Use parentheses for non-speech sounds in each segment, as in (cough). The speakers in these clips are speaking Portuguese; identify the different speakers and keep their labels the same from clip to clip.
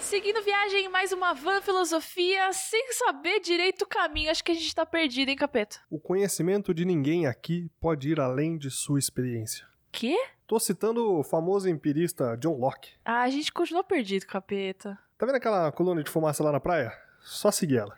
Speaker 1: seguindo viagem em mais uma van filosofia sem saber direito o caminho. Acho que a gente tá perdido, hein, capeta?
Speaker 2: O conhecimento de ninguém aqui pode ir além de sua experiência.
Speaker 1: Quê?
Speaker 2: Tô citando o famoso empirista John Locke.
Speaker 1: Ah, a gente continuou perdido, capeta.
Speaker 2: Tá vendo aquela coluna de fumaça lá na praia? Só seguir ela.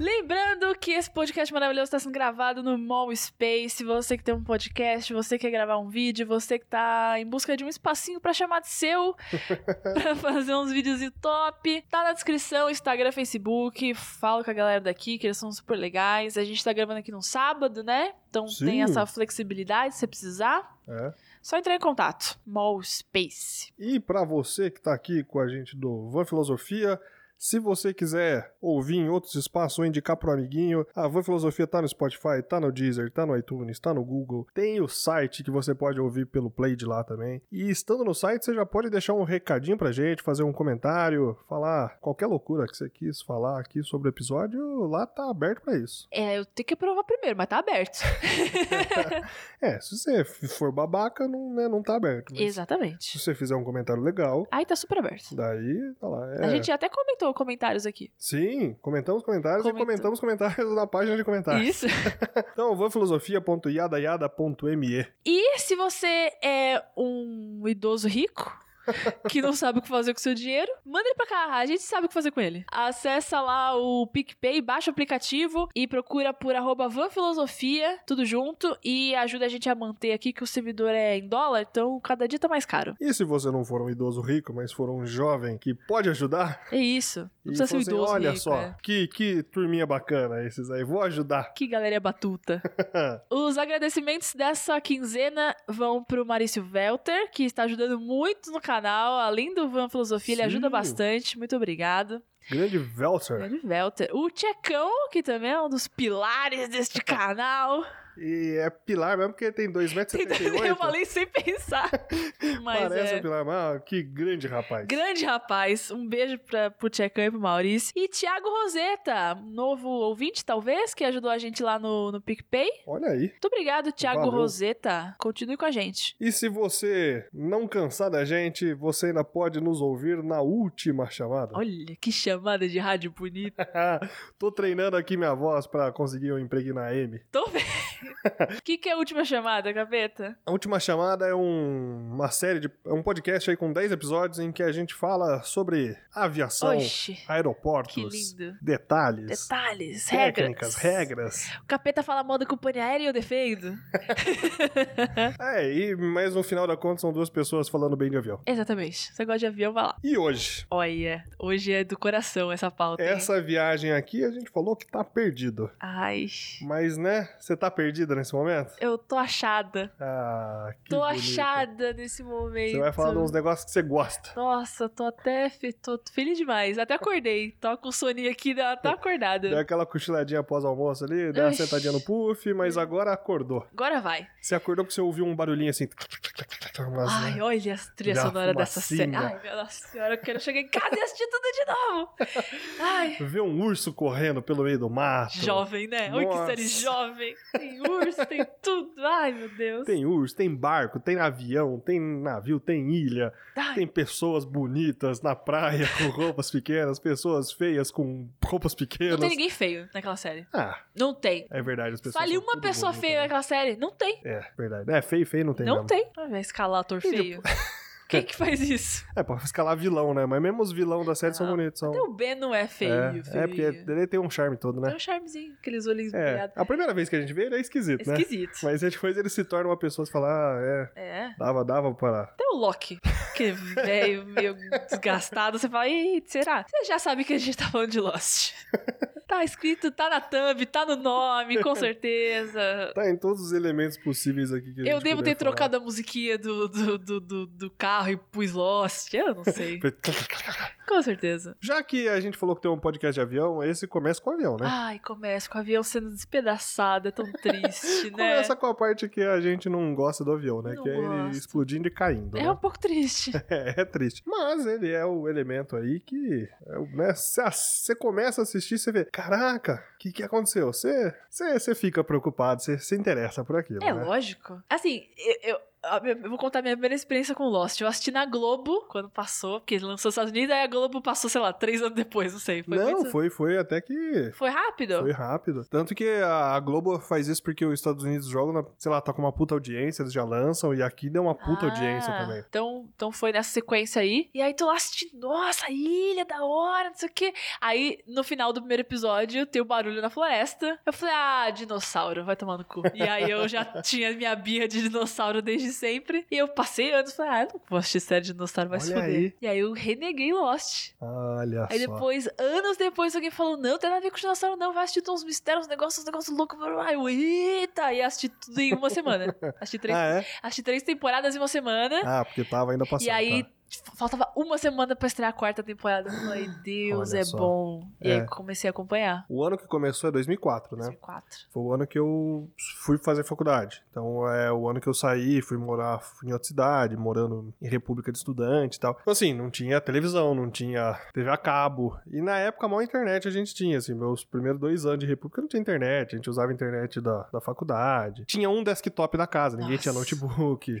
Speaker 1: Lembrando que esse podcast maravilhoso está sendo gravado no Mall Space. Você que tem um podcast, você que quer gravar um vídeo, você que tá em busca de um espacinho para chamar de seu, (laughs) para fazer uns vídeos top, tá na descrição, Instagram, Facebook. Fala com a galera daqui, que eles são super legais. A gente tá gravando aqui no sábado, né? Então
Speaker 2: Sim.
Speaker 1: tem essa flexibilidade se você precisar.
Speaker 2: É.
Speaker 1: Só entrar em contato. Mall Space.
Speaker 2: E pra você que tá aqui com a gente do Van Filosofia, se você quiser ouvir em outros espaços ou indicar pro amiguinho, a Van Filosofia tá no Spotify, tá no Deezer, tá no iTunes, tá no Google. Tem o site que você pode ouvir pelo Play de lá também. E estando no site, você já pode deixar um recadinho pra gente, fazer um comentário, falar qualquer loucura que você quis falar aqui sobre o episódio, lá tá aberto pra isso.
Speaker 1: É, eu tenho que provar primeiro, mas tá aberto.
Speaker 2: É, se você for babaca, não, né, não tá aberto. (laughs) Mas se
Speaker 1: Exatamente.
Speaker 2: você fizer um comentário legal,
Speaker 1: Aí tá super aberto.
Speaker 2: daí, tá lá. É...
Speaker 1: A gente até comentou comentários aqui.
Speaker 2: Sim, comentamos comentários
Speaker 1: Comentou.
Speaker 2: e comentamos comentários na página de comentários.
Speaker 1: Isso.
Speaker 2: Então, vanfilosofia.yadayada.me.
Speaker 1: E se você é um idoso
Speaker 2: (laughs)
Speaker 1: rico que não sabe o que fazer com seu dinheiro, manda ele pra cá, a gente sabe o que fazer com ele. Acessa lá o PicPay, baixa o aplicativo e procura por arroba vanfilosofia, tudo junto, e ajuda a gente a manter aqui que o servidor é em dólar, então cada dia tá mais caro.
Speaker 2: E se você não for um idoso rico, mas for um jovem que pode ajudar,
Speaker 1: É isso.
Speaker 2: e
Speaker 1: Não precisa ser um
Speaker 2: fala assim,
Speaker 1: idoso
Speaker 2: olha
Speaker 1: rico,
Speaker 2: só,
Speaker 1: é.
Speaker 2: que, que turminha bacana esses aí, vou ajudar.
Speaker 1: Que galera é batuta.
Speaker 2: (laughs)
Speaker 1: Os agradecimentos dessa quinzena vão pro Maurício Velter, que está ajudando muito no canal. Além do Van Filosofia, ele
Speaker 2: Sim.
Speaker 1: ajuda bastante. Muito obrigado.
Speaker 2: Grande Veltzer.
Speaker 1: Grande Velter. O Tchecão, que também é um dos pilares deste
Speaker 2: (laughs)
Speaker 1: canal.
Speaker 2: E é pilar mesmo, porque tem 2,78m.
Speaker 1: (laughs) Eu falei sem
Speaker 2: (laughs)
Speaker 1: pensar. Mas
Speaker 2: Parece
Speaker 1: é.
Speaker 2: um pilar, mas que grande rapaz.
Speaker 1: Grande rapaz, um beijo pra, pro Tchecão e pro Maurício. E Thiago Roseta, novo ouvinte, talvez, que ajudou a gente lá no, no PicPay.
Speaker 2: Olha aí.
Speaker 1: Muito obrigado, Thiago
Speaker 2: Valeu.
Speaker 1: Roseta. Continue com a gente.
Speaker 2: E se você não cansar da gente, você ainda pode nos ouvir na última chamada.
Speaker 1: Olha que chamada de rádio bonita.
Speaker 2: (laughs) Tô treinando aqui minha voz pra conseguir um emprego na M.
Speaker 1: Tô vendo. O que, que é a última chamada, capeta?
Speaker 2: A última chamada é um- uma série de. É um podcast aí com 10 episódios em que a gente fala sobre aviação,
Speaker 1: Oxi, que
Speaker 2: aeroportos,
Speaker 1: lindo.
Speaker 2: detalhes,
Speaker 1: Detalhes,
Speaker 2: técnicas,
Speaker 1: regras.
Speaker 2: regras.
Speaker 1: O capeta fala mal da companhia aérea e eu defendo.
Speaker 2: É, e, mas no final da conta são duas pessoas falando bem de avião.
Speaker 1: Exatamente. Você gosta de avião, vai lá.
Speaker 2: E hoje?
Speaker 1: Olha, hoje é do coração essa pauta. hein?
Speaker 2: Essa viagem aqui a gente falou que tá perdido.
Speaker 1: Ai,
Speaker 2: Mas né, você tá perdida nesse momento?
Speaker 1: eu tô achada.
Speaker 2: Ah, que
Speaker 1: tô
Speaker 2: bonito.
Speaker 1: achada nesse momento.
Speaker 2: Você vai falar de uns negócios que você gosta.
Speaker 1: Nossa, tô até fe- tô feliz demais. Até acordei. Tô com soninho aqui, tá tô
Speaker 2: É.
Speaker 1: acordada.
Speaker 2: Deu aquela cochiladinha após o almoço ali, deu uma
Speaker 1: Ixi.
Speaker 2: sentadinha no puff, mas agora acordou.
Speaker 1: Agora vai.
Speaker 2: Você acordou porque você ouviu um barulhinho assim. umas-
Speaker 1: Ai, olha a trilha
Speaker 2: né, Já
Speaker 1: sonora dessa série.
Speaker 2: fumacinha.
Speaker 1: Ai, meu nossa senhora, eu quero chegar em casa e assistir tudo de
Speaker 2: (laughs)
Speaker 1: novo. Ai,
Speaker 2: Vê um urso correndo pelo meio do mato.
Speaker 1: jovem, né? Olha que
Speaker 2: Nossa.
Speaker 1: série jovem. Tem urso, tem tudo. Ai, meu Deus.
Speaker 2: Tem urso, tem barco, tem avião, tem navio, tem ilha,
Speaker 1: Ai,
Speaker 2: tem pessoas bonitas na praia
Speaker 1: (laughs)
Speaker 2: com roupas pequenas, pessoas feias com roupas
Speaker 1: não
Speaker 2: pequenas.
Speaker 1: tem ninguém feio naquela série.
Speaker 2: Ah,
Speaker 1: Não tem.
Speaker 2: é verdade, as pessoas.
Speaker 1: Fale
Speaker 2: são
Speaker 1: uma
Speaker 2: tudo
Speaker 1: pessoa
Speaker 2: bonitas,
Speaker 1: feia
Speaker 2: né?
Speaker 1: naquela série. Não tem.
Speaker 2: É, verdade. É, feio, feio não tem
Speaker 1: não
Speaker 2: mesmo.
Speaker 1: tem. Ah, Vai escalar ator
Speaker 2: E
Speaker 1: feio. (laughs) Quem que faz
Speaker 2: (laughs)
Speaker 1: isso?
Speaker 2: É, pra escalar vilão, né? Mas mesmo os vilão da série são
Speaker 1: Não,
Speaker 2: bonitos. São...
Speaker 1: Até o Ben não é feio,
Speaker 2: é,
Speaker 1: feio.
Speaker 2: é, porque ele tem um charme todo, né?
Speaker 1: Tem um charmezinho, aqueles olhinhos
Speaker 2: É,
Speaker 1: brilhados.
Speaker 2: a primeira vez que a gente vê ele é esquisito, né?
Speaker 1: Esquisito.
Speaker 2: Mas depois ele se torna uma pessoa e fala, ah, é,
Speaker 1: É.
Speaker 2: dava, dava para.
Speaker 1: Até o Loki, que é velho, meio desgastado, você fala, Ih, será? Você já sabe que a gente tá falando de Lost. tá escrito, tá na thumb, tá no nome, com certeza.
Speaker 2: Tá em todos os elementos possíveis aqui que a gente
Speaker 1: Eu devo
Speaker 2: puder
Speaker 1: ter
Speaker 2: falar.
Speaker 1: trocado a musiquinha do, do, do, do- do carro e pus Lost, eu não sei. Com certeza.
Speaker 2: (laughs) Já que a gente falou que tem um podcast de avião, esse começa com avião, né?
Speaker 1: Ai, começa com o avião sendo despedaçado, é tão triste, né?
Speaker 2: (laughs) Começa com a parte que a gente não gosta do avião, né?
Speaker 1: Não
Speaker 2: que é ele
Speaker 1: gosto.
Speaker 2: explodindo e caindo.
Speaker 1: É
Speaker 2: né?
Speaker 1: um pouco triste.
Speaker 2: (laughs) É, é triste. Mas ele é o elemento aí que. é o- né, Você você começa a assistir, você vê, caraca, o que, que aconteceu? Você, você, você fica preocupado, você se interessa por aquilo.
Speaker 1: É
Speaker 2: né?
Speaker 1: lógico. Assim, eu, eu- a minha- Eu vou contar minha primeira experiência com Lost. Eu assisti na Globo quando passou, porque lançou nos Estados Unidos, aí a Globo passou, sei lá, três anos depois, não sei. Foi
Speaker 2: não,
Speaker 1: muito-
Speaker 2: foi, foi até que.
Speaker 1: Foi rápido?
Speaker 2: Foi rápido. Tanto que a a Globo faz isso porque os Estados Unidos jogam, na- sei lá, tá com uma puta audiência, eles já lançam, e aqui deu uma puta
Speaker 1: Ah,
Speaker 2: audiência também.
Speaker 1: Então, então foi nessa sequência aí. E aí tu lá assistindo, nossa, ilha, da hora, não sei o quê. Aí, no final do primeiro episódio, tem o barulho na floresta. Eu falei, ah, dinossauro, vai tomar no cu. E aí eu
Speaker 2: (laughs)
Speaker 1: já tinha minha birra de dinossauro desde sempre. E eu passei anos, falei, ah, eu não vou assistir série de dinossauro, vai se
Speaker 2: Olha
Speaker 1: foder.
Speaker 2: aí.
Speaker 1: E aí eu reneguei Lost.
Speaker 2: Olha
Speaker 1: Aí
Speaker 2: só.
Speaker 1: depois, anos depois, alguém falou: não, tem nada a ver com dinossauro, não. Vai assistir uns mistérios, uns negócios, uns negócios loucos. blá, blá, blá. Eu, eita! E assisti tudo em uma
Speaker 2: (laughs)
Speaker 1: semana. Assisti três,
Speaker 2: Ah, é?
Speaker 1: assisti três temporadas em uma semana.
Speaker 2: Ah, porque tava ainda passando.
Speaker 1: e aí,
Speaker 2: tá.
Speaker 1: f- faltava uma semana pra estrear a quarta temporada. Eu
Speaker 2: (gasps)
Speaker 1: falei: Deus,
Speaker 2: Olha
Speaker 1: é
Speaker 2: só.
Speaker 1: bom. E
Speaker 2: É.
Speaker 1: aí comecei a acompanhar.
Speaker 2: O ano que começou é 2004, né?
Speaker 1: 2004.
Speaker 2: Foi o ano que eu fui fazer faculdade. Então é o ano que eu saí, fui morar fui em outra cidade, morando em república de estudante e tal. Então, assim, não tinha televisão, não tinha TV a cabo. E na época, a maior internet a gente tinha, assim, meus primeiros dois anos de república não tinha internet, a gente usava a internet da, da faculdade. Tinha um desktop na casa, ninguém tinha
Speaker 1: Nossa.
Speaker 2: notebook.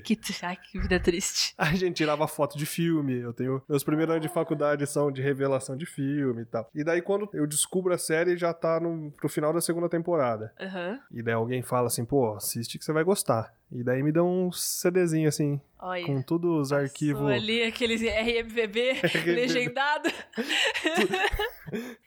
Speaker 1: (laughs)
Speaker 2: (laughs)
Speaker 1: Que, tr- ai, que vida triste.
Speaker 2: A gente tirava foto de filme. Eu tenho. Meus primeiros anos de faculdade são de revelação de filme e tal. E daí, quando eu descubro a série, já tá no, pro final da segunda temporada.
Speaker 1: Aham.
Speaker 2: E daí alguém fala assim, pô, assiste que você vai gostar. E daí me dá um CDzinho assim,
Speaker 1: Olha.
Speaker 2: com todos os
Speaker 1: Passou
Speaker 2: (laughs) arquivos,
Speaker 1: ali, aqueles
Speaker 2: (laughs)
Speaker 1: RMVB (laughs) legendado.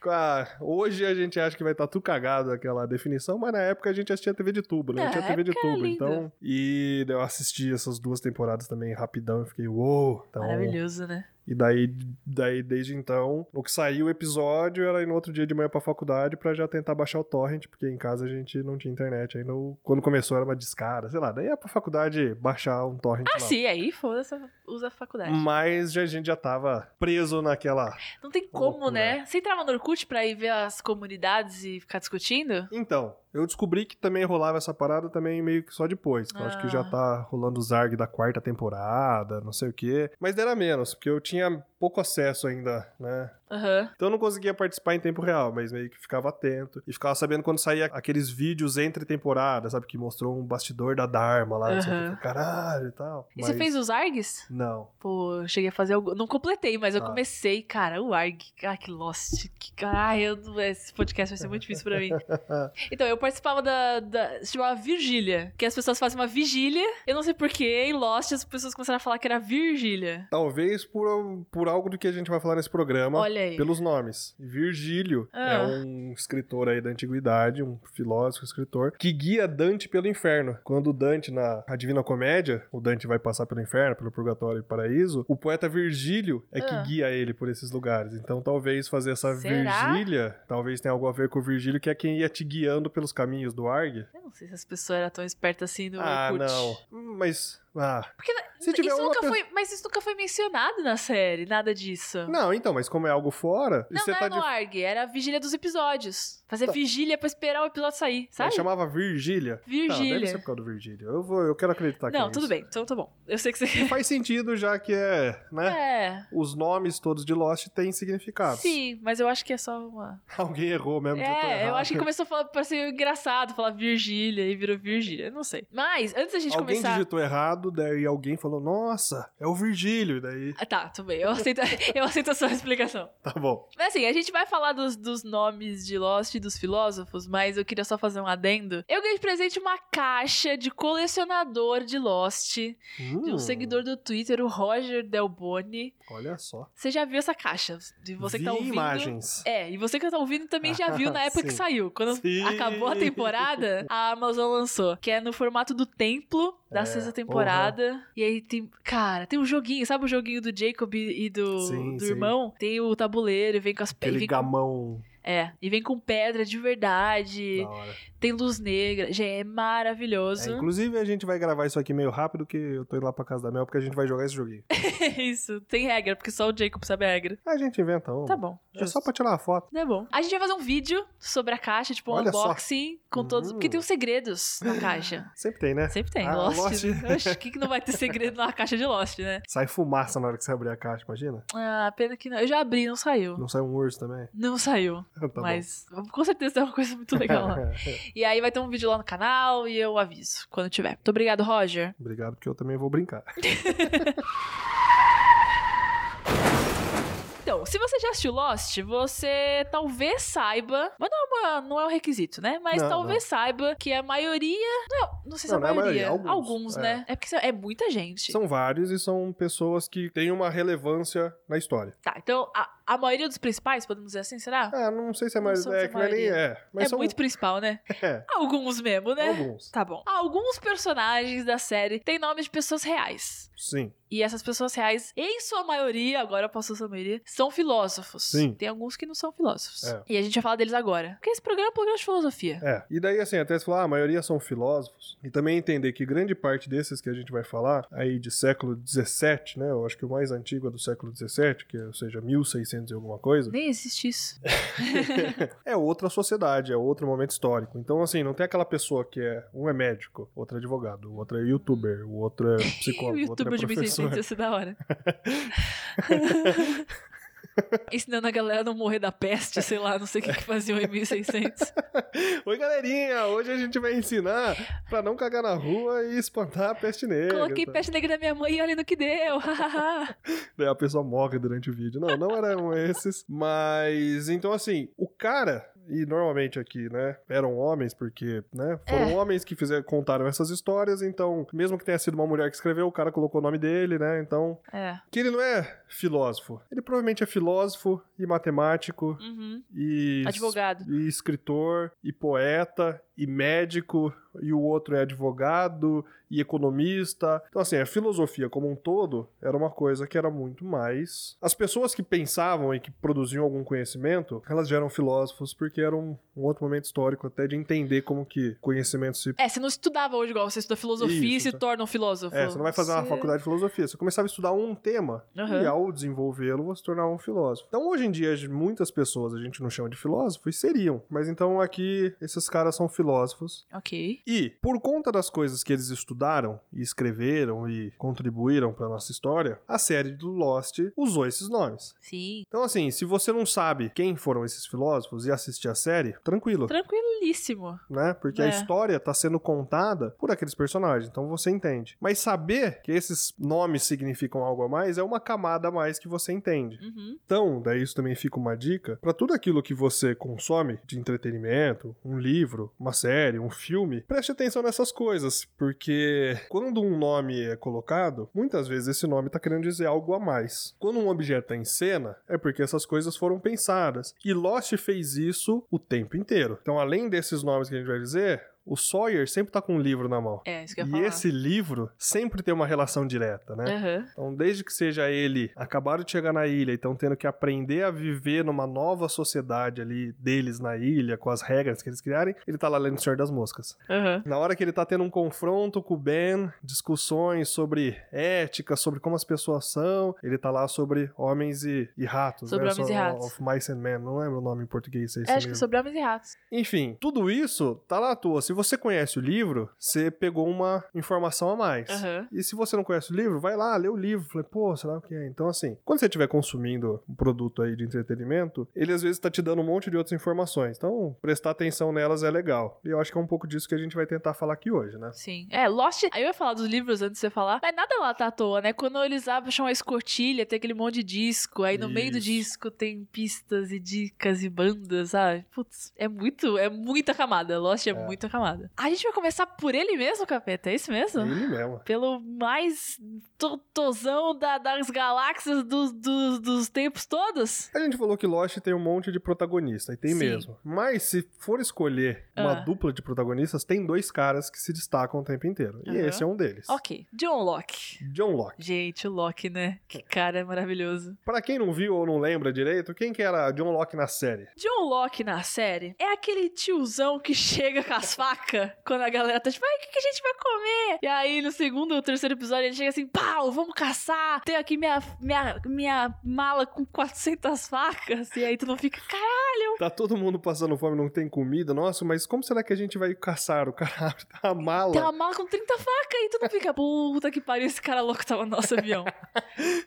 Speaker 2: com a- Ah, Hoje a gente acha que vai estar tudo cagado aquela definição, mas na época a gente assistia TV de tubo, né?
Speaker 1: Na
Speaker 2: tinha TV de
Speaker 1: época era
Speaker 2: tubo,
Speaker 1: lindo.
Speaker 2: então... E daí eu assisti essas duas temporadas também rapidão e fiquei, uou! Então,
Speaker 1: Maravilhoso, né?
Speaker 2: E daí, daí, desde então, o que saiu o episódio era ir no outro dia de manhã pra faculdade pra já tentar baixar o torrent, porque em casa a gente não tinha internet. Aí no- quando começou era uma descara, sei lá. Daí é pra faculdade baixar um torrent
Speaker 1: Ah,
Speaker 2: lá.
Speaker 1: sim, é. aí foda-se, usa a faculdade.
Speaker 2: Hum, Mas já- a gente já tava preso naquela.
Speaker 1: Não tem como,
Speaker 2: Loucura.
Speaker 1: né? Você entrava no Orkut pra ir ver as comunidades e ficar discutindo?
Speaker 2: Então, eu descobri que também rolava essa parada também meio que só depois. que Eu acho que já
Speaker 1: Ah.
Speaker 2: tá rolando o Zarg da quarta temporada, não sei o quê. Mas era menos, porque eu tinha pouco acesso ainda, né?
Speaker 1: Aham.
Speaker 2: Então eu não conseguia participar em tempo real, mas meio que ficava atento. E ficava sabendo quando saía aqueles vídeos entre temporada, sabe? Que mostrou um bastidor da Dharma lá, não sei o quê.
Speaker 1: Aham.
Speaker 2: Caralho e tal.
Speaker 1: E você
Speaker 2: Mas
Speaker 1: fez os ARGs?
Speaker 2: Não.
Speaker 1: Pô, eu cheguei a fazer algum. Não completei, mas eu
Speaker 2: Ah.
Speaker 1: comecei, cara, o ARG. Ah, que lost. Que... Ai, eu... não- esse podcast vai ser muito difícil
Speaker 2: (laughs)
Speaker 1: pra mim. Então, eu participava da, da. Se chamava Virgília. Que as pessoas fazem uma vigília. Eu não sei porquê, em Lost as pessoas começaram a falar que era Virgília.
Speaker 2: Talvez por, por algo do que a gente vai falar nesse programa.
Speaker 1: Olha aí.
Speaker 2: pelos nomes. Virgílio
Speaker 1: Ah.
Speaker 2: é um escritor aí da antiguidade, um filósofo, escritor, que guia Dante pelo inferno. Quando Dante, na A Divina Comédia, o Dante vai passar pelo inferno, pelo purgatório e paraíso, o poeta Virgílio é
Speaker 1: Ah.
Speaker 2: que guia ele por esses lugares. Então talvez fazer essa
Speaker 1: Será?
Speaker 2: Virgília, talvez tenha algo a ver com o Virgílio, que é quem ia te guiando pelos caminhos do Arg.
Speaker 1: Eu não sei se as pessoas eram tão espertas assim no
Speaker 2: ah,
Speaker 1: Orkut.
Speaker 2: não. Hum, Mas... Ah...
Speaker 1: Porque
Speaker 2: Se tiver
Speaker 1: isso
Speaker 2: uma
Speaker 1: nunca
Speaker 2: pe-
Speaker 1: foi, mas isso nunca foi mencionado na série, nada disso.
Speaker 2: Não, então, mas como é algo fora... e
Speaker 1: Não,
Speaker 2: você
Speaker 1: não é
Speaker 2: tá
Speaker 1: era no
Speaker 2: de...
Speaker 1: ARG, era a vigília dos episódios. Fazer vigília pra esperar o episódio sair,
Speaker 2: Ele
Speaker 1: sabe?
Speaker 2: chamava Virgília. Não, deve ser
Speaker 1: Virgília.
Speaker 2: por causa do Virgílio. Eu, vou, eu quero acreditar que é
Speaker 1: Não, tudo
Speaker 2: isso.
Speaker 1: bem, então tá bom. Eu sei que você.
Speaker 2: Faz sentido, já que é, né?
Speaker 1: (laughs) É.
Speaker 2: Os nomes todos de Lost têm significado.
Speaker 1: Sim, mas eu acho que é só uma.
Speaker 2: (laughs) Alguém errou mesmo. de tão
Speaker 1: É, eu
Speaker 2: errado.
Speaker 1: acho que começou a falar pra ser engraçado, falar Virgília e virou Virgília, eu não sei. Mas, antes da gente
Speaker 2: Alguém
Speaker 1: começar.
Speaker 2: digitou errado, daí alguém falou, nossa, é o Virgílio. E Daí,
Speaker 1: Ah, tá, tudo bem, eu aceito, (laughs) eu aceito a sua explicação.
Speaker 2: tá bom.
Speaker 1: Mas assim, a gente vai falar dos, dos nomes de Lost e dos filósofos, mas eu queria só fazer um adendo. Eu ganhei de presente uma caixa de colecionador de Lost de um
Speaker 2: Hum,
Speaker 1: seguidor do Twitter, o Roger Delboni.
Speaker 2: Olha só.
Speaker 1: Você já viu essa caixa? E você
Speaker 2: Vi
Speaker 1: que tá ouvindo.
Speaker 2: imagens.
Speaker 1: É, e você que tá ouvindo também já viu na
Speaker 2: (laughs) Ah,
Speaker 1: época que
Speaker 2: sim.
Speaker 1: saiu. Quando
Speaker 2: Sim.
Speaker 1: acabou a temporada, a Amazon lançou, que é no formato do templo da
Speaker 2: É,
Speaker 1: sexta temporada. E aí tem, cara, tem um joguinho, sabe o joguinho do Jacob e e do,
Speaker 2: Sim,
Speaker 1: do
Speaker 2: sim.
Speaker 1: irmão? Tem o tabuleiro, e vem com as pe- e
Speaker 2: Aquele
Speaker 1: vem com,
Speaker 2: gamão
Speaker 1: É, e vem com pedra de verdade.
Speaker 2: da hora.
Speaker 1: Tem luz negra. Gente, é
Speaker 2: É,
Speaker 1: maravilhoso.
Speaker 2: inclusive, a gente vai gravar isso aqui meio rápido, que eu tô indo lá pra casa da Mel, porque a gente vai jogar esse joguinho.
Speaker 1: (laughs) É isso, tem regra, porque só o Jacob sabe a regra.
Speaker 2: A gente inventa um.
Speaker 1: Tá bom.
Speaker 2: É
Speaker 1: justo.
Speaker 2: só pra tirar uma foto.
Speaker 1: Não é bom. A gente vai fazer um vídeo sobre a caixa, tipo um
Speaker 2: Olha só. Hum.
Speaker 1: unboxing com todos. Porque tem os segredos na caixa.
Speaker 2: Sempre tem, né?
Speaker 1: Sempre tem.
Speaker 2: Ah,
Speaker 1: Lost.
Speaker 2: Lost.
Speaker 1: (laughs) Oxe, o que, que não vai ter segredo na caixa de Lost, né?
Speaker 2: Sai
Speaker 1: Tá
Speaker 2: fumaça na hora que você abrir a caixa, imagina?
Speaker 1: Ah, pena que não. Eu já abri, não saiu.
Speaker 2: Não sai um urso também?
Speaker 1: Não saiu.
Speaker 2: (laughs) Tá
Speaker 1: mas (laughs) com certeza é uma coisa muito legal lá. E aí vai ter um vídeo lá no canal e eu aviso quando tiver. Muito obrigado, Roger.
Speaker 2: (laughs) Obrigado, porque eu também vou brincar.
Speaker 1: Então, se você já assistiu Lost, você talvez saiba, mas não é, uma- não é um requisito, né? Mas
Speaker 2: Não,
Speaker 1: talvez saiba que a maioria. Não, não sei se
Speaker 2: Não,
Speaker 1: a
Speaker 2: não é a
Speaker 1: maioria.
Speaker 2: maioria, alguns, é.
Speaker 1: né? É porque isso é muita gente.
Speaker 2: São vários e são pessoas que têm uma relevância na história.
Speaker 1: Tá, então a, a maioria dos principais, podemos dizer assim, será?
Speaker 2: Ah, não sei se é
Speaker 1: Não
Speaker 2: mais.
Speaker 1: são
Speaker 2: É,
Speaker 1: só
Speaker 2: que não é nem.
Speaker 1: maioria.
Speaker 2: É, mas
Speaker 1: é
Speaker 2: são
Speaker 1: muito principal, né?
Speaker 2: (laughs) é,
Speaker 1: Alguns mesmo, né?
Speaker 2: alguns.
Speaker 1: Tá bom. Alguns personagens da série têm nome de pessoas reais.
Speaker 2: Sim.
Speaker 1: E essas pessoas reais, em sua maioria, agora passou a sua maioria, são filósofos.
Speaker 2: Sim.
Speaker 1: Tem alguns que não são filósofos.
Speaker 2: É.
Speaker 1: E a gente vai falar deles agora. Porque esse programa é um programa de filosofia.
Speaker 2: É. E daí, assim, até se falar, ah, a maioria são filósofos. E também entender que grande parte desses que a gente vai falar, aí de século XVII, né? Eu acho que o mais antigo é do século XVII, que é, ou seja, 1600 e alguma coisa.
Speaker 1: Nem existe isso.
Speaker 2: é outra sociedade, é outro momento histórico. Então, assim, não tem aquela pessoa que é. Um é médico, outro é advogado, o outro é youtuber, o outro
Speaker 1: (laughs)
Speaker 2: é
Speaker 1: o
Speaker 2: psicólogo, o outro
Speaker 1: youtuber
Speaker 2: é
Speaker 1: de
Speaker 2: professor.
Speaker 1: 1600 ia ser da
Speaker 2: (laughs)
Speaker 1: hora. Ensinando a galera a não morrer da peste, sei lá, não sei o que, que faziam em 1600.
Speaker 2: Oi, galerinha! Hoje a gente vai ensinar pra não cagar na rua e espantar a peste negra.
Speaker 1: Coloquei
Speaker 2: tá?
Speaker 1: peste negra na minha mãe e olha no que deu. (laughs)
Speaker 2: Daí a pessoa morre durante o vídeo. Não, não eram esses. Mas, então assim, o cara... E normalmente aqui, né? Eram homens, porque, né? Foram
Speaker 1: É.
Speaker 2: homens que fizeram, contaram essas histórias. Então, mesmo que tenha sido uma mulher que escreveu, o cara colocou o nome dele, né? Então,
Speaker 1: é.
Speaker 2: que ele não é filósofo. Ele provavelmente é filósofo e matemático
Speaker 1: Uhum.
Speaker 2: e...
Speaker 1: Advogado.
Speaker 2: E escritor, e poeta, e médico, e o outro é advogado, e economista. Então, assim, a filosofia como um todo era uma coisa que era muito mais. As pessoas que pensavam e que produziam algum conhecimento, elas já eram filósofos, porque era um, um outro momento histórico até de entender como que conhecimento se.
Speaker 1: É, você não estudava hoje igual você estuda filosofia e
Speaker 2: Isso,
Speaker 1: se
Speaker 2: tá.
Speaker 1: torna um filósofo.
Speaker 2: É, você não vai fazer uma
Speaker 1: Você-
Speaker 2: faculdade de filosofia, você começava a estudar um tema
Speaker 1: Aham.
Speaker 2: e ao desenvolvê-lo você tornava um filósofo. Então hoje em dia muitas pessoas a gente não chama de filósofo e seriam, mas então aqui esses caras são filósofos
Speaker 1: Ok.
Speaker 2: E, por conta das coisas que eles estudaram e escreveram e contribuíram para nossa história, a série do Lost usou esses nomes.
Speaker 1: Sim.
Speaker 2: Então, assim, se você não sabe quem foram esses filósofos e assistir a série, tranquilo,
Speaker 1: Tranquilíssimo.
Speaker 2: né? Porque a
Speaker 1: É.
Speaker 2: história tá sendo contada por aqueles personagens, então você entende. Mas saber que esses nomes significam algo a mais é uma camada a mais que você entende.
Speaker 1: Uhum.
Speaker 2: Então, daí isso também fica uma dica para tudo aquilo que você consome de entretenimento, um livro, uma série, um filme. Preste atenção nessas coisas, porque quando um nome é colocado, muitas vezes esse nome tá querendo dizer algo a mais. Quando um objeto tá em cena, é porque essas coisas foram pensadas. E Lost fez isso o tempo inteiro. Então, além desses nomes que a gente vai dizer, o Sawyer sempre tá com um livro na mão.
Speaker 1: É, isso que eu ia
Speaker 2: E
Speaker 1: falar.
Speaker 2: esse livro sempre tem uma relação direta, né?
Speaker 1: Aham.
Speaker 2: Então, desde que seja ele acabaram de chegar na ilha e estão tendo que aprender a viver numa nova sociedade ali deles na ilha, com as regras que eles criarem, ele tá lá lendo o Senhor das Moscas.
Speaker 1: Aham.
Speaker 2: Na hora que ele tá tendo um confronto com o Ben, discussões sobre ética, sobre como as pessoas são, ele tá lá sobre homens e, e ratos.
Speaker 1: Sobre
Speaker 2: né?
Speaker 1: homens
Speaker 2: So-
Speaker 1: e ratos.
Speaker 2: Of Mice and Men, não lembro o nome em português. É
Speaker 1: É,
Speaker 2: esse
Speaker 1: acho que é
Speaker 2: mesmo.
Speaker 1: sobre homens e ratos.
Speaker 2: Enfim, tudo isso tá lá à toa. Se você conhece o livro, você pegou uma informação a mais.
Speaker 1: Aham.
Speaker 2: E se você não conhece o livro, vai lá, lê o livro. Falei, pô, será que é? Então, assim, quando você estiver consumindo um produto aí de entretenimento, ele às vezes tá te dando um monte de outras informações. Então, prestar atenção nelas é legal. E eu acho que é um pouco disso que a gente vai tentar falar aqui hoje, né?
Speaker 1: Sim. É, Lost. Aí eu ia falar dos livros antes de você falar. Mas nada lá tá à toa, né? Quando eles acham a escotilha, tem aquele monte de disco. Aí no meio do
Speaker 2: Isso.
Speaker 1: disco tem pistas e dicas e bandas, sabe? Putz, é muito, é muita camada. Lost é, muita camada. A gente vai começar por ele mesmo, capeta? É isso mesmo?
Speaker 2: Ele mesmo.
Speaker 1: Pelo mais totozão da- das galáxias dos, dos, dos tempos todos?
Speaker 2: A gente falou que Lost tem um monte de protagonista, e tem
Speaker 1: Sim.
Speaker 2: mesmo. Mas se for escolher uma
Speaker 1: Ah.
Speaker 2: dupla de protagonistas, tem dois caras que se destacam o tempo inteiro. E
Speaker 1: Aham.
Speaker 2: esse é um deles.
Speaker 1: Ok. John Locke.
Speaker 2: John Locke.
Speaker 1: Gente, o Locke, né? Que cara maravilhoso.
Speaker 2: Pra quem não viu ou não lembra direito, quem que era John Locke na série?
Speaker 1: John Locke na série é aquele tiozão que chega com as saca quando a galera tá tipo, ai, o que, que a gente vai comer? E aí no segundo ou terceiro episódio ele chega assim, pau, vamos caçar. Tenho aqui minha, minha, minha mala com 400 facas. E aí tu não fica, caralho.
Speaker 2: Tá todo mundo passando fome, não tem comida. Nossa, mas como será que a gente vai caçar? O cara (laughs) abre a mala.
Speaker 1: Tem uma mala Tá com 30 facas e tu não fica, puta que pariu, esse cara louco tava no nosso
Speaker 2: (laughs)
Speaker 1: avião.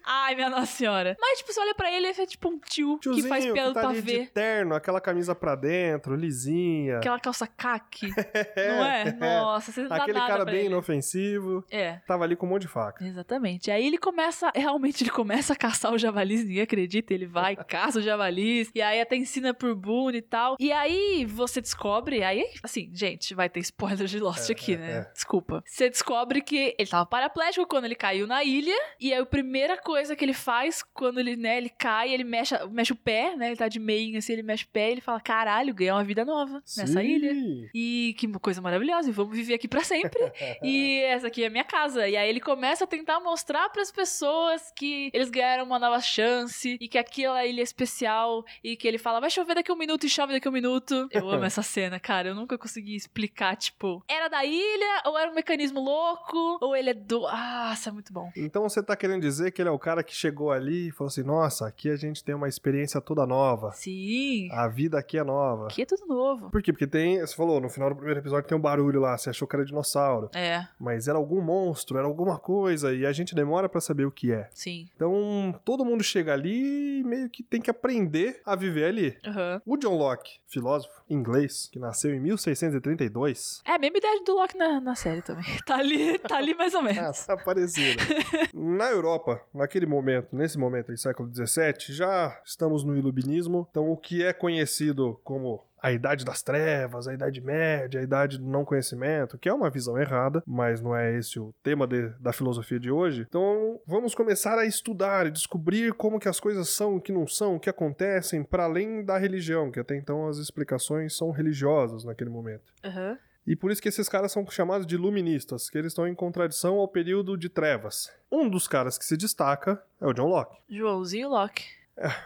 Speaker 1: Ai, minha nossa senhora. Mas, tipo, você olha pra ele, ele é tipo um tio
Speaker 2: Tiozinho
Speaker 1: que faz piada
Speaker 2: tá
Speaker 1: pra
Speaker 2: ali
Speaker 1: ver.
Speaker 2: de terno, aquela camisa pra dentro, lisinha.
Speaker 1: Aquela calça
Speaker 2: (laughs)
Speaker 1: caque, não é? Nossa, você não dá
Speaker 2: Aquele
Speaker 1: nada
Speaker 2: cara
Speaker 1: pra
Speaker 2: bem
Speaker 1: ele.
Speaker 2: inofensivo.
Speaker 1: É,
Speaker 2: Tava ali com um monte de faca.
Speaker 1: exatamente. Aí ele começa, (laughs) realmente ele começa a caçar os javalis, ninguém acredita, ele
Speaker 2: (laughs)
Speaker 1: vai, caça os javalis, e aí até ensina por Boone e tal. E aí você descobre, aí, assim, gente, vai ter spoiler de Lost
Speaker 2: É,
Speaker 1: aqui,
Speaker 2: é,
Speaker 1: né?
Speaker 2: é.
Speaker 1: Desculpa. Você descobre que ele tava paraplégico quando ele caiu na ilha, e aí a primeira coisa que ele faz quando ele, né, ele cai, ele mexe, mexe o pé, né, ele tá de meio assim, ele mexe o pé, e ele fala, caralho, ganhei uma vida nova nessa
Speaker 2: Sim.
Speaker 1: ilha. E que coisa maravilhosa, e vamos viver aqui pra sempre. e essa aqui é a minha casa. E aí ele começa a tentar mostrar pras pessoas que eles ganharam uma nova chance e que aquela ilha é especial e que ele fala: vai chover daqui um minuto e chove daqui um minuto. Eu amo essa cena, cara. Eu nunca consegui explicar, tipo, era da ilha ou era um mecanismo louco ou ele é do. Ah, isso é muito bom.
Speaker 2: Então você tá querendo dizer que ele é o cara que chegou ali e falou assim: nossa, aqui a gente tem uma experiência toda nova.
Speaker 1: Sim,
Speaker 2: A vida aqui é nova.
Speaker 1: aqui é tudo novo.
Speaker 2: Por quê? Porque tem. Você falou, no final do primeiro episódio tem um barulho lá, você achou que era dinossauro.
Speaker 1: É,
Speaker 2: Mas era algum monstro, era alguma coisa, e a gente demora pra saber o que é.
Speaker 1: sim.
Speaker 2: Então, todo mundo chega ali e meio que tem que aprender a viver ali.
Speaker 1: Aham.
Speaker 2: O John Locke, filósofo inglês, que nasceu em 1632,
Speaker 1: É a mesma ideia do Loki na, na série também. (laughs) Tá ali, tá ali mais ou menos.
Speaker 2: Essa parecida. Ah, Na Europa, naquele momento, nesse momento aí, século XVII, já estamos no iluminismo. Então, o que é conhecido como a Idade das Trevas, a Idade Média, a Idade do Não Conhecimento, que é uma visão errada, mas não é esse o tema de- da filosofia de hoje. Então, vamos começar a estudar e descobrir como que as coisas são, o que não são, o que acontecem, para além da religião, que até então as explicações são religiosas naquele momento.
Speaker 1: Aham.
Speaker 2: E por isso que esses caras são chamados de luministas, que eles estão em contradição ao período de trevas. Um dos caras que se destaca é o John Locke.
Speaker 1: Joãozinho Locke.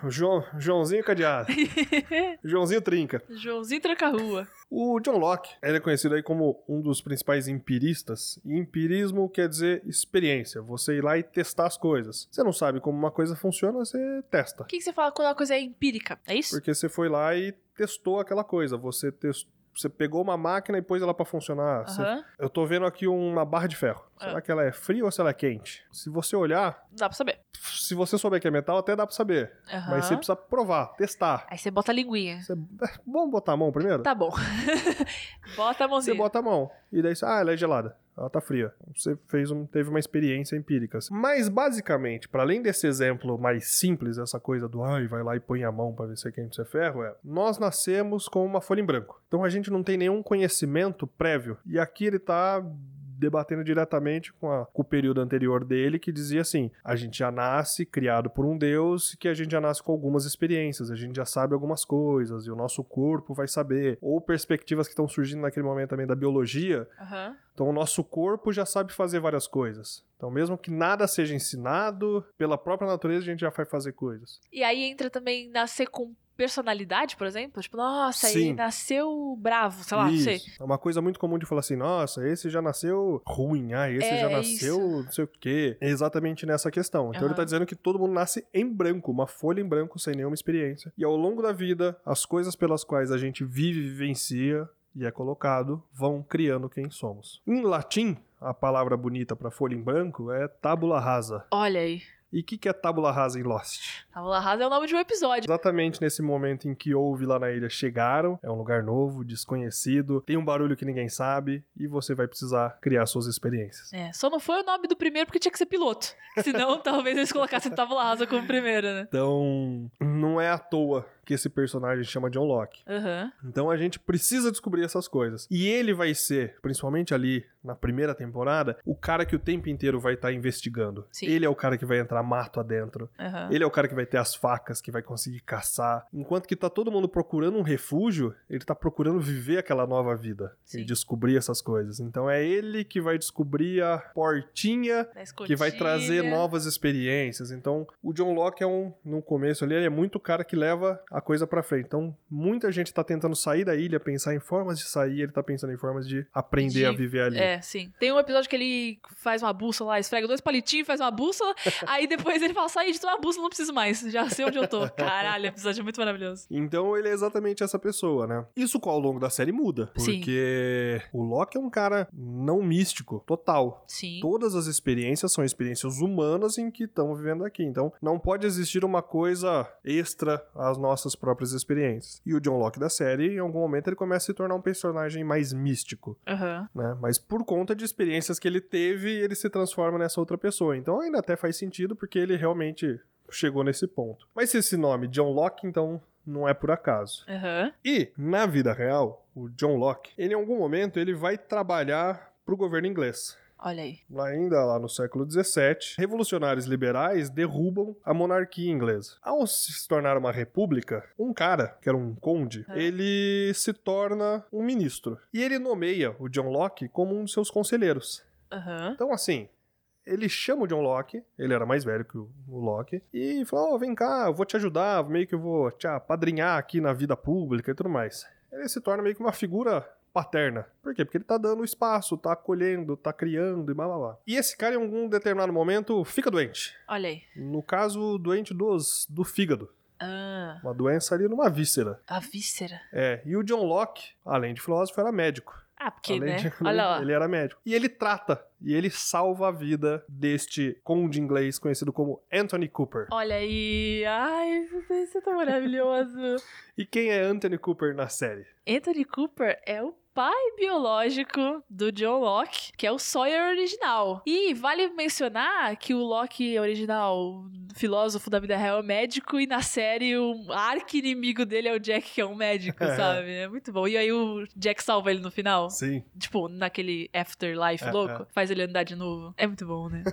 Speaker 2: O João, Joãozinho Cadeado. Joãozinho Trinca.
Speaker 1: Joãozinho Tranca-Rua.
Speaker 2: O John Locke, ele é conhecido aí como um dos principais empiristas. E empirismo quer dizer experiência, você ir lá e testar as coisas. Você não sabe como uma coisa funciona, você testa.
Speaker 1: O que, que você fala quando a coisa é empírica? É isso?
Speaker 2: Porque você foi lá e testou aquela coisa, você testou. Você pegou uma máquina e pôs ela pra funcionar. Você
Speaker 1: Aham.
Speaker 2: Eu tô vendo aqui uma barra de ferro.
Speaker 1: Ah.
Speaker 2: Será que ela é fria ou se ela é quente? Se você olhar,
Speaker 1: Dá pra saber.
Speaker 2: se você souber que é metal, até dá pra saber.
Speaker 1: Aham.
Speaker 2: Mas você precisa provar, testar.
Speaker 1: Aí você bota a linguinha.
Speaker 2: Você... (laughs) é Vamos botar a mão primeiro?
Speaker 1: Tá bom. (laughs) bota a
Speaker 2: Você
Speaker 1: mãozinha.
Speaker 2: bota a mão. E daí você... Ah, ela é gelada. Ela tá fria. Você fez um... teve uma experiência empírica. Mas, basicamente, pra além desse exemplo mais simples, essa coisa do ai, vai lá e põe a mão pra ver se é quente ou se é ferro, é... Nós nascemos com uma folha em branco. Então, a gente não tem nenhum conhecimento prévio. E aqui ele tá debatendo diretamente com, a- com o período anterior dele, que dizia assim: a gente já nasce criado por um Deus, que a gente já nasce com algumas experiências, a gente já sabe algumas coisas, e o nosso corpo vai saber. Ou perspectivas que estão surgindo naquele momento também da biologia.
Speaker 1: Aham.
Speaker 2: Então, o nosso corpo já sabe fazer várias coisas. Então, mesmo que nada seja ensinado, pela própria natureza a gente já vai fazer coisas.
Speaker 1: E aí entra também nascer com personalidade, por exemplo. Tipo, nossa,
Speaker 2: Sim.
Speaker 1: ele nasceu bravo, sei lá, não sei.
Speaker 2: É uma coisa muito comum de falar assim, nossa, esse já nasceu ruim, ah, esse
Speaker 1: É,
Speaker 2: já
Speaker 1: é
Speaker 2: nasceu não sei o quê. É exatamente nessa questão. Então ele
Speaker 1: Aham.
Speaker 2: tá dizendo que todo mundo nasce em branco, uma folha em branco, sem nenhuma experiência. E ao longo da vida, as coisas pelas quais a gente vive e vivencia e é colocado vão criando quem somos. Em latim, a palavra bonita pra folha em branco é tábula rasa.
Speaker 1: Olha aí.
Speaker 2: E o que, que é tábula rasa em Lost?
Speaker 1: Tábula rasa é o nome de um episódio.
Speaker 2: Exatamente nesse momento em que houve lá na ilha chegaram, é um lugar novo, desconhecido, tem um barulho que ninguém sabe e você vai precisar criar suas experiências.
Speaker 1: É, só não foi o nome do primeiro porque tinha que ser piloto. (laughs) Senão, talvez eles colocassem Tábula Rasa como primeiro, né?
Speaker 2: Então, não é à toa que esse personagem chama John Locke.
Speaker 1: Aham.
Speaker 2: Então a gente precisa descobrir essas coisas. E ele vai ser, principalmente ali na primeira temporada, o cara que o tempo inteiro vai estar investigando.
Speaker 1: Sim.
Speaker 2: Ele é o cara que vai entrar mato adentro.
Speaker 1: Aham.
Speaker 2: Ele é o cara que vai ter as facas, que vai conseguir caçar. Enquanto que tá todo mundo procurando um refúgio, ele tá procurando viver aquela nova vida e
Speaker 1: Sim.
Speaker 2: descobrir essas coisas. Então é ele que vai descobrir a portinha
Speaker 1: Na
Speaker 2: que vai trazer
Speaker 1: escotilha.
Speaker 2: novas experiências. Então o John Locke é um no começo ali ele é muito o cara que leva a coisa pra frente. Então, muita gente tá tentando sair da ilha, pensar em formas de sair, ele tá pensando em formas de aprender
Speaker 1: De-
Speaker 2: a viver ali.
Speaker 1: É, sim. Tem um episódio que ele faz uma bússola lá, esfrega dois palitinhos, faz uma
Speaker 2: (laughs)
Speaker 1: bússola, aí depois ele fala, sai de tomar a bússola, não preciso mais, já sei onde eu
Speaker 2: (laughs)
Speaker 1: tô. Caralho, episódio é muito maravilhoso.
Speaker 2: Então ele é exatamente essa pessoa, né? Isso ao longo da série muda.
Speaker 1: Sim.
Speaker 2: Porque o Loki é um cara não místico, total.
Speaker 1: Sim.
Speaker 2: Todas as experiências são experiências humanas em que estamos vivendo aqui. Então não pode existir uma coisa extra às nossas próprias experiências. E o John Locke da série, em algum momento, ele começa a se tornar um personagem mais místico
Speaker 1: Aham.
Speaker 2: né? Mas por conta de experiências que ele teve, ele se transforma nessa outra pessoa. Então ainda até faz sentido porque ele realmente chegou nesse ponto. Mas esse nome, John Locke, então não é por acaso.
Speaker 1: Aham.
Speaker 2: E na vida real, o John Locke, ele em algum momento ele vai trabalhar pro governo inglês.
Speaker 1: Olha aí.
Speaker 2: Lá ainda lá no século XVII, revolucionários liberais derrubam a monarquia inglesa. Ao se tornar uma república, um cara, que era um conde,
Speaker 1: É.
Speaker 2: ele se torna um ministro. E ele nomeia o John Locke como um de seus conselheiros.
Speaker 1: Aham.
Speaker 2: Então, assim, ele chama o John Locke, ele era mais velho que o o Locke, e fala: Ó, vem cá, eu vou te ajudar, meio que eu vou te apadrinhar aqui na vida pública e tudo mais. Ele se torna meio que uma figura paterna. Por quê? Porque ele tá dando espaço, tá acolhendo, tá criando e blá blá blá. E esse cara, em algum determinado momento, fica doente.
Speaker 1: Olha aí.
Speaker 2: No caso, doente dos, do fígado.
Speaker 1: Ah,
Speaker 2: Uma doença ali numa víscera.
Speaker 1: a víscera.
Speaker 2: É, e o John Locke, além de filósofo, era médico.
Speaker 1: Ah, porque,
Speaker 2: Além
Speaker 1: né?
Speaker 2: de- (laughs)
Speaker 1: Olha lá.
Speaker 2: Ele era médico. E ele trata, e ele salva a vida deste conde inglês conhecido como Anthony Cooper.
Speaker 1: Olha aí. Ai, você tá maravilhoso.
Speaker 2: E quem é Anthony Cooper na série?
Speaker 1: Anthony Cooper é o pai biológico do John Locke, que é o Sawyer original. E vale mencionar que o Locke é original, filósofo da vida real, é médico, e na série o arqui-inimigo dele é o Jack, que é um médico,
Speaker 2: (laughs) É.
Speaker 1: sabe? É muito bom. E aí o Jack salva ele no final.
Speaker 2: Sim.
Speaker 1: Tipo, naquele afterlife
Speaker 2: É,
Speaker 1: louco, faz ele andar de novo. É muito bom,
Speaker 2: (laughs)
Speaker 1: né?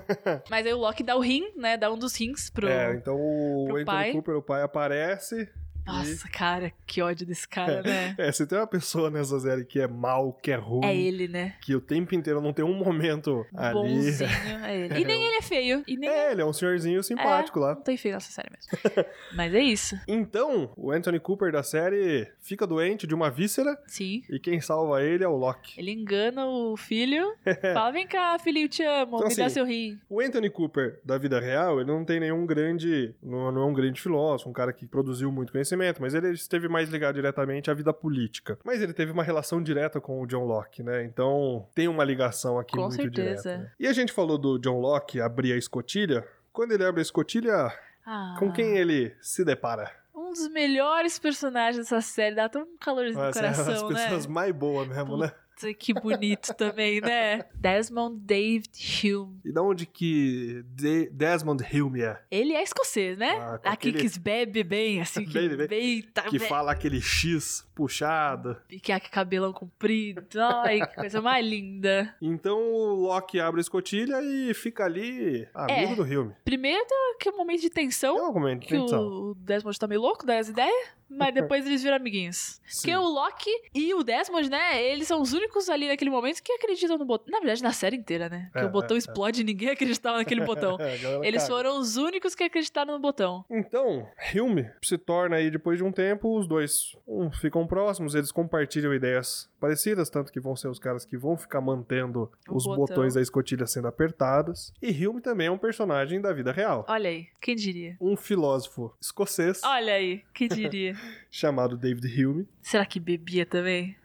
Speaker 1: Mas aí o Loki dá o rim, né? Dá um dos rins pro.
Speaker 2: É, então o
Speaker 1: pro
Speaker 2: Anthony
Speaker 1: pai.
Speaker 2: Cooper, o pai, aparece.
Speaker 1: Nossa, cara, que ódio desse
Speaker 2: (laughs)
Speaker 1: cara, né?
Speaker 2: É, se tem uma pessoa nessa série que é mal, que é ruim,
Speaker 1: É ele, né?
Speaker 2: que o tempo inteiro não tem um momento ali.
Speaker 1: Bonzinho, é ele. E nem ele é feio. E nem
Speaker 2: É, ele é um senhorzinho simpático lá.
Speaker 1: não tem feio nessa série mesmo. Mas é isso.
Speaker 2: Então, o Anthony Cooper da série fica doente de uma víscera
Speaker 1: Sim.
Speaker 2: e quem salva ele é o Loki.
Speaker 1: Ele engana o
Speaker 2: (laughs)
Speaker 1: filho. Fala, vem cá, filhinho, te amo.
Speaker 2: Então,
Speaker 1: me dá
Speaker 2: assim,
Speaker 1: seu rim.
Speaker 2: O Anthony Cooper da vida real, ele não tem nenhum grande. Não, não é um grande filósofo, um cara que produziu muito conhecimento, mas ele esteve mais ligado diretamente à vida política. Mas ele teve uma relação direta com o John Locke, né? Então tem uma ligação aqui
Speaker 1: Com
Speaker 2: muito
Speaker 1: certeza.
Speaker 2: direta. né? E a gente falou do John Locke abrir a escotilha. Quando ele abre a escotilha,
Speaker 1: Ah,
Speaker 2: com quem é? ele se depara?
Speaker 1: Um dos melhores personagens dessa série. Dá tão um calorzinho no
Speaker 2: Nossa, é
Speaker 1: coração,
Speaker 2: uma das
Speaker 1: né?
Speaker 2: pessoas (laughs) mais boas mesmo, né?
Speaker 1: Puta, que
Speaker 2: (laughs)
Speaker 1: bonito também, né? Desmond David Hume.
Speaker 2: E da onde que De- Desmond Hume é?
Speaker 1: Ele é escocês, né?
Speaker 2: Ah, com
Speaker 1: Aqui
Speaker 2: aquele-
Speaker 1: que bebe bem, assim, que
Speaker 2: Bebe
Speaker 1: bebe,
Speaker 2: bem.
Speaker 1: tá
Speaker 2: Que
Speaker 1: bem,
Speaker 2: fala aquele X puxado.
Speaker 1: e que é aquele cabelão comprido. Ai, que coisa mais linda.
Speaker 2: Então o Loki abre a escotilha e fica ali amigo
Speaker 1: É.
Speaker 2: do Hilme.
Speaker 1: Primeiro tem aquele momento de tensão,
Speaker 2: Tem um argumento,
Speaker 1: que
Speaker 2: então.
Speaker 1: o Desmond tá meio louco das ideias, mas depois eles viram amiguinhos.
Speaker 2: Uhum. Sim.
Speaker 1: Porque o Loki e o Desmond, né, eles são os únicos ali naquele momento que acreditam no botão. Na verdade, na série inteira, né? Porque
Speaker 2: É,
Speaker 1: o botão
Speaker 2: é, é.
Speaker 1: explode e ninguém (laughs) acreditava naquele botão.
Speaker 2: É, a galera
Speaker 1: Eles
Speaker 2: caga.
Speaker 1: foram os únicos que acreditaram no botão.
Speaker 2: Então, Hilme se torna aí depois de um tempo, os dois um, ficam próximos, eles compartilham ideias parecidas, tanto que vão ser os caras que vão ficar mantendo
Speaker 1: O
Speaker 2: os
Speaker 1: botão.
Speaker 2: botões da escotilha sendo apertados. E Hilme também é um personagem da vida real.
Speaker 1: Olha aí, quem diria?
Speaker 2: Um filósofo escocês
Speaker 1: Olha aí, quem
Speaker 2: (laughs)
Speaker 1: diria?
Speaker 2: chamado David Hume.
Speaker 1: Será que bebia também?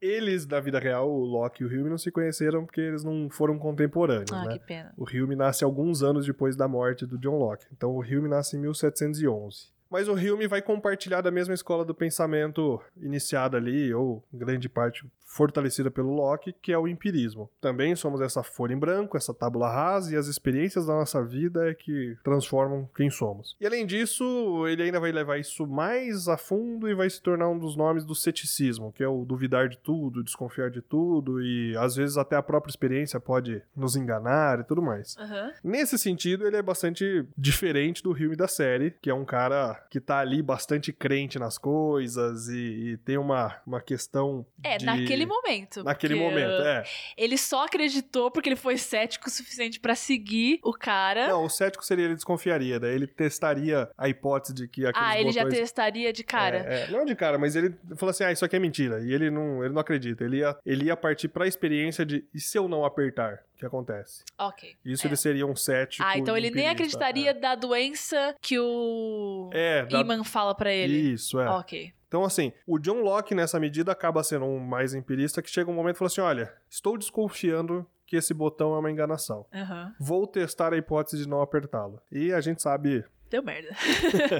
Speaker 2: Eles, da vida real, o Loki e o Hume, não se conheceram porque eles não foram contemporâneos,
Speaker 1: Ah,
Speaker 2: né?
Speaker 1: que pena.
Speaker 2: O Hume nasce alguns anos depois da morte do John Locke. Então o Hume nasce em 1711. Mas o Hume vai compartilhar da mesma escola do pensamento iniciada ali, ou em grande parte fortalecida pelo Locke, que é o empirismo. Também somos essa folha em branco, essa tábula rasa, e as experiências da nossa vida é que transformam quem somos. E além disso, ele ainda vai levar isso mais a fundo e vai se tornar um dos nomes do ceticismo, que é o duvidar de tudo, desconfiar de tudo, e às vezes até a própria experiência pode nos enganar e tudo mais.
Speaker 1: Aham.
Speaker 2: Nesse sentido, ele é bastante diferente do Hume da série, que é um cara que tá ali bastante crente nas coisas e, e tem uma, uma questão.
Speaker 1: É,
Speaker 2: de-
Speaker 1: naquele momento.
Speaker 2: Naquele
Speaker 1: porque
Speaker 2: momento, é.
Speaker 1: Ele só acreditou porque ele foi cético o suficiente pra seguir o cara.
Speaker 2: Não, o cético seria ele desconfiaria, daí ele testaria a hipótese de que aqueles
Speaker 1: ah, ele já
Speaker 2: botões-
Speaker 1: testaria de cara.
Speaker 2: É, é, não de cara, mas ele falou assim: ah, isso aqui é mentira. E ele não, ele não acredita. Ele ia, ele ia partir pra experiência de e se eu não apertar? O que acontece?
Speaker 1: Ok.
Speaker 2: Isso
Speaker 1: É.
Speaker 2: ele seria um cético.
Speaker 1: ah, então ele nem
Speaker 2: empirista,
Speaker 1: acreditaria da doença que o
Speaker 2: É, é da-
Speaker 1: Iman fala pra ele.
Speaker 2: Isso, é.
Speaker 1: Ok.
Speaker 2: Então, assim, o John Locke, nessa medida, acaba sendo um mais empirista que chega um momento e fala assim: olha, estou desconfiando que esse botão é uma enganação.
Speaker 1: Aham.
Speaker 2: Vou testar a hipótese de não apertá-lo. E a gente sabe.
Speaker 1: Deu merda.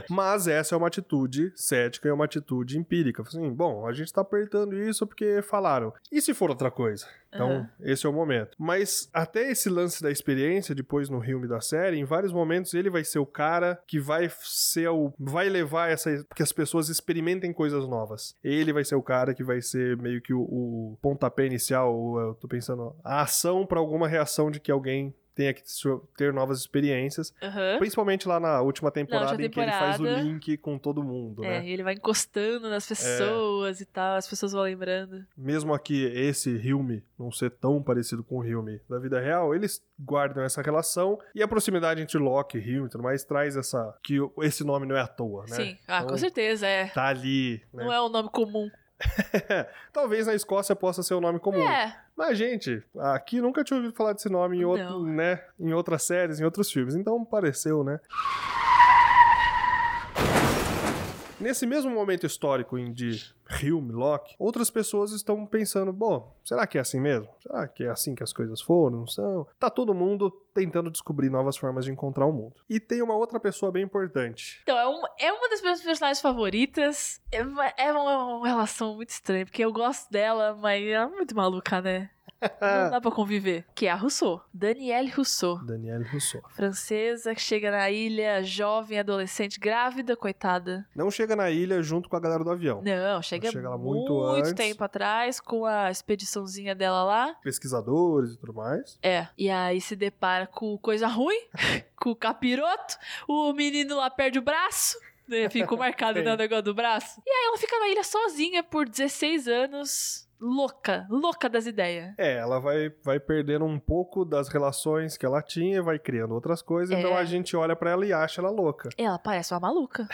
Speaker 2: Mas essa é uma atitude cética e uma atitude empírica. Assim, bom, a gente tá apertando isso porque falaram. E se for outra coisa? Então,
Speaker 1: Aham.
Speaker 2: esse é o momento. Mas até esse lance da experiência, depois no filme da série, em vários momentos ele vai ser o cara que vai ser o. vai levar essa. que as pessoas experimentem coisas novas. Ele vai ser o cara que vai ser meio que o, o pontapé inicial, ou eu tô pensando, a ação para alguma reação de que alguém tenha que su- ter novas experiências.
Speaker 1: Aham.
Speaker 2: Principalmente lá na última temporada,
Speaker 1: última
Speaker 2: em que ele faz o
Speaker 1: temporada.
Speaker 2: link com todo mundo,
Speaker 1: É,
Speaker 2: né? É.
Speaker 1: e ele vai encostando nas pessoas e tal, as pessoas vão lembrando.
Speaker 2: Mesmo aqui esse Hilme não ser tão parecido com o Hilme da vida real, eles guardam essa relação e a proximidade entre Loki e Hilme e tudo mais traz essa. que o- esse nome não é à toa, né?
Speaker 1: Sim, ah,
Speaker 2: Então,
Speaker 1: com certeza, é.
Speaker 2: Tá ali, né?
Speaker 1: Não é um nome comum.
Speaker 2: Talvez na Escócia possa ser o nome comum.
Speaker 1: É,
Speaker 2: Mas, gente, aqui nunca tinha ouvido falar desse nome em, outro,
Speaker 1: Não.
Speaker 2: né, em outras séries, em outros filmes. Então pareceu, né? Nesse mesmo momento histórico em de Hume, Locke, outras pessoas estão pensando, bom, será que é assim mesmo? Será que é assim que as coisas foram? Não são? Tá todo mundo tentando descobrir novas formas de encontrar o mundo. E tem uma outra pessoa bem importante,
Speaker 1: então, é, um, é uma das minhas personagens favoritas. É uma, é uma- uma relação muito estranha, porque eu gosto dela, mas ela é muito maluca, né?
Speaker 2: É
Speaker 1: Não dá pra conviver. Que é a Rousseau. Danielle Rousseau.
Speaker 2: Danielle Rousseau.
Speaker 1: Francesa que chega na ilha, jovem, adolescente, grávida, coitada.
Speaker 2: Não chega na ilha junto com a galera do avião.
Speaker 1: Não, chega,
Speaker 2: Chega lá muito
Speaker 1: muito,
Speaker 2: antes.
Speaker 1: tempo atrás com a expediçãozinha dela lá.
Speaker 2: Pesquisadores e tudo mais.
Speaker 1: É, e aí se depara com coisa
Speaker 2: (laughs)
Speaker 1: ruim, com o capiroto, o menino lá perde o braço. né,
Speaker 2: (laughs)
Speaker 1: Ficou marcado
Speaker 2: Sim.
Speaker 1: no negócio do braço. E aí ela fica na ilha sozinha por 16 anos, louca, louca das ideias.
Speaker 2: É, ela vai, vai perdendo um pouco das relações que ela tinha, vai criando outras coisas,
Speaker 1: É.
Speaker 2: então a gente olha pra ela e acha ela louca. (laughs)
Speaker 1: Ela parece uma maluca.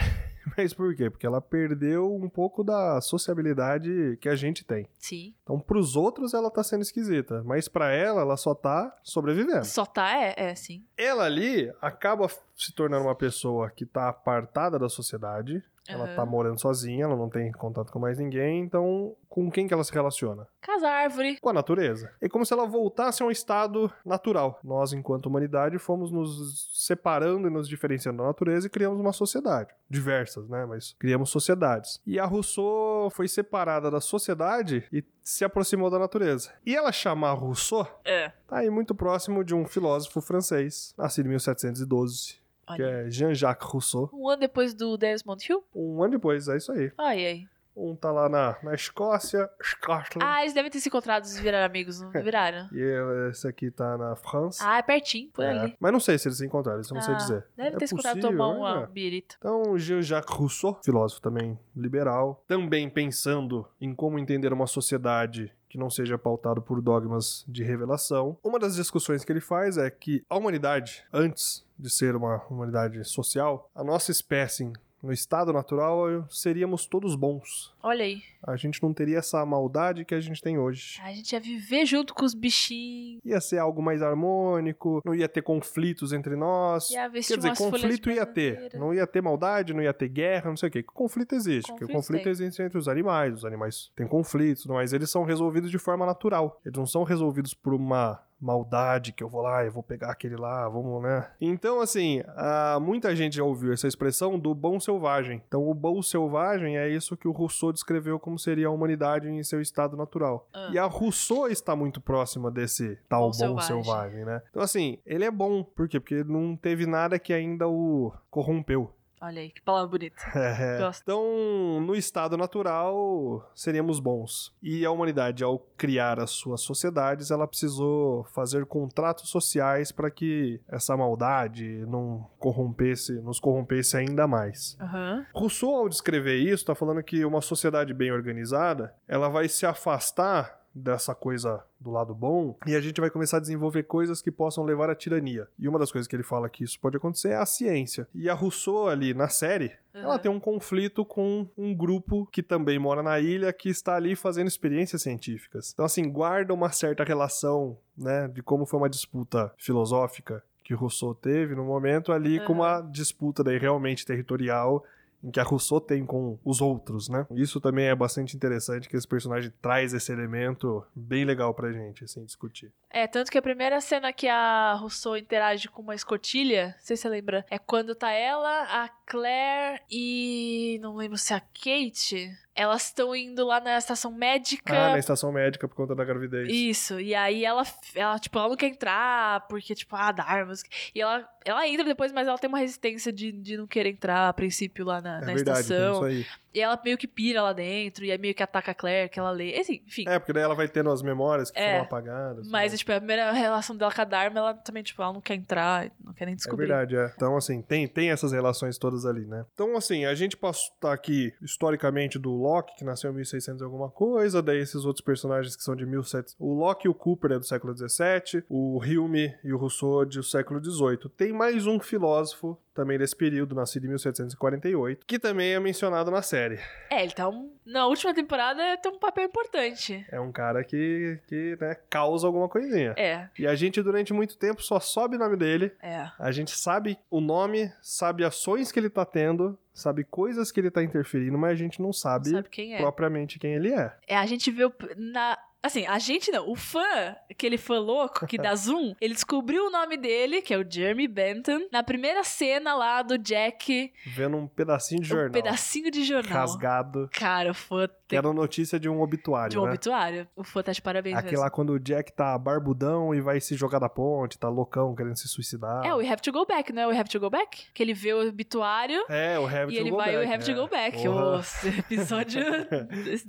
Speaker 2: Mas por quê? Porque ela perdeu um pouco da sociabilidade que a gente tem.
Speaker 1: Sim.
Speaker 2: Então, pros outros, ela tá sendo esquisita, mas pra ela, ela só tá sobrevivendo.
Speaker 1: Só tá, é, é, sim.
Speaker 2: Ela ali acaba se tornando uma pessoa que tá apartada da sociedade, ela
Speaker 1: Aham.
Speaker 2: tá morando sozinha, ela não tem contato com mais ninguém, então com quem que ela se relaciona?
Speaker 1: Casa árvore.
Speaker 2: com a natureza. É como se ela voltasse a um estado natural. Nós, enquanto humanidade, fomos nos separando e nos diferenciando da natureza e criamos uma sociedade. Diversas, né? Mas criamos sociedades. E a Rousseau foi separada da sociedade e se aproximou da natureza. E ela chamar Rousseau
Speaker 1: É.
Speaker 2: tá aí muito próximo de um filósofo francês, nascido em 1712, que
Speaker 1: Olha.
Speaker 2: é Jean-Jacques Rousseau.
Speaker 1: Um ano depois do Desmond Hill?
Speaker 2: Um ano depois, é isso aí.
Speaker 1: Ai, ai.
Speaker 2: Um tá lá na, na Escócia, Scotland.
Speaker 1: Ah, eles devem ter se encontrado e viraram amigos,
Speaker 2: (laughs)
Speaker 1: não viraram?
Speaker 2: E esse aqui tá na França.
Speaker 1: Ah, é pertinho, por
Speaker 2: É,
Speaker 1: ali.
Speaker 2: Mas não sei se eles se encontraram, isso eu não sei
Speaker 1: Ah,
Speaker 2: dizer.
Speaker 1: Deve
Speaker 2: É
Speaker 1: ter se encontrado
Speaker 2: possível,
Speaker 1: tomar
Speaker 2: né?
Speaker 1: uma birita.
Speaker 2: Então, Jean-Jacques Rousseau, filósofo também liberal, também pensando em como entender uma sociedade que não seja pautado por dogmas de revelação. Uma das discussões que ele faz é que a humanidade, antes de ser uma humanidade social, a nossa espécie no estado natural seríamos todos bons.
Speaker 1: Olha aí.
Speaker 2: A gente não teria essa maldade que a gente tem hoje.
Speaker 1: A gente ia viver junto com os bichinhos.
Speaker 2: Ia ser algo mais harmônico, não ia ter conflitos entre nós.
Speaker 1: Ia vestir
Speaker 2: Quer dizer,
Speaker 1: umas folhas
Speaker 2: conflito
Speaker 1: de
Speaker 2: ia ter.
Speaker 1: bananeira.
Speaker 2: Não ia ter maldade, não ia ter guerra, não sei o quê. Conflito existe. porque o conflito
Speaker 1: Conflito
Speaker 2: existe entre os animais. Os animais têm conflitos, mas eles são resolvidos de forma natural. Eles não são resolvidos por uma maldade que eu vou lá, eu vou pegar aquele lá, vamos, né? Então, assim, ah, muita gente já ouviu essa expressão do bom selvagem. Então, o bom selvagem é isso que o Rousseau descreveu como seria a humanidade em seu estado natural.
Speaker 1: Ah.
Speaker 2: (laughs) E a Rousseau está muito próxima desse tal bom
Speaker 1: Bom
Speaker 2: selvagem.
Speaker 1: selvagem,
Speaker 2: né? Então, assim, ele é bom. Por quê? Porque não teve nada que ainda o corrompeu. (laughs)
Speaker 1: Olha aí, que palavra bonita.
Speaker 2: É.
Speaker 1: Gosto.
Speaker 2: Então, no estado natural, seríamos bons. E a humanidade, ao criar as suas sociedades, ela precisou fazer contratos sociais para que essa maldade não corrompesse, nos corrompesse ainda mais.
Speaker 1: Aham.
Speaker 2: Rousseau, ao descrever isso, está falando que uma sociedade bem organizada, ela vai se afastar dessa coisa do lado bom e a gente vai começar a desenvolver coisas que possam levar à tirania. E uma das coisas que ele fala que isso pode acontecer é a ciência. E a Rousseau ali na série, ela
Speaker 1: Uhum.
Speaker 2: tem um conflito com um grupo que também mora na ilha que está ali fazendo experiências científicas. Então assim, guarda uma certa relação, né, de como foi uma disputa filosófica que Rousseau teve no momento ali com
Speaker 1: Uhum.
Speaker 2: uma disputa daí realmente territorial em que a Rousseau tem com os outros, né? Isso também é bastante interessante que esse personagem traz esse elemento bem legal pra gente, assim, discutir.
Speaker 1: É, tanto que a primeira cena que a Rousseau interage com uma escotilha, não sei se você lembra, é quando tá ela, a Claire e. não lembro se é a Kate. Elas estão indo lá na estação médica.
Speaker 2: Ah, na estação médica por conta da gravidez.
Speaker 1: Isso, e aí ela, ela, tipo, ela não quer entrar, porque, tipo, ah, dá armas. E ela, ela entra depois, mas ela tem uma resistência de, de não querer entrar a princípio lá na,
Speaker 2: é
Speaker 1: na
Speaker 2: verdade, tem isso
Speaker 1: estação.
Speaker 2: aí.
Speaker 1: E ela meio que pira lá dentro, e aí meio que ataca a Claire, que ela lê. Assim, enfim.
Speaker 2: É, porque daí ela vai tendo as memórias que
Speaker 1: É.
Speaker 2: foram apagadas.
Speaker 1: Mas,
Speaker 2: né?
Speaker 1: tipo, a primeira relação dela com a Dharma, ela também, tipo, ela não quer entrar, não quer nem
Speaker 2: É
Speaker 1: descobrir.
Speaker 2: verdade, é. Então, assim, tem, tem essas relações todas ali, né? Então, assim, a gente passou, tá aqui historicamente do Locke, que nasceu em 1600 e alguma coisa, daí esses outros personagens que são de 1700. O Locke e o Cooper é do século 17, o Hume e o Rousseau do século 18. Tem mais um filósofo também desse período, nascido em 1748, que também é mencionado na série.
Speaker 1: É, ele tá um... Na última temporada tem um papel importante.
Speaker 2: É um cara que, que né, causa alguma coisinha.
Speaker 1: É,
Speaker 2: E a gente, durante muito tempo, só sobe o nome dele
Speaker 1: é.
Speaker 2: A gente sabe o nome, sabe ações que ele tá tendo, sabe coisas que ele tá interferindo, mas a gente não
Speaker 1: Não
Speaker 2: sabe,
Speaker 1: sabe quem é.
Speaker 2: propriamente quem ele é.
Speaker 1: É, a gente vê o, na assim, a gente não, o fã, aquele fã louco que
Speaker 2: (laughs)
Speaker 1: dá zoom, ele descobriu o nome dele, que é o Jeremy Bentham, na primeira cena lá do Jack,
Speaker 2: Vendo um pedacinho de
Speaker 1: um
Speaker 2: jornal
Speaker 1: pedacinho de jornal.
Speaker 2: rasgado,
Speaker 1: Cara, o fã
Speaker 2: que
Speaker 1: tem
Speaker 2: era notícia de um obituário,
Speaker 1: de um
Speaker 2: né?
Speaker 1: obituário. O fã tá de parabéns
Speaker 2: Aqui
Speaker 1: mesmo.
Speaker 2: lá quando o Jack tá barbudão e vai se jogar da ponte, tá loucão querendo se suicidar.
Speaker 1: É, o We Have to Go Back, não é o We Have to Go Back? Que ele vê o obituário
Speaker 2: É, o Have
Speaker 1: e
Speaker 2: to
Speaker 1: ele
Speaker 2: Go
Speaker 1: vai
Speaker 2: Back.
Speaker 1: We Have to
Speaker 2: é.
Speaker 1: Go Back.
Speaker 2: Porra.
Speaker 1: O
Speaker 2: (laughs)
Speaker 1: episódio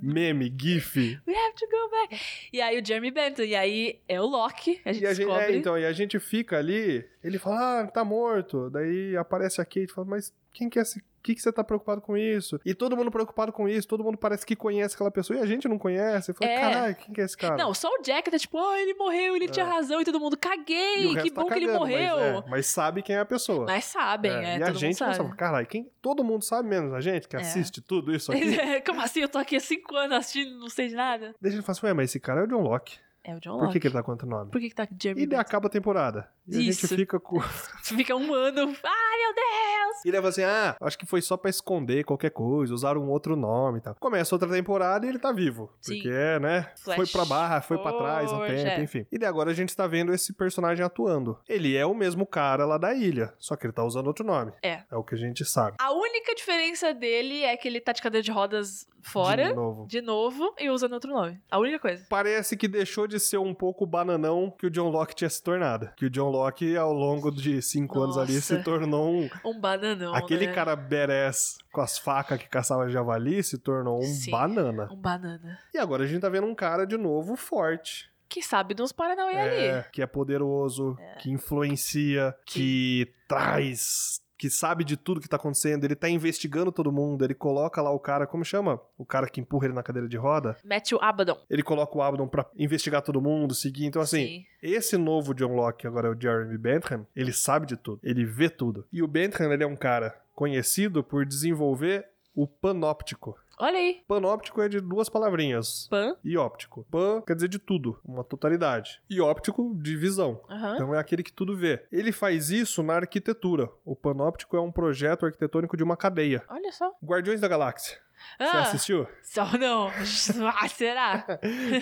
Speaker 1: (laughs)
Speaker 2: Meme, gif.
Speaker 1: We Have to Go Back. E aí o Jeremy Bentham, e aí é o Loki, a gente
Speaker 2: E a gente,
Speaker 1: descobre.
Speaker 2: é, então, e a gente fica ali, ele fala, ah, tá morto. Daí aparece a Kate e fala, mas quem que é esse? O que, que você tá preocupado com isso? E todo mundo preocupado com isso, todo mundo parece que conhece aquela pessoa e a gente não conhece. Fala,
Speaker 1: É.
Speaker 2: caralho, quem que é esse cara?
Speaker 1: Não, só o Jack tá tipo, ah, ele morreu, ele tinha razão, e todo mundo,
Speaker 2: É. E o
Speaker 1: caguei,
Speaker 2: resto
Speaker 1: que
Speaker 2: tá
Speaker 1: bom que ele
Speaker 2: cagando,
Speaker 1: morreu.
Speaker 2: Mas, é, mas sabe quem é a pessoa.
Speaker 1: Mas sabem, é,
Speaker 2: É, e
Speaker 1: todo
Speaker 2: a
Speaker 1: mundo
Speaker 2: gente não
Speaker 1: sabe.
Speaker 2: sabe. Caralho, quem... todo mundo sabe menos a gente que
Speaker 1: É.
Speaker 2: assiste tudo isso
Speaker 1: (laughs)
Speaker 2: aqui.
Speaker 1: Como assim? Eu tô aqui há cinco anos assistindo, não sei de nada.
Speaker 2: Daí a gente fala assim, ué, mas esse cara é o John Locke.
Speaker 1: É o John
Speaker 2: Por
Speaker 1: Locke.
Speaker 2: que, que ele tá com outro nome?
Speaker 1: Por que que tá aqui Jeremy?
Speaker 2: E daí acaba a temporada. E a
Speaker 1: Isso.
Speaker 2: gente fica com.
Speaker 1: Bentham? Fica um ano. Ah,
Speaker 2: E ele vai assim, ah, acho que foi só pra esconder qualquer coisa, usaram um outro nome e tal. Começa outra temporada e ele tá vivo.
Speaker 1: Sim.
Speaker 2: Porque, né,
Speaker 1: Flash
Speaker 2: foi pra barra, foi pra trás um
Speaker 1: forward,
Speaker 2: tempo,
Speaker 1: é.
Speaker 2: enfim. E daí agora a gente tá vendo esse personagem atuando. Ele é o mesmo cara lá da ilha, só que ele tá usando outro nome.
Speaker 1: É.
Speaker 2: É o que a gente sabe.
Speaker 1: a única diferença dele é que ele tá de cadeira de rodas
Speaker 2: De
Speaker 1: fora,
Speaker 2: novo.
Speaker 1: de novo, e usando outro nome. A única coisa.
Speaker 2: Parece que deixou de ser um pouco o bananão que o John Locke tinha se tornado. Que o John Locke, ao longo de cinco anos ali,
Speaker 1: Nossa.
Speaker 2: se tornou um
Speaker 1: Um bananão,
Speaker 2: Aquele
Speaker 1: né?
Speaker 2: cara badass com as facas que caçava javali se tornou um
Speaker 1: Sim.
Speaker 2: banana.
Speaker 1: Um banana.
Speaker 2: E agora a gente tá vendo um cara de novo forte.
Speaker 1: Que sabe dos Paranauê ali.
Speaker 2: É, que é poderoso, que influencia, que traz, que sabe de tudo que tá acontecendo. Ele tá investigando todo mundo. Ele coloca lá o cara, como chama? O cara que empurra ele na cadeira de roda.
Speaker 1: Matthew Abaddon.
Speaker 2: Ele coloca o Abaddon pra investigar todo mundo, seguir. Então, assim,
Speaker 1: Sim.
Speaker 2: esse novo John Locke, agora é o Jeremy Bentham, ele sabe de tudo, ele vê tudo. E o Bentham, ele é um cara conhecido por desenvolver o panóptico.
Speaker 1: Olha aí.
Speaker 2: Panóptico é de duas palavrinhas.
Speaker 1: Pan.
Speaker 2: E óptico. Pan quer dizer de tudo, uma totalidade. E óptico, de visão.
Speaker 1: Aham.
Speaker 2: Então é aquele que tudo vê. Ele faz isso na arquitetura. O panóptico é um projeto arquitetônico de uma cadeia.
Speaker 1: Olha só.
Speaker 2: Guardiões da Galáxia. Então, Você
Speaker 1: Ah, (laughs)
Speaker 2: assistiu?
Speaker 1: só não. Ah, será?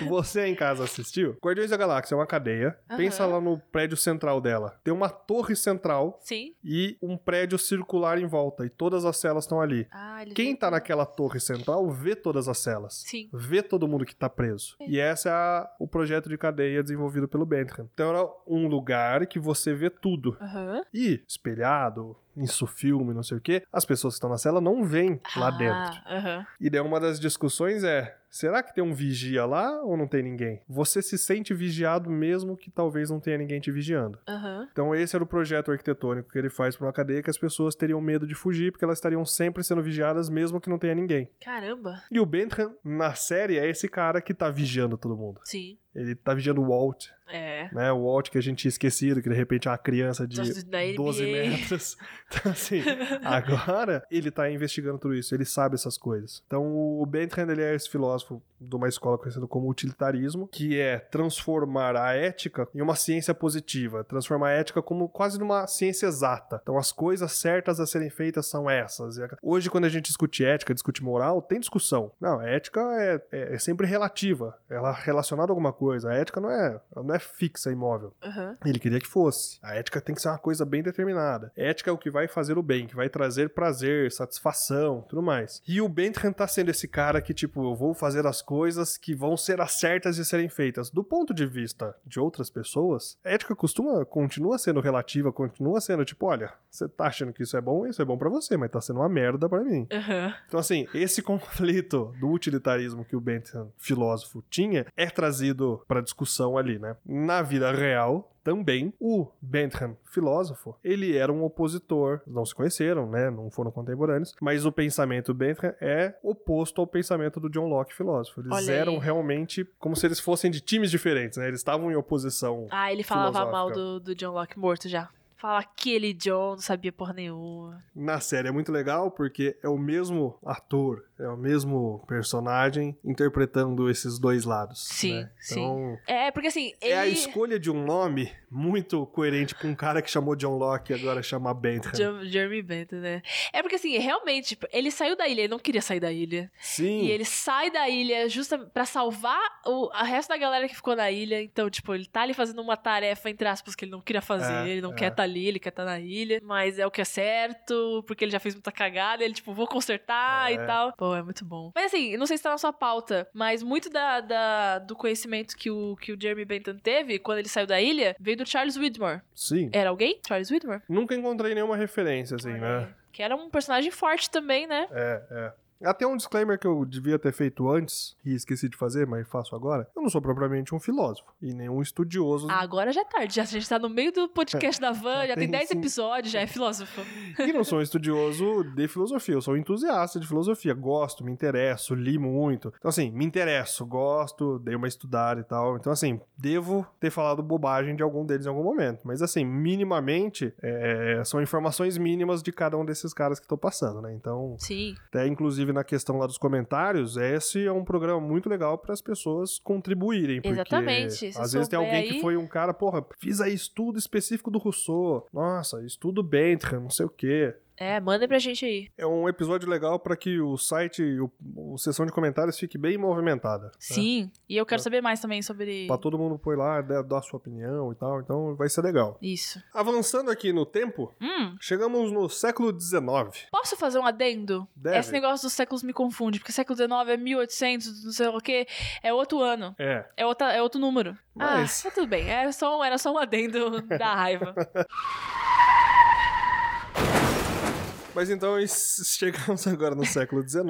Speaker 2: Você em casa assistiu? Guardiões da Galáxia é uma cadeia.
Speaker 1: Aham.
Speaker 2: Pensa lá no prédio central dela. Tem uma torre central
Speaker 1: Sim.
Speaker 2: e um prédio circular em volta. E todas as celas estão ali.
Speaker 1: Ah, ele
Speaker 2: Quem
Speaker 1: tem-
Speaker 2: tá naquela torre central vê todas as celas.
Speaker 1: Sim.
Speaker 2: Vê todo mundo que tá preso. E esse é a- o projeto de cadeia desenvolvido pelo Bentham. Então era um lugar que você vê tudo.
Speaker 1: Aham.
Speaker 2: E espelhado, isso filme, não sei o quê, as pessoas que estão na cela não veem lá
Speaker 1: Ah,
Speaker 2: dentro.
Speaker 1: aham.
Speaker 2: E daí uma das discussões é: será que tem um vigia lá ou não tem ninguém? Você se sente vigiado mesmo que talvez não tenha ninguém te vigiando.
Speaker 1: Aham.
Speaker 2: Então esse era o projeto arquitetônico que ele faz para uma cadeia que as pessoas teriam medo de fugir porque elas estariam sempre sendo vigiadas mesmo que não tenha ninguém.
Speaker 1: Caramba.
Speaker 2: E o Bentham na série é esse cara que tá vigiando todo mundo.
Speaker 1: Sim.
Speaker 2: Ele tá vigiando o Walt,
Speaker 1: É.
Speaker 2: né? O Walt que a gente tinha esquecido, que de repente é uma criança de
Speaker 1: Só se da
Speaker 2: 12
Speaker 1: NBA.
Speaker 2: metros. (laughs) Então, assim, (laughs) agora ele tá investigando tudo isso, ele sabe essas coisas. Então, o Bentham, ele é esse filósofo de uma escola conhecida como utilitarismo, que é transformar a ética em uma ciência positiva, transformar a ética como quase numa ciência exata. Então, as coisas certas a serem feitas são essas. E a- Hoje, quando a gente discute ética, discute moral, tem discussão. Não, a ética é, é- é sempre relativa, ela é relacionada a alguma coisa. A ética não é, ela não é fixa, imóvel.
Speaker 1: (laughs) Aham.
Speaker 2: Ele queria que fosse. A ética tem que ser uma coisa bem determinada. Ética é o que vai fazer o bem, que vai trazer prazer, satisfação, tudo mais. E o Bentham tá sendo esse cara que, tipo, eu vou fazer as coisas que vão ser as certas de serem feitas. Do ponto de vista de outras pessoas, a ética costuma, continua sendo relativa, continua sendo, tipo, olha, você tá achando que isso é bom, isso é bom pra você, mas tá sendo uma merda pra mim.
Speaker 1: Aham.
Speaker 2: Então, assim, esse conflito do utilitarismo que o Bentham, filósofo, tinha, é trazido para discussão ali, né? Na vida real, também, o Bentham, filósofo, ele era um opositor. Não se conheceram, né? Não foram contemporâneos. Mas o pensamento Bentham é oposto ao pensamento do John Locke, filósofo. Eles
Speaker 1: Olha aí.
Speaker 2: eram realmente como se eles fossem de times diferentes, né? Eles estavam em oposição.
Speaker 1: Ah, ele falava
Speaker 2: Filosófica.
Speaker 1: mal do, do John Locke morto já. Fala aquele John, não sabia porra nenhuma.
Speaker 2: Na série é muito legal porque é o mesmo ator, é o mesmo personagem interpretando esses dois lados.
Speaker 1: Sim,
Speaker 2: né? então,
Speaker 1: É, porque assim, ele...
Speaker 2: É a escolha de um nome muito coerente pra um cara que chamou John Locke e agora chama Bentham.
Speaker 1: Jer- Jeremy Bentham, né? É porque assim, realmente, tipo, ele saiu da ilha, ele não queria sair da ilha.
Speaker 2: Sim.
Speaker 1: E ele sai da ilha justamente pra salvar o a resto da galera que ficou na ilha. Então, tipo, ele tá ali fazendo uma tarefa, entre aspas, que ele não queria fazer.
Speaker 2: É,
Speaker 1: ele não
Speaker 2: é.
Speaker 1: quer estar tá ali, ele quer estar tá na ilha. Mas é o que é certo, porque ele já fez muita cagada. Ele, tipo, vou consertar
Speaker 2: É.
Speaker 1: e tal. Pô, é muito bom. Mas assim, não sei se tá na sua pauta, mas muito da, da- do conhecimento que o, que o Jeremy Bentham teve quando ele saiu da ilha veio do Charles Widmore.
Speaker 2: Sim.
Speaker 1: Era alguém? Charles Widmore?
Speaker 2: Nunca encontrei nenhuma referência, assim,
Speaker 1: Olha
Speaker 2: né?
Speaker 1: aí. Que era um personagem forte também, né?
Speaker 2: É, é. Até um disclaimer que eu devia ter feito antes e esqueci de fazer, mas faço agora. Eu não sou propriamente um filósofo e nenhum estudioso.
Speaker 1: Ah, Agora já é tarde, já, a gente tá no meio do
Speaker 2: (laughs)
Speaker 1: podcast da Van,
Speaker 2: Já
Speaker 1: já, tem
Speaker 2: tem
Speaker 1: 10
Speaker 2: sim.
Speaker 1: episódios, já é filósofo.
Speaker 2: E não sou um estudioso de filosofia, eu sou um entusiasta de filosofia, gosto, me interesso, li muito. Então, assim, me interesso, gosto, dei uma estudada e tal. Então, assim, devo ter falado bobagem de algum deles em algum momento. Mas, assim, minimamente, é, são informações mínimas de cada um desses caras que tô passando, né? Então,
Speaker 1: Sim.
Speaker 2: até inclusive na questão lá dos comentários, esse é um programa muito legal para as pessoas contribuírem. Porque
Speaker 1: Exatamente, se
Speaker 2: às vezes tem
Speaker 1: souber
Speaker 2: alguém que
Speaker 1: aí-
Speaker 2: foi um cara, porra, fiz aí estudo específico do Rousseau. Nossa, estudo Bentham, não sei o quê.
Speaker 1: É, mandem pra gente aí.
Speaker 2: É um episódio legal para que o site, o, o sessão de comentários fique bem movimentada. né?
Speaker 1: Sim. E eu quero saber mais também sobre
Speaker 2: Pra todo mundo pôr lá, dar dar a sua opinião e tal. Então vai ser legal.
Speaker 1: isso.
Speaker 2: Avançando aqui no tempo,
Speaker 1: Hum.
Speaker 2: chegamos no século XIX.
Speaker 1: Posso fazer um adendo?
Speaker 2: Deve.
Speaker 1: Esse negócio dos séculos me confunde, porque século XIX é 1800, não sei o quê, é outro ano,
Speaker 2: É.
Speaker 1: é, outra, é outro número.
Speaker 2: Mas-
Speaker 1: Ah, tá tudo bem, era só, um- era só um
Speaker 2: (laughs)
Speaker 1: adendo da raiva.
Speaker 2: Mas então (laughs) es- chegamos agora no século XIX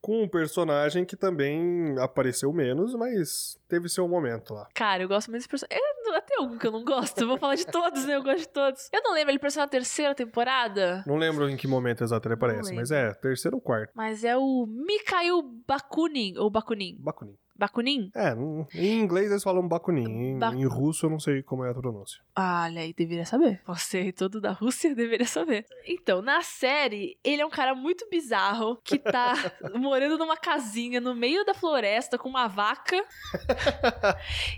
Speaker 2: com um personagem que também apareceu menos, mas teve seu momento lá.
Speaker 1: Cara, eu gosto muito desse personagem. Até algum que eu não gosto. Eu Vou falar de todos, né? Eu gosto de todos. Eu não lembro, ele apareceu na terceira temporada.
Speaker 2: Não lembro em que momento exato ele aparece, mas é terceiro ou quarto.
Speaker 1: Mas é o Mikhail Bakunin. Ou Bakunin?
Speaker 2: Bakunin.
Speaker 1: Bakunin?
Speaker 2: É, n- em inglês eles falam Bakunin. Em,
Speaker 1: Ba-
Speaker 2: em russo eu não sei como é a pronúncia.
Speaker 1: Ah, Olha aí, deveria saber. Você todo da Rússia (laughs) deveria saber. Então, na série, ele é um cara muito bizarro que (laughs) tá morando numa casinha no meio da floresta com uma (laughs) vaca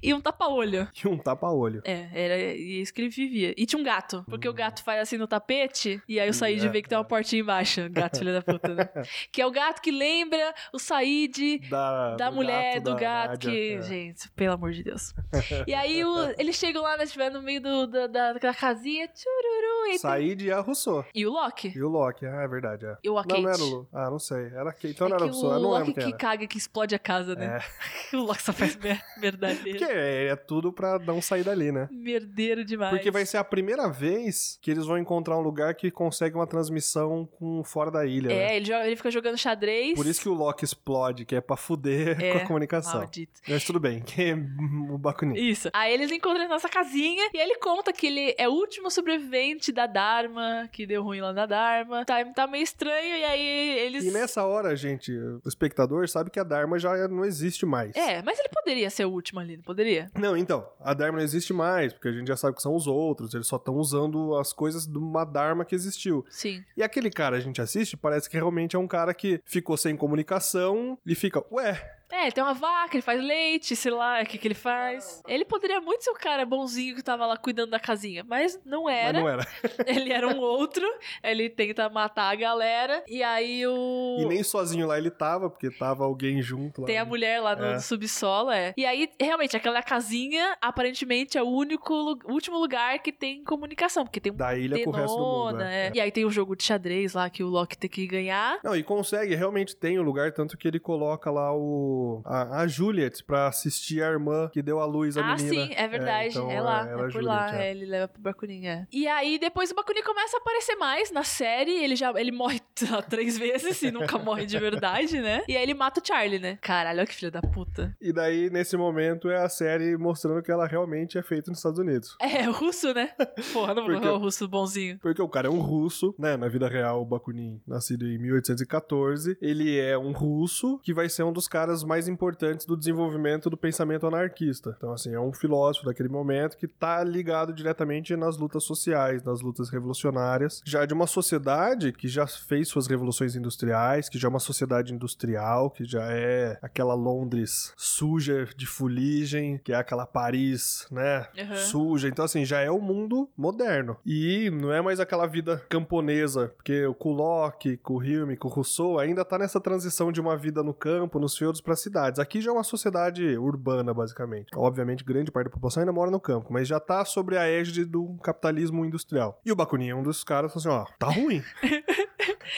Speaker 1: e um tapa-olho.
Speaker 2: E um tapa-olho.
Speaker 1: É, era isso que ele vivia. E tinha um gato. Porque o
Speaker 2: Hum.
Speaker 1: gato faz assim no tapete, e aí eu saí de
Speaker 2: É,
Speaker 1: ver (laughs) que tem uma portinha (laughs) embaixo. Gato, filha da puta, né? Que é o gato que lembra o Said
Speaker 2: Da,
Speaker 1: da
Speaker 2: Tá do
Speaker 1: mulher,
Speaker 2: gato
Speaker 1: do do gato,
Speaker 2: Nádia,
Speaker 1: que.
Speaker 2: é.
Speaker 1: Gente, pelo amor de
Speaker 2: (laughs)
Speaker 1: Deus. e aí o- eles chegam lá, né, tiver no meio do- da, da, da casinha, tchururu, e, tem-
Speaker 2: Said e a Rousseau.
Speaker 1: e o Loki.
Speaker 2: E o Loki, ah, é verdade, é.
Speaker 1: E o
Speaker 2: Não,
Speaker 1: Akate.
Speaker 2: não era o Lu. Ah, não sei. Era a Kate. Então
Speaker 1: é
Speaker 2: não era a
Speaker 1: que
Speaker 2: Rousseau.
Speaker 1: o
Speaker 2: Eu não
Speaker 1: Loki
Speaker 2: lembro quem
Speaker 1: que
Speaker 2: era. É.
Speaker 1: caga, que explode a casa, né? (laughs) o Loki só faz mer-
Speaker 2: Porque
Speaker 1: merdadeiro.
Speaker 2: é, é tudo pra não sair dali, né?
Speaker 1: Merdeiro demais.
Speaker 2: Porque vai ser a primeira vez que eles vão encontrar um lugar que consegue uma transmissão com fora da ilha, né?
Speaker 1: É, ele, joga- ele fica jogando xadrez.
Speaker 2: Por isso que o Loki explode, que é pra fuder (laughs)
Speaker 1: É,
Speaker 2: com a comunicação.
Speaker 1: Maldito.
Speaker 2: Mas tudo bem, que é o Bakunin.
Speaker 1: Isso. Aí eles encontram ele nessa casinha e aí ele conta que ele é o último sobrevivente da Dharma, que deu ruim lá na Dharma. Tá, tá meio estranho e aí eles.
Speaker 2: E nessa hora, gente, o espectador sabe que a Dharma já não existe mais.
Speaker 1: É, mas ele poderia ser o último ali, não poderia?
Speaker 2: Não, então, a Dharma não existe mais, porque a gente já sabe que são os outros, eles só estão usando as coisas de uma Dharma que existiu.
Speaker 1: Sim.
Speaker 2: E aquele cara a gente assiste, parece que realmente é um cara que ficou sem comunicação e fica, ué,
Speaker 1: É, ele tem uma vaca, ele faz leite, sei lá, o que, que ele faz. Ele poderia muito ser o cara bonzinho que tava lá cuidando da casinha, mas não (laughs)
Speaker 2: mas
Speaker 1: era.
Speaker 2: não é. era.
Speaker 1: Ele era um outro, ele tenta matar a galera, e aí o.
Speaker 2: E nem sozinho lá ele tava, porque tava alguém junto lá.
Speaker 1: Tem a mulher lá no
Speaker 2: É.
Speaker 1: subsolo, é. E aí, realmente, aquela casinha, aparentemente, é o único, lu- último lugar que tem comunicação, porque tem um
Speaker 2: Da ilha é com o resto do mundo.
Speaker 1: tenona,
Speaker 2: né?
Speaker 1: é. E aí tem o jogo de xadrez lá, que o Loki tem que ganhar.
Speaker 2: Não, e consegue, realmente tem o lugar, tanto que ele coloca lá o a, a Juliet pra assistir a irmã que deu à luz a
Speaker 1: ah,
Speaker 2: menina.
Speaker 1: sim, é verdade.
Speaker 2: então,
Speaker 1: é lá, é,
Speaker 2: ela
Speaker 1: por
Speaker 2: Juliet,
Speaker 1: lá.
Speaker 2: é.
Speaker 1: é, ele leva pro Bakunin, é. E aí, depois o Bakunin começa a aparecer mais na série. Ele já ele morre (laughs) três vezes e nunca morre de verdade, né? E aí ele mata o Charlie, né? Caralho, olha que filho da puta.
Speaker 2: E daí, nesse momento, é a série mostrando que ela realmente é feita nos Estados Unidos.
Speaker 1: É, o russo, né? Porra, não vou
Speaker 2: Porque-
Speaker 1: colocar o russo bonzinho.
Speaker 2: Porque o cara é um russo, né? Na vida real, o Bakunin, nascido em 1814, ele é um russo que vai ser um dos caras mais importantes do desenvolvimento do pensamento anarquista. Então, assim, é um filósofo daquele momento que tá ligado diretamente nas lutas sociais, nas lutas revolucionárias, já de uma sociedade que já fez suas revoluções industriais, que já é uma sociedade industrial, que já é aquela Londres suja de fuligem, que é aquela Paris, né?
Speaker 1: Uhum.
Speaker 2: Suja. Então, assim, já é o mundo moderno. E não é mais aquela vida camponesa, porque o com o Locke, com o Hume, com o Rousseau, ainda tá nessa transição de uma vida no campo, nos feudos, para cidades. Aqui já é uma sociedade urbana, basicamente. Obviamente, grande parte da população ainda mora no campo, mas já tá sobre a égide do capitalismo industrial. E o Bakunin é um dos caras que falou assim: ó, tá ruim.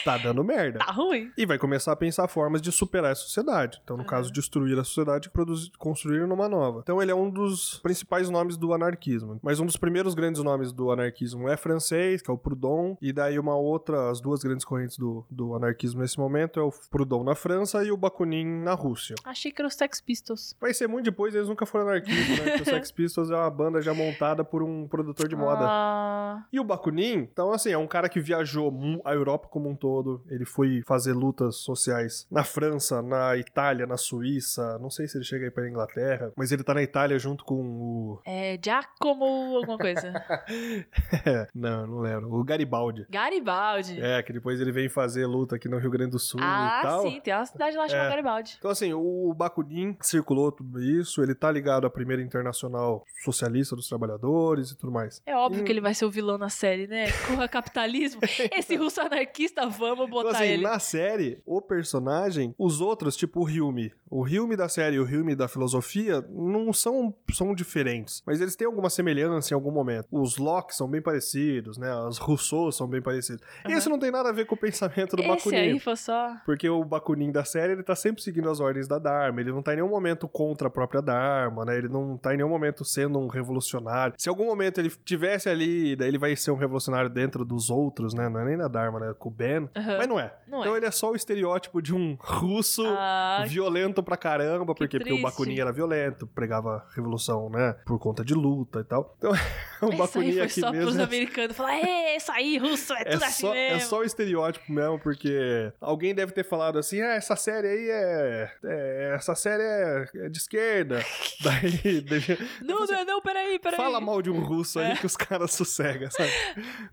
Speaker 2: tá dando merda
Speaker 1: Tá ruim.
Speaker 2: e vai começar a pensar formas de superar essa sociedade. Então, no
Speaker 1: Uhum.
Speaker 2: caso, destruir a sociedade e produzir- construir uma nova. Então, ele é um dos principais nomes do anarquismo. Mas um dos primeiros grandes nomes do anarquismo é francês, que é o Proudhon, e daí uma outra, as duas grandes correntes do, do anarquismo nesse momento é o Proudhon na França e o Bakunin na Rússia.
Speaker 1: Achei que era os Sex Pistols.
Speaker 2: Vai ser muito depois, eles nunca foram anarquistas, né? Porque o Sex Pistols é uma banda já montada por um produtor de moda.
Speaker 1: Ah,
Speaker 2: E o Bakunin, então assim, é um cara que viajou mu- a Europa como um todo, ele foi fazer lutas sociais na França, na Itália, na Suíça, não sei se ele chega aí pra Inglaterra, mas ele tá na Itália junto com o...
Speaker 1: é Giacomo alguma coisa.
Speaker 2: (laughs) É, não, não lembro, o Garibaldi.
Speaker 1: Garibaldi.
Speaker 2: É, que depois ele vem fazer luta aqui no Rio Grande do Sul e
Speaker 1: ah,
Speaker 2: tal.
Speaker 1: sim, tem uma cidade lá chamada
Speaker 2: É.
Speaker 1: Garibaldi.
Speaker 2: Então, assim, o Bakunin circulou tudo isso, ele tá ligado à primeira internacional socialista dos trabalhadores e tudo mais.
Speaker 1: É óbvio
Speaker 2: Hum.
Speaker 1: que ele vai ser o vilão na série, né? Corra
Speaker 2: (laughs)
Speaker 1: capitalismo. Esse russo anarquista, vamos Tipo botar
Speaker 2: Então, assim,
Speaker 1: ele.
Speaker 2: na série, o personagem, os outros, tipo o Hilme. O Hilme da série e o Hilme da filosofia não são, são diferentes, mas eles têm alguma semelhança em algum momento. Os Locke são bem parecidos, né? Os Rousseau são bem parecidos.
Speaker 1: Aham.
Speaker 2: Esse não tem nada a ver com o pensamento do
Speaker 1: Esse
Speaker 2: Bakunin.
Speaker 1: aí foi só.
Speaker 2: Porque o Bakunin da série, ele tá sempre seguindo as ordens da Dharma. Ele não tá em nenhum momento contra a própria Dharma, né? Ele não tá em nenhum momento sendo um revolucionário. Se em algum momento ele tivesse ali, daí ele vai ser um revolucionário dentro dos outros, né? Não é nem da Dharma, né? Com o Ben.
Speaker 1: Aham.
Speaker 2: Mas não é.
Speaker 1: Não
Speaker 2: então
Speaker 1: é.
Speaker 2: ele é só o estereótipo de um russo
Speaker 1: Ah,
Speaker 2: violento pra caramba,
Speaker 1: que
Speaker 2: porque, porque o
Speaker 1: triste.
Speaker 2: Bakunin era violento, pregava revolução, né? Por conta de luta e tal. Então, (laughs) o
Speaker 1: isso
Speaker 2: Bakunin
Speaker 1: aí foi
Speaker 2: aqui
Speaker 1: só pros
Speaker 2: mesmo. é-
Speaker 1: americanos falar, é, isso aí, russo, é
Speaker 2: É
Speaker 1: tudo assim
Speaker 2: só, é
Speaker 1: mesmo.
Speaker 2: só o estereótipo mesmo, porque alguém deve ter falado assim: ah, essa série aí é. é- essa série é, é
Speaker 1: (laughs)
Speaker 2: de esquerda. Daí. deve-
Speaker 1: Não, não, não, peraí, peraí.
Speaker 2: Fala mal de um russo
Speaker 1: É.
Speaker 2: aí que os caras sossegam, sabe?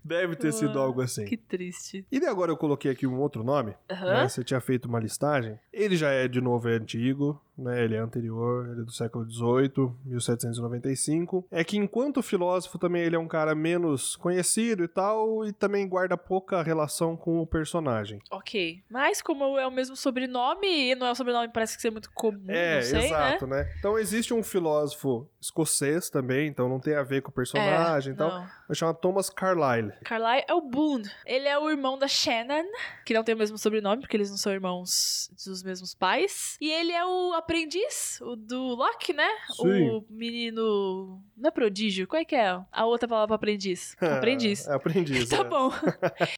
Speaker 2: Deve ter sido
Speaker 1: Ah,
Speaker 2: algo assim.
Speaker 1: Que triste.
Speaker 2: E daí agora eu coloquei aqui um outro nome,
Speaker 1: Aham.
Speaker 2: né? Você tinha feito uma listagem. Ele já é, de novo, é antigo, né? Ele é anterior, ele é do século XVIII, 1795. É que enquanto filósofo também ele é um cara menos conhecido e tal, e também guarda pouca relação com o personagem.
Speaker 1: Ok. Mas como é o mesmo sobrenome, e não é um sobrenome parece que ser muito comum,
Speaker 2: É,
Speaker 1: não sei, né?
Speaker 2: exato, né? Então existe um filósofo escocês também, então não tem a ver com o personagem e tal.
Speaker 1: É, não.
Speaker 2: Vai chamar Thomas Carlyle.
Speaker 1: Carlyle é o Boone. Ele é o irmão da Shannon, que não tem o mesmo sobrenome, porque eles não são irmãos dos mesmos pais. E ele é o aprendiz, o do Locke, né?
Speaker 2: Sim.
Speaker 1: O menino. Não é prodígio? Qual é que é a outra palavra pra
Speaker 2: (laughs)
Speaker 1: aprendiz? Aprendiz.
Speaker 2: É, aprendiz.
Speaker 1: (laughs) Tá
Speaker 2: é.
Speaker 1: bom.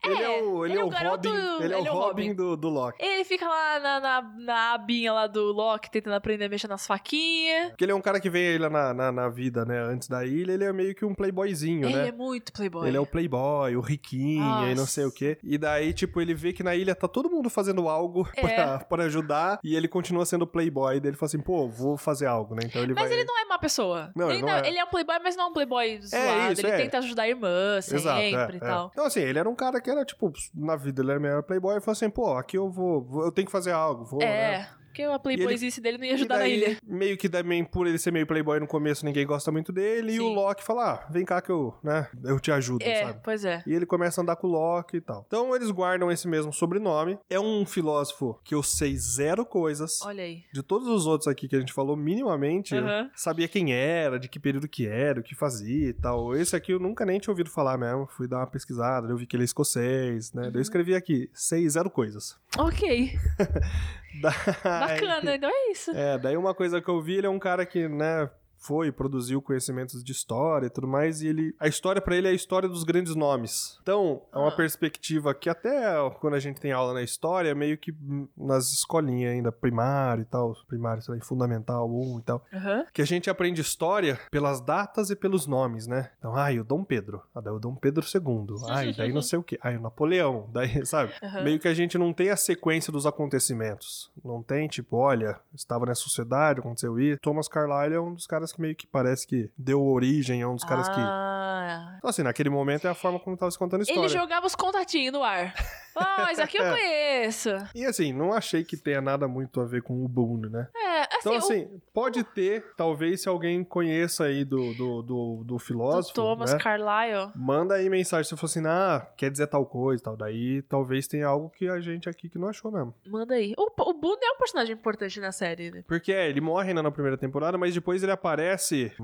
Speaker 2: Ele é o, ele é o
Speaker 1: um garoto-
Speaker 2: Robin, ele é o Robin do, do Loki.
Speaker 1: Ele fica lá na, na, na abinha lá do Loki, tentando aprender a mexer nas faquinhas.
Speaker 2: Porque ele é um cara que veio aí lá na, na, na vida, né? Antes da ilha, ele é meio que um playboyzinho,
Speaker 1: Ele
Speaker 2: né?
Speaker 1: é muito playboy.
Speaker 2: Ele é o playboy, o riquinho e não
Speaker 1: Nossa.
Speaker 2: sei o quê. E daí, tipo, ele vê que na ilha tá todo mundo fazendo algo (laughs)
Speaker 1: É.
Speaker 2: pra, pra ajudar e ele continua sendo playboy. Daí ele fala assim, pô, vou fazer algo, né? Então ele
Speaker 1: Mas
Speaker 2: vai...
Speaker 1: ele não é má pessoa.
Speaker 2: Não, ele
Speaker 1: ele,
Speaker 2: não é.
Speaker 1: ele um playboy, mas não é um playboy zoado.
Speaker 2: isso,
Speaker 1: ele
Speaker 2: é.
Speaker 1: tenta ajudar a irmã sempre
Speaker 2: Exato, é,
Speaker 1: e
Speaker 2: é.
Speaker 1: tal.
Speaker 2: Então, assim, ele era um cara que era, tipo, na vida ele era melhor playboy e falou assim, pô, aqui eu vou, vou- eu tenho que fazer algo, vou, né?
Speaker 1: É, porque a playboyzice dele não ia ajudar
Speaker 2: E
Speaker 1: na
Speaker 2: daí,
Speaker 1: ilha.
Speaker 2: Meio que também, por ele ser meio playboy no começo, ninguém gosta muito dele. E o
Speaker 1: Sim.
Speaker 2: Loki fala: ah, vem cá que eu, né, eu te ajudo,
Speaker 1: É,
Speaker 2: sabe?
Speaker 1: pois é.
Speaker 2: E ele começa a andar com o Loki e tal. Então eles guardam esse mesmo sobrenome. É um filósofo que eu sei zero coisas.
Speaker 1: Olha aí.
Speaker 2: De todos os outros aqui que a gente falou minimamente, eu
Speaker 1: Aham.
Speaker 2: sabia quem era, de que período que era, o que fazia e tal. Esse aqui eu nunca nem tinha ouvido falar mesmo. Fui dar uma pesquisada, eu vi que ele é escocês, né? Daí
Speaker 1: Uhum.
Speaker 2: Eu escrevi aqui, sei zero coisas. (laughs)
Speaker 1: Ok, bacana. Então é isso.
Speaker 2: É, daí uma coisa que eu vi, ele é um cara que, né, foi, produziu conhecimentos de história e tudo mais, e ele... A história pra ele é a história dos grandes nomes. Então, é uma
Speaker 1: Ah.
Speaker 2: perspectiva que até quando a gente tem aula na história, meio que hum, nas escolinhas ainda, primário e tal, primário, sei lá, fundamental 1 e tal,
Speaker 1: Aham.
Speaker 2: que a gente aprende história pelas datas e pelos nomes, né? Então, ai, o Dom Pedro, ah, daí o Dom Pedro II, ai, daí não sei o quê, ai, o Napoleão, (laughs) daí, sabe?
Speaker 1: Aham.
Speaker 2: Meio que a gente não tem a sequência dos acontecimentos. Não tem, tipo, olha, estava nessa sociedade, aconteceu isso. Thomas Carlyle é um dos caras que meio que parece que deu origem, é um dos caras que.
Speaker 1: Ah.
Speaker 2: Então, assim, naquele momento é a forma como estava se contando a
Speaker 1: Ele
Speaker 2: história. É.
Speaker 1: jogava os contatinhos no ar. Ah, mas
Speaker 2: (laughs)
Speaker 1: aqui eu conheço.
Speaker 2: E assim, não achei que tenha nada muito a ver com o Boone, né?
Speaker 1: É, assim,
Speaker 2: Então,
Speaker 1: o
Speaker 2: assim, pode ter, talvez, se alguém conheça aí do, do, do, do
Speaker 1: do
Speaker 2: filósofo.
Speaker 1: Thomas
Speaker 2: né?
Speaker 1: Carlyle.
Speaker 2: Manda aí mensagem se for assim, ah, quer dizer tal coisa e tal. Daí talvez tenha algo que a gente aqui que não achou mesmo.
Speaker 1: Manda aí. O, o Boone é um personagem importante na série, né?
Speaker 2: Porque é, ele morre né, na primeira temporada, mas depois ele aparece.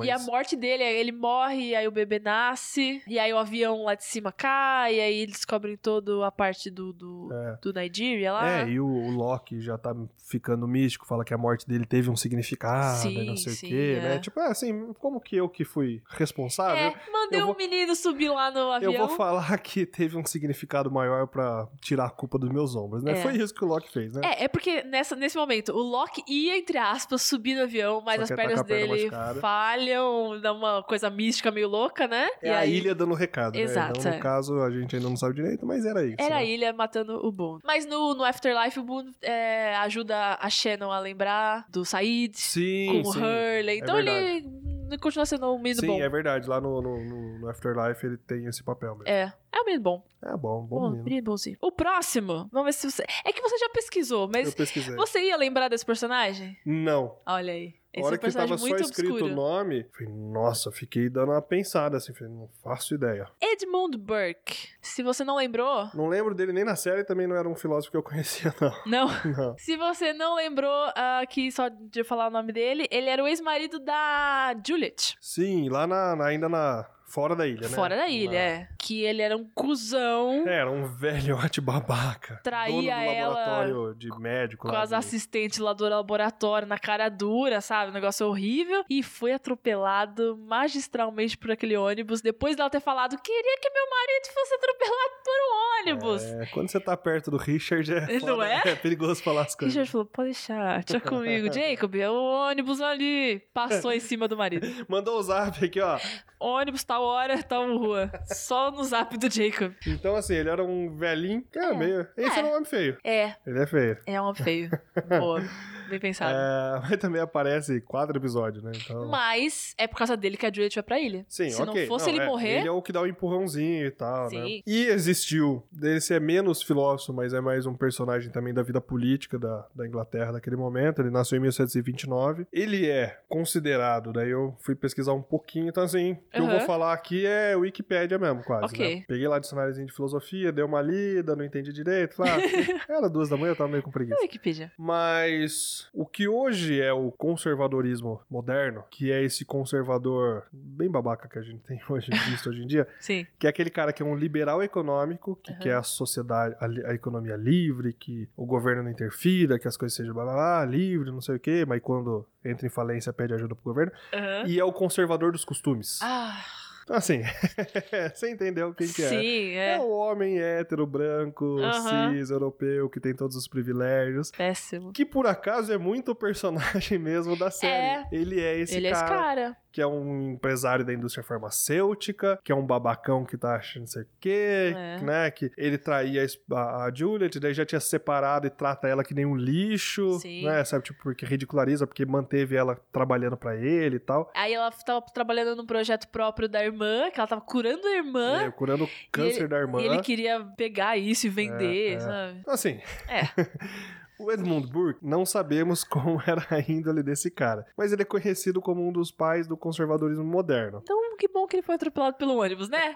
Speaker 1: E a morte dele, aí ele morre, aí o bebê nasce, e aí o avião lá de cima cai, e aí eles descobrem toda a parte do, do,
Speaker 2: É.
Speaker 1: do Nigeria lá.
Speaker 2: É, e o, o Loki já tá ficando místico, fala que a morte dele teve um significado,
Speaker 1: Sim,
Speaker 2: e não sei
Speaker 1: sim,
Speaker 2: o quê, né?
Speaker 1: é.
Speaker 2: Tipo, é assim, como que eu que fui responsável?
Speaker 1: É, mandei
Speaker 2: Ah, eu vou-
Speaker 1: um menino subir lá no avião.
Speaker 2: Eu vou falar que teve um significado maior pra tirar a culpa dos meus ombros, né?
Speaker 1: É.
Speaker 2: Foi isso que o Loki fez, né?
Speaker 1: É, é porque nessa, nesse momento o Loki ia, entre aspas, subir no avião, mas
Speaker 2: Só
Speaker 1: as
Speaker 2: que ele tá
Speaker 1: pernas
Speaker 2: com a perna
Speaker 1: dele
Speaker 2: machucada.
Speaker 1: falham, dá uma coisa mística meio louca, né?
Speaker 2: É a ilha dando recado, né?
Speaker 1: Exato,
Speaker 2: Então, no
Speaker 1: é.
Speaker 2: caso, a gente ainda não sabe direito, mas era isso.
Speaker 1: Era
Speaker 2: né?
Speaker 1: a ilha matando o Boone. Mas no, no Afterlife, o Boone é, ajuda a Shannon a lembrar do Said,
Speaker 2: Sim,
Speaker 1: com o
Speaker 2: sim. é
Speaker 1: Hurley. Então ele hum, continua sendo um menino
Speaker 2: Sim,
Speaker 1: bom.
Speaker 2: é verdade. Lá no, no- no- no Afterlife ele tem esse papel mesmo.
Speaker 1: É. É um menino bom.
Speaker 2: É, bom, bom
Speaker 1: Bom,
Speaker 2: menino.
Speaker 1: menino bonzinho. O próximo, vamos ver se você. É que você já pesquisou,
Speaker 2: Eu
Speaker 1: mas
Speaker 2: pesquisei.
Speaker 1: você ia lembrar desse personagem?
Speaker 2: Não.
Speaker 1: Olha aí.
Speaker 2: A
Speaker 1: Esse é
Speaker 2: hora
Speaker 1: um
Speaker 2: que
Speaker 1: personagem
Speaker 2: tava só
Speaker 1: muito
Speaker 2: escrito
Speaker 1: obscuro.
Speaker 2: o nome, falei, nossa, fiquei dando uma pensada assim, falei, não faço ideia.
Speaker 1: Edmund Burke. Se você não lembrou. (laughs)
Speaker 2: Não lembro dele nem na série, também não era um filósofo que eu (laughs) conhecia, não.
Speaker 1: Não.
Speaker 2: Não.
Speaker 1: Se você não lembrou ah, aqui só de falar o nome dele, ele era o ex-marido da Juliet.
Speaker 2: Sim, lá na, na- ainda na. Fora da ilha, né?
Speaker 1: Fora da ilha,
Speaker 2: Na-
Speaker 1: é. Que ele era um cuzão.
Speaker 2: É, Era um (laughs) velhote babaca.
Speaker 1: Traía
Speaker 2: dono do
Speaker 1: ela
Speaker 2: laboratório de médico.
Speaker 1: Com
Speaker 2: lá
Speaker 1: as
Speaker 2: de-
Speaker 1: assistentes lá do laboratório na cara dura, sabe? Um negócio horrível. E foi atropelado magistralmente por aquele ônibus. Depois dela ter falado, queria que meu marido fosse atropelado por um ônibus.
Speaker 2: É, quando você tá perto do Richard, é,
Speaker 1: (laughs) Não
Speaker 2: foda,
Speaker 1: é?
Speaker 2: (laughs) é perigoso falar as coisas.
Speaker 1: Richard falou, pode deixar, deixa comigo. Jacob, é o ônibus ali. Passou em cima do marido.
Speaker 2: Mandou o zap aqui, ó.
Speaker 1: ônibus, tal hora, tal rua. Só no zap do Jacob.
Speaker 2: Então, assim, ele era um velhinho. que Era
Speaker 1: É.
Speaker 2: meio. Esse
Speaker 1: É.
Speaker 2: era um homem feio.
Speaker 1: É,
Speaker 2: Ele é feio.
Speaker 1: (laughs) é um homem feio. Boa. bem pensado.
Speaker 2: É, (laughs) mas também aparece quatro episódios, né? Então...
Speaker 1: Mas é por causa dele que a Juliet vai pra ilha.
Speaker 2: Sim,
Speaker 1: Se
Speaker 2: ok.
Speaker 1: não fosse ele
Speaker 2: é,
Speaker 1: morrer,
Speaker 2: Ele é o que dá o empurrãozinho e tal, né?
Speaker 1: Sim.
Speaker 2: E existiu. Esse é menos filósofo, mas é mais um personagem também da vida política da, da Inglaterra naquele momento. Ele nasceu em 1729. Ele é considerado, daí eu fui pesquisar um pouquinho, então assim, o que eu
Speaker 1: Aham.
Speaker 2: vou falar aqui é Wikipédia mesmo, quase.
Speaker 1: Ok.
Speaker 2: né? Peguei lá dicionáriozinho de filosofia, dei uma lida, não entendi direito. Lá,
Speaker 1: (laughs)
Speaker 2: era duas da manhã, eu tava meio com preguiça.
Speaker 1: é Wikipedia.
Speaker 2: Mas o que hoje é o conservadorismo moderno, que é esse conservador bem babaca que a gente tem (laughs) hoje visto hoje em dia,
Speaker 1: Sim.
Speaker 2: que é aquele cara que é um liberal econômico, que
Speaker 1: Aham.
Speaker 2: quer a sociedade, a, li- a economia livre, que o governo não interfira, que as coisas sejam blá, blá, blá, livre, não sei o quê, mas quando entra em falência pede ajuda pro governo,
Speaker 1: Aham.
Speaker 2: e é o conservador dos costumes.
Speaker 1: Ah,
Speaker 2: Então, assim, (laughs) você entendeu quem que é.
Speaker 1: sim, é.
Speaker 2: É o homem hétero, branco,
Speaker 1: Aham.
Speaker 2: cis, europeu, que tem todos os privilégios.
Speaker 1: Péssimo.
Speaker 2: Que por acaso é muito o personagem (laughs) mesmo da série. Ele é esse
Speaker 1: ele
Speaker 2: cara,
Speaker 1: é esse cara.
Speaker 2: que é um empresário da indústria farmacêutica, que é um babacão que tá achando não sei o quê,
Speaker 1: É.
Speaker 2: né? Que ele traía a es- a, a Juliet, daí já tinha se separado e trata ela que nem um lixo,
Speaker 1: Sim.
Speaker 2: né? Sabe, tipo, porque ridiculariza, porque manteve ela trabalhando pra ele e tal.
Speaker 1: Aí ela tava trabalhando num projeto próprio da irmã, que ela tava curando a irmã.
Speaker 2: né, curando o câncer da irmã.
Speaker 1: E ele queria pegar isso e vender,
Speaker 2: é.
Speaker 1: sabe?
Speaker 2: Assim.
Speaker 1: É.
Speaker 2: (laughs) O Edmund Burke, não sabemos (laughs) como era a índole desse cara, mas ele é conhecido como um dos pais do conservadorismo moderno.
Speaker 1: Então, que bom que ele foi atropelado pelo ônibus,
Speaker 2: (laughs)
Speaker 1: né?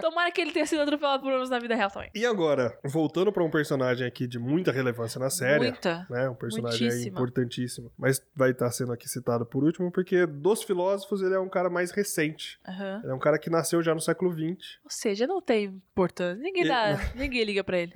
Speaker 1: Tomara que ele tenha sido atropelado por ônibus na vida real também.
Speaker 2: E agora, voltando pra um personagem aqui de muita relevância na série,
Speaker 1: Muita.
Speaker 2: né? Um personagem aí
Speaker 1: Muitíssima.
Speaker 2: importantíssimo, mas vai estar sendo aqui citado por último, porque dos filósofos ele é um cara mais recente.
Speaker 1: Aham.
Speaker 2: Ele é um cara que nasceu já no século XX.
Speaker 1: Ou seja, não tem importância. Ninguém,
Speaker 2: Ele-
Speaker 1: dá, (laughs) ninguém liga pra ele.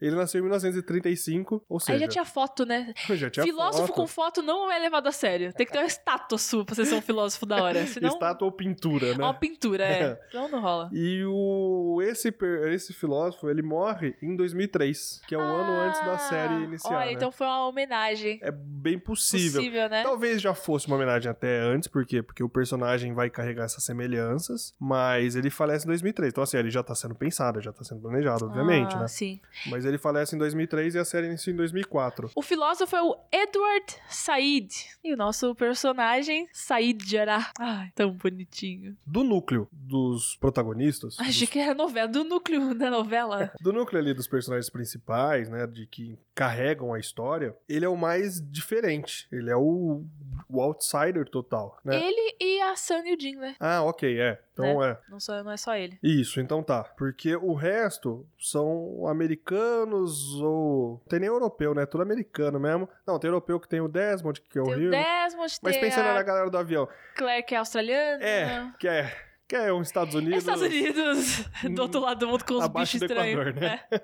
Speaker 2: Ele nasceu em 1935, ou seja,
Speaker 1: Aí já tinha foto, né?
Speaker 2: (laughs) já tinha
Speaker 1: filósofo
Speaker 2: foto,
Speaker 1: com foto não é levado a sério. Tem que ter uma estátua sua pra você ser um filósofo da
Speaker 2: (laughs)
Speaker 1: hora. Senão,
Speaker 2: estátua ou pintura, né?
Speaker 1: uma pintura,
Speaker 2: (laughs)
Speaker 1: é. Senão não rola.
Speaker 2: E o esse per- esse filósofo, ele morre em 2003, que é um ano
Speaker 1: Ah,
Speaker 2: antes da série inicial,
Speaker 1: Olha,
Speaker 2: né?
Speaker 1: então foi uma homenagem.
Speaker 2: É bem possível. Então,
Speaker 1: Possível, né?
Speaker 2: Talvez já fosse uma homenagem até antes, por quê? Porque o personagem vai carregar essas semelhanças, mas ele falece em 2003. Então, assim, ele já tá sendo pensado, já tá sendo planejado, obviamente,
Speaker 1: Ah,
Speaker 2: né?
Speaker 1: Sim.
Speaker 2: Mas ele falece em 2003 e a série inicia em 2004.
Speaker 1: O filósofo é o Edward Said. E o nosso personagem, Said Jarrah. Ai, tão bonitinho.
Speaker 2: Do núcleo dos protagonistas,
Speaker 1: Achei
Speaker 2: dos-
Speaker 1: que era novela, do núcleo da
Speaker 2: (laughs)
Speaker 1: novela.
Speaker 2: do núcleo ali dos personagens principais, né, de que carregam a história, ele é o mais diferente. Ele é o, o outsider total, né?
Speaker 1: Ele e a Sunny e o Jin, né?
Speaker 2: Ah, ok, é. Então é.
Speaker 1: Não, só, não é só ele.
Speaker 2: Isso, então tá. Porque o resto são americanos ou. Tem nem europeu, né? Tudo americano mesmo. Não, tem europeu que tem o Desmond, que é o
Speaker 1: Tem
Speaker 2: Rio.
Speaker 1: o Desmond,
Speaker 2: Mas
Speaker 1: tem
Speaker 2: pensando na
Speaker 1: a
Speaker 2: galera do avião.
Speaker 1: Claire, que é australiana.
Speaker 2: É, que é. Que é os Estados Unidos.
Speaker 1: Estados Unidos, (laughs) do outro lado do mundo com os
Speaker 2: Abaixo
Speaker 1: bichos
Speaker 2: do
Speaker 1: estranhos.
Speaker 2: Equador, né?
Speaker 1: É.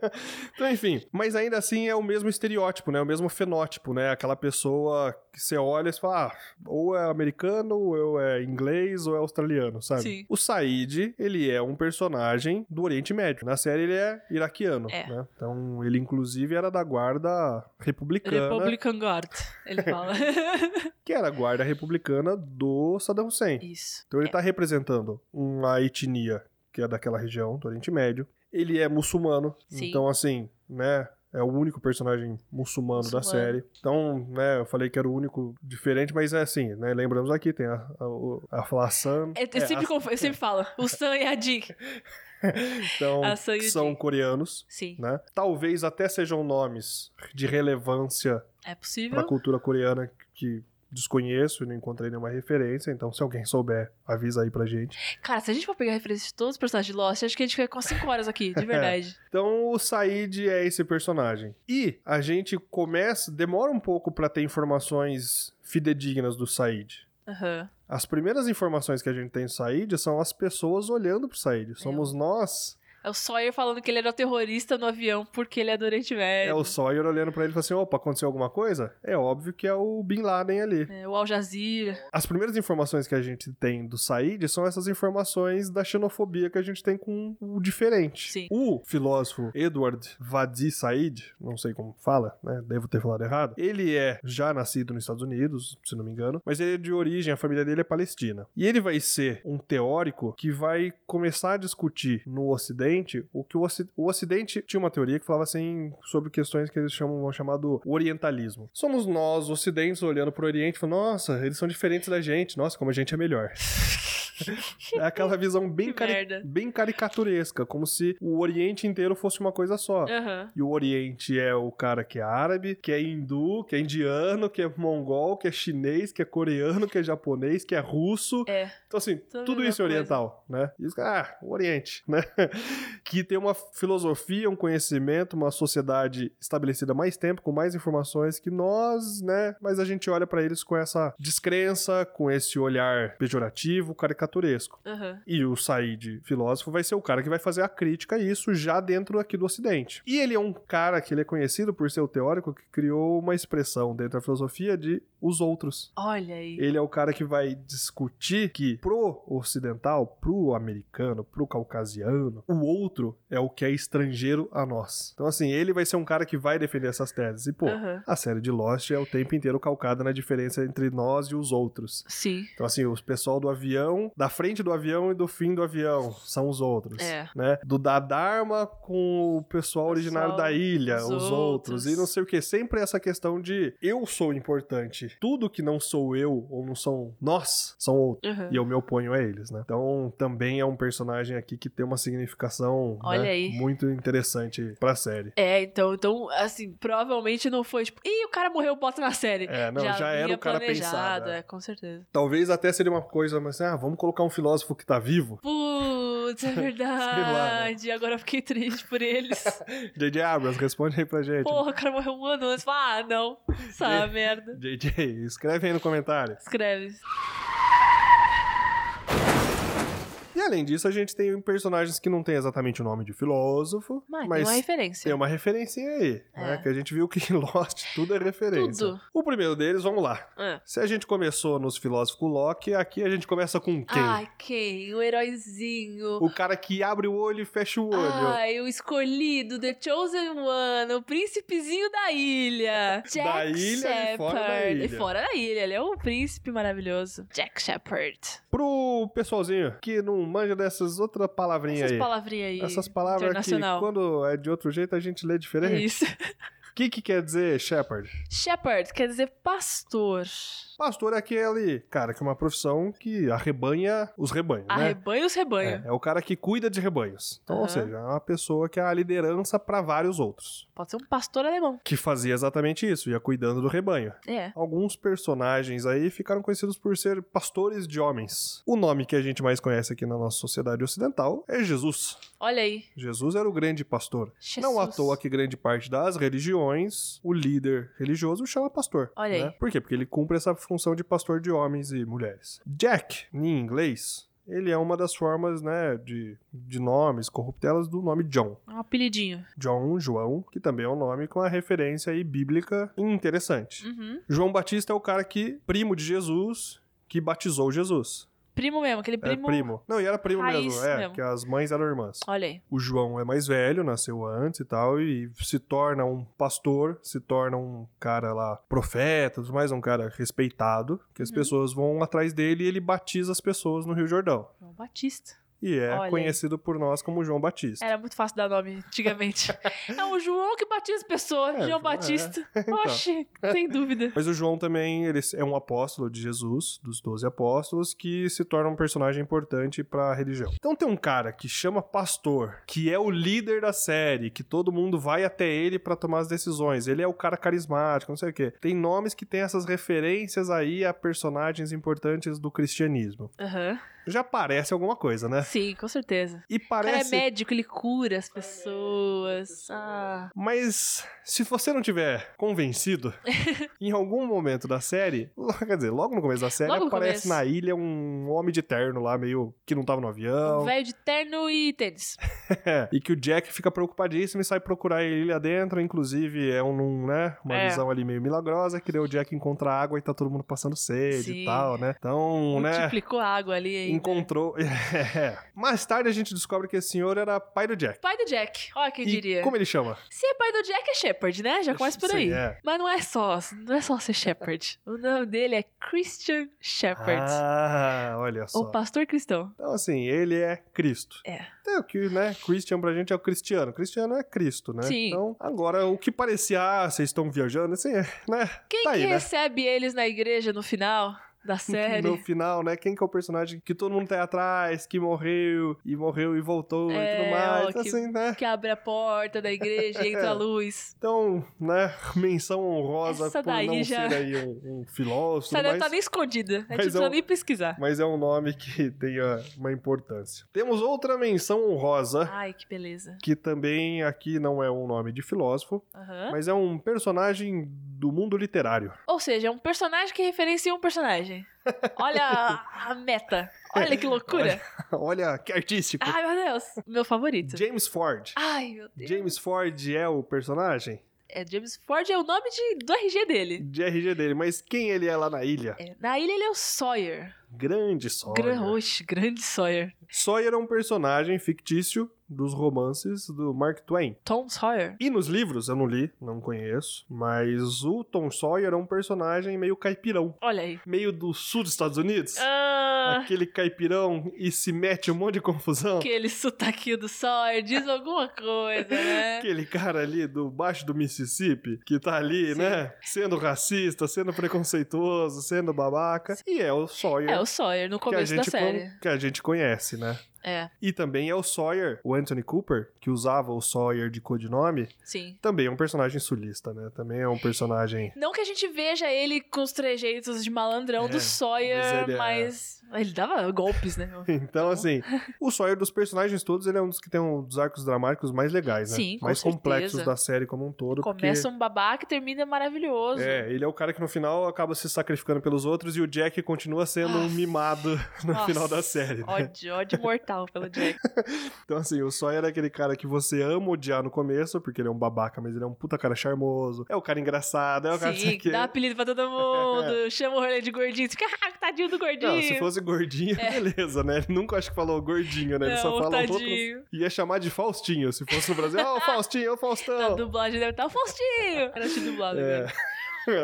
Speaker 2: Então, enfim. Mas ainda assim é o mesmo estereótipo, né? O mesmo fenótipo, né? Aquela pessoa que você olha e você fala, ah, ou é americano, ou é inglês, ou é australiano, sabe?
Speaker 1: Sim.
Speaker 2: O Said, ele é um personagem do Oriente Médio. Na série ele é iraquiano,
Speaker 1: É.
Speaker 2: né? Então, ele inclusive era da guarda republicana,
Speaker 1: Republican Guard, ele
Speaker 2: (laughs)
Speaker 1: fala.
Speaker 2: que era a guarda republicana do Saddam Hussein.
Speaker 1: Isso.
Speaker 2: Então ele tá representando uma etnia que é daquela região do Oriente Médio. Ele é muçulmano,
Speaker 1: Sim.
Speaker 2: então assim, né? É o único personagem muçulmano, da
Speaker 1: Muçulmano.
Speaker 2: série. Então, né, eu falei que era o único diferente, mas é assim, né? Lembramos aqui, tem a, a, o- a é, Flassan.
Speaker 1: É, Eu, eu sempre, conf- eu sempre falo, o Sam e a Jin.
Speaker 2: então,
Speaker 1: a Sang
Speaker 2: que
Speaker 1: Yu
Speaker 2: são
Speaker 1: Jin.
Speaker 2: coreanos,
Speaker 1: Sim,
Speaker 2: né? Talvez até sejam nomes de relevância
Speaker 1: é
Speaker 2: pra
Speaker 1: possível.
Speaker 2: cultura coreana que desconheço e não encontrei nenhuma referência. Então, se alguém souber, avisa aí pra gente.
Speaker 1: Cara, se a gente for pegar referência de todos os personagens de Lost, acho que a gente fica com 5 horas aqui,
Speaker 2: (laughs)
Speaker 1: de verdade.
Speaker 2: Então o Said é esse personagem. E a gente começa, demora um pouco pra ter informações fidedignas do Said.
Speaker 1: Aham.
Speaker 2: As primeiras informações que a gente tem do Said são as pessoas olhando pro Said. Somos nós.
Speaker 1: É o Sawyer falando que ele era o terrorista no avião porque ele é do Oriente
Speaker 2: É
Speaker 1: Médio.
Speaker 2: o Sawyer olhando pra ele e falando assim: opa, aconteceu alguma coisa? É óbvio que é o Bin Laden ali.
Speaker 1: É, o Al Jazeera.
Speaker 2: As primeiras informações que a gente tem do Said são essas informações da xenofobia que a gente tem com o diferente.
Speaker 1: Sim.
Speaker 2: O filósofo Edward Vadi Said, não sei como fala, né? Devo ter falado errado. Ele é já nascido nos Estados Unidos, se não me engano, mas ele é de origem, a família dele é palestina. E ele vai ser um teórico que vai começar a discutir no Ocidente, o que o, Oci- o Ocidente tinha uma teoria que falava assim sobre questões que eles chamam, vão chamar do orientalismo. Somos nós, ocidentes, olhando pro Oriente, falando, nossa, eles são diferentes da gente, nossa, como a gente é melhor. (laughs) É aquela visão bem,
Speaker 1: Que
Speaker 2: cari-
Speaker 1: merda.
Speaker 2: bem caricaturesca, como se o Oriente inteiro fosse uma coisa só.
Speaker 1: Aham.
Speaker 2: E o Oriente é o cara que é árabe, que é hindu, que é indiano, que é mongol, que é chinês, que é coreano, que é japonês, que é russo.
Speaker 1: É.
Speaker 2: Então, assim,
Speaker 1: Tudo a
Speaker 2: tudo
Speaker 1: mesma
Speaker 2: isso é
Speaker 1: coisa.
Speaker 2: oriental, né? E os caras, ah, o Oriente, né? (laughs) que tem uma filosofia, um conhecimento, uma sociedade estabelecida há mais tempo, com mais informações que nós, né? Mas a gente olha pra eles com essa descrença, com esse olhar pejorativo, caricaturesco.
Speaker 1: Aham.
Speaker 2: E o Said, filósofo, vai ser o cara que vai fazer a crítica a isso já dentro aqui do Ocidente. E ele é um cara que ele é conhecido por ser o teórico que criou uma expressão dentro da filosofia de os outros.
Speaker 1: Olha aí.
Speaker 2: Ele é o cara que vai discutir que pro ocidental, pro americano, pro caucasiano, o outro é o que é estrangeiro a nós. Então assim, ele vai ser um cara que vai defender essas teses. E pô,
Speaker 1: Aham.
Speaker 2: a série de Lost é o tempo inteiro calcada na diferença entre nós e os outros.
Speaker 1: Sim.
Speaker 2: Então, assim, os pessoal do avião, da frente do avião e do fim do avião são os outros.
Speaker 1: É.
Speaker 2: Né? Do da Dharma com o pessoal originário da ilha, os,
Speaker 1: os
Speaker 2: outros.
Speaker 1: outros.
Speaker 2: E não sei o que. Sempre essa questão de eu sou importante. Tudo que não sou eu ou não são nós, são outros.
Speaker 1: Aham.
Speaker 2: E eu me oponho a eles, né? Então, também é um personagem aqui que tem uma significação
Speaker 1: Olha
Speaker 2: né,
Speaker 1: aí.
Speaker 2: muito interessante pra série.
Speaker 1: É, então, então, assim, provavelmente não foi tipo, ih, o cara morreu, bota na série.
Speaker 2: É, não, já, era
Speaker 1: vinha
Speaker 2: o cara
Speaker 1: planejado,
Speaker 2: pensado. é.
Speaker 1: É, com certeza.
Speaker 2: Talvez até seria uma coisa, mas ah, vamos colocar um filósofo que tá vivo.
Speaker 1: Putz,
Speaker 2: (laughs)
Speaker 1: é
Speaker 2: né?
Speaker 1: verdade. Agora eu fiquei triste por eles.
Speaker 2: É, JJ Abrams, responde aí pra gente.
Speaker 1: Porra, o cara morreu um ano antes. Fala, Ah, não.
Speaker 2: (laughs)
Speaker 1: Essa merda.
Speaker 2: JJ, escreve aí no comentário.
Speaker 1: Escreve.
Speaker 2: E além disso, a gente tem personagens que não tem exatamente o nome de filósofo,
Speaker 1: Mas,
Speaker 2: mas,
Speaker 1: tem uma referência.
Speaker 2: tem uma referência aí, né?
Speaker 1: É.
Speaker 2: Que a gente viu que (laughs) em Lost tudo é referência.
Speaker 1: Tudo.
Speaker 2: O primeiro deles, vamos lá.
Speaker 1: Ah.
Speaker 2: Se a gente começou nos filósofos com Locke, aqui a gente começa com quem?
Speaker 1: Ai, quem? O heróizinho.
Speaker 2: O cara que abre o olho e fecha o olho.
Speaker 1: Ai, o escolhido, The Chosen One, o príncipezinho da ilha. Jack
Speaker 2: Da ilha e
Speaker 1: Shepard.
Speaker 2: fora da
Speaker 1: E
Speaker 2: ilha.
Speaker 1: fora da ilha, ele é um príncipe maravilhoso. Jack Shepard.
Speaker 2: Pro pessoalzinho que não manja dessas outras palavrinhas
Speaker 1: Essas
Speaker 2: aí.
Speaker 1: palavrinhas aí.
Speaker 2: Essas palavras que
Speaker 1: internacional.
Speaker 2: quando é de outro jeito a gente lê
Speaker 1: É
Speaker 2: diferente.
Speaker 1: isso. (laughs)
Speaker 2: O que, que quer dizer Shepard?
Speaker 1: Shepherd quer dizer pastor.
Speaker 2: Pastor é aquele cara que é uma profissão que arrebanha os rebanhos, né?
Speaker 1: Arrebanha os rebanhos.
Speaker 2: É, é o cara que cuida de rebanhos. Então, ou
Speaker 1: Aham.
Speaker 2: seja, é uma pessoa que é a liderança para vários outros.
Speaker 1: Pode ser um pastor alemão.
Speaker 2: Que fazia exatamente isso, ia cuidando do rebanho.
Speaker 1: É.
Speaker 2: Alguns personagens aí ficaram conhecidos por ser pastores de homens. O nome que a gente mais conhece aqui na nossa sociedade ocidental é Jesus.
Speaker 1: Olha aí.
Speaker 2: Jesus era o grande pastor. Não à
Speaker 1: Jesus.
Speaker 2: toa que grande parte das religiões, o líder religioso chama pastor.
Speaker 1: Olha aí.
Speaker 2: né? Por quê? Porque ele cumpre essa função de pastor de homens e mulheres. Jack, em inglês, ele é uma das formas, né, de, de nomes corruptelas do nome John.
Speaker 1: Um apelidinho.
Speaker 2: John, João, que também é um nome com a referência aí bíblica interessante.
Speaker 1: Uhum.
Speaker 2: João Batista é o cara que, primo de Jesus, que batizou Jesus.
Speaker 1: Primo mesmo, aquele
Speaker 2: Era
Speaker 1: primo.
Speaker 2: É, primo. Não, e era primo
Speaker 1: Raiz
Speaker 2: mesmo. É,
Speaker 1: mesmo.
Speaker 2: que as mães eram irmãs.
Speaker 1: Olha aí.
Speaker 2: O João é mais velho, nasceu antes e tal, e se torna um pastor, se torna um cara lá, profeta, tudo mais um cara respeitado, que as
Speaker 1: Uhum.
Speaker 2: pessoas vão atrás dele e ele batiza as pessoas no Rio Jordão.
Speaker 1: João Batista.
Speaker 2: E é
Speaker 1: Olha aí.
Speaker 2: conhecido por nós como João Batista.
Speaker 1: Era muito fácil dar nome antigamente.
Speaker 2: (laughs)
Speaker 1: é o João que batiza pessoa.
Speaker 2: É,
Speaker 1: João
Speaker 2: é. (laughs)
Speaker 1: Batista. Oxe, sem dúvida.
Speaker 2: Mas o João também ele é um apóstolo de Jesus, dos 12 apóstolos, que se torna um personagem importante pra religião. Então tem um cara que chama pastor, que é o líder da série, que todo mundo vai até ele pra tomar as decisões. Ele é o cara carismático, não sei o quê. Tem nomes que tem essas referências aí a personagens importantes do cristianismo.
Speaker 1: Aham.
Speaker 2: Já parece alguma coisa, né?
Speaker 1: Sim, com certeza.
Speaker 2: E
Speaker 1: O cara é
Speaker 2: parece.
Speaker 1: médico, ele cura as pessoas. Ah.
Speaker 2: Mas se você não tiver
Speaker 1: (laughs)
Speaker 2: convencido, em algum momento da série, lo- quer dizer, logo no começo da série,
Speaker 1: Logo no começo.
Speaker 2: aparece na ilha um homem de terno lá, meio que não tava no
Speaker 1: Um
Speaker 2: avião, é,
Speaker 1: velho de terno e tênis.
Speaker 2: e que o Jack fica preocupadíssimo e sai procurar ele lá dentro, inclusive é um, um, né, uma
Speaker 1: É.
Speaker 2: visão ali meio milagrosa, que daí o Jack encontra água e tá todo mundo passando sede
Speaker 1: Sim. Um
Speaker 2: e tal, né? Então, né,
Speaker 1: Multiplicou a água ali, hein? aí.
Speaker 2: Encontrou. (laughs) É. Mais tarde a gente descobre que esse senhor era pai do Jack.
Speaker 1: Pai do Jack, ó quem
Speaker 2: E
Speaker 1: diria.
Speaker 2: Como ele chama?
Speaker 1: Se é pai do Jack, é Shepard, né? Já começa por
Speaker 2: Sim,
Speaker 1: aí.
Speaker 2: é.
Speaker 1: Mas não é só, não é só ser Shepard. O nome dele é Christian Shepard.
Speaker 2: Ah, olha só.
Speaker 1: o pastor cristão.
Speaker 2: Então, assim, ele é Cristo.
Speaker 1: É.
Speaker 2: É o que, né? Christian pra gente é o cristiano. Cristiano é Cristo, né?
Speaker 1: Sim.
Speaker 2: Então, agora, o que parecia, ah, vocês estão viajando, assim, é, (laughs) né?
Speaker 1: Quem
Speaker 2: tá aí,
Speaker 1: que
Speaker 2: né?
Speaker 1: recebe eles na igreja no final da série?
Speaker 2: (laughs) No final, né? Quem que é o personagem que todo mundo tá aí atrás, que morreu, e morreu e voltou e
Speaker 1: É,
Speaker 2: tudo mais.
Speaker 1: ó,
Speaker 2: Então,
Speaker 1: que-
Speaker 2: assim, né?
Speaker 1: Que abre a porta da igreja e
Speaker 2: É.
Speaker 1: entra a luz.
Speaker 2: Então, né? Menção honrosa
Speaker 1: Essa
Speaker 2: por
Speaker 1: daí
Speaker 2: não
Speaker 1: já-
Speaker 2: ser aí um, um filósofo,
Speaker 1: Essa não
Speaker 2: mas...
Speaker 1: tá nem escondida. A gente não
Speaker 2: mas é
Speaker 1: precisa
Speaker 2: um-
Speaker 1: nem pesquisar.
Speaker 2: mas é um nome que tem ah, uma importância. Temos outra menção honrosa,
Speaker 1: Ai, que beleza.
Speaker 2: que também aqui não é um nome de filósofo,
Speaker 1: Aham.
Speaker 2: mas é um personagem do mundo literário. (laughs)
Speaker 1: Ou seja, é um personagem que referencia um personagem. Olha a, a meta. Olha que loucura.
Speaker 2: (laughs) Olha que artístico!
Speaker 1: Ai, meu Deus. Meu favorito.
Speaker 2: James Ford.
Speaker 1: Ai, meu Ah, Deus.
Speaker 2: James Ford é o personagem
Speaker 1: É, James Ford é o nome de, do RG dele.
Speaker 2: de RG dele, mas quem ele é lá na ilha?
Speaker 1: É, na ilha ele é o Sawyer.
Speaker 2: Grande Sawyer.
Speaker 1: Gran Oxe, grande Sawyer.
Speaker 2: Sawyer é um personagem fictício dos romances do Mark Twain.
Speaker 1: Tom Sawyer.
Speaker 2: E nos livros, eu não li, não conheço, mas o Tom Sawyer é um personagem meio caipirão,
Speaker 1: Olha aí.
Speaker 2: meio do sul dos Estados Unidos. (laughs)
Speaker 1: Ah,
Speaker 2: Aquele caipirão e se mete um monte de confusão.
Speaker 1: aquele sotaquinho do Sawyer diz alguma coisa, né?
Speaker 2: Aquele cara ali do baixo do Mississippi, que tá ali,
Speaker 1: Sim.
Speaker 2: né? Sendo racista, sendo preconceituoso, sendo babaca. E é o Sawyer
Speaker 1: É o Sawyer, no
Speaker 2: que, a
Speaker 1: começo da
Speaker 2: gente con-
Speaker 1: série.
Speaker 2: que a gente conhece, né?
Speaker 1: É,
Speaker 2: E também é o Sawyer, o Anthony Cooper, que usava o Sawyer de codinome,
Speaker 1: sim.
Speaker 2: também é um personagem sulista, né? Também é um personagem. (laughs)
Speaker 1: Não que a gente veja ele com os trejeitos de malandrão
Speaker 2: É,
Speaker 1: do Sawyer,
Speaker 2: mas ele é-
Speaker 1: mas. Ele dava golpes, né?
Speaker 2: Então, assim, o Sawyer dos personagens todos, ele é um dos que tem um dos arcos dramáticos mais legais, né?
Speaker 1: Sim, com
Speaker 2: mais complexos
Speaker 1: certeza.
Speaker 2: da série como um todo.
Speaker 1: Começa um babaca e termina maravilhoso.
Speaker 2: porque... É, ele é o cara que no final acaba se sacrificando pelos outros e o Jack continua sendo um
Speaker 1: Ah.
Speaker 2: mimado (laughs) no
Speaker 1: Nossa,
Speaker 2: final da série. Né?
Speaker 1: Ódio, ódio mortal pelo Jack.
Speaker 2: Então, assim, o Sawyer é aquele cara que você ama odiar no começo, porque ele é um babaca, mas ele é um puta cara charmoso, é o cara engraçado, é o cara
Speaker 1: Sim,
Speaker 2: que...
Speaker 1: dá apelido pra todo
Speaker 2: (laughs)
Speaker 1: mundo, chama o rolê de gordinho, fica, ah, tadinho do gordinho.
Speaker 2: Não, se fosse
Speaker 1: (laughs)
Speaker 2: gordinho, beleza, né? Ele nunca acho que falou gordinho, né? Ele só
Speaker 1: Não,
Speaker 2: fala outros.
Speaker 1: tadinho.
Speaker 2: Ia chamar de Faustinho, se fosse no Brasil.
Speaker 1: (laughs)
Speaker 2: Ó, o Faustinho, ô
Speaker 1: Na
Speaker 2: Faustão!
Speaker 1: dublagem deve estar o Faustinho. Era assim dublado.
Speaker 2: É.
Speaker 1: né?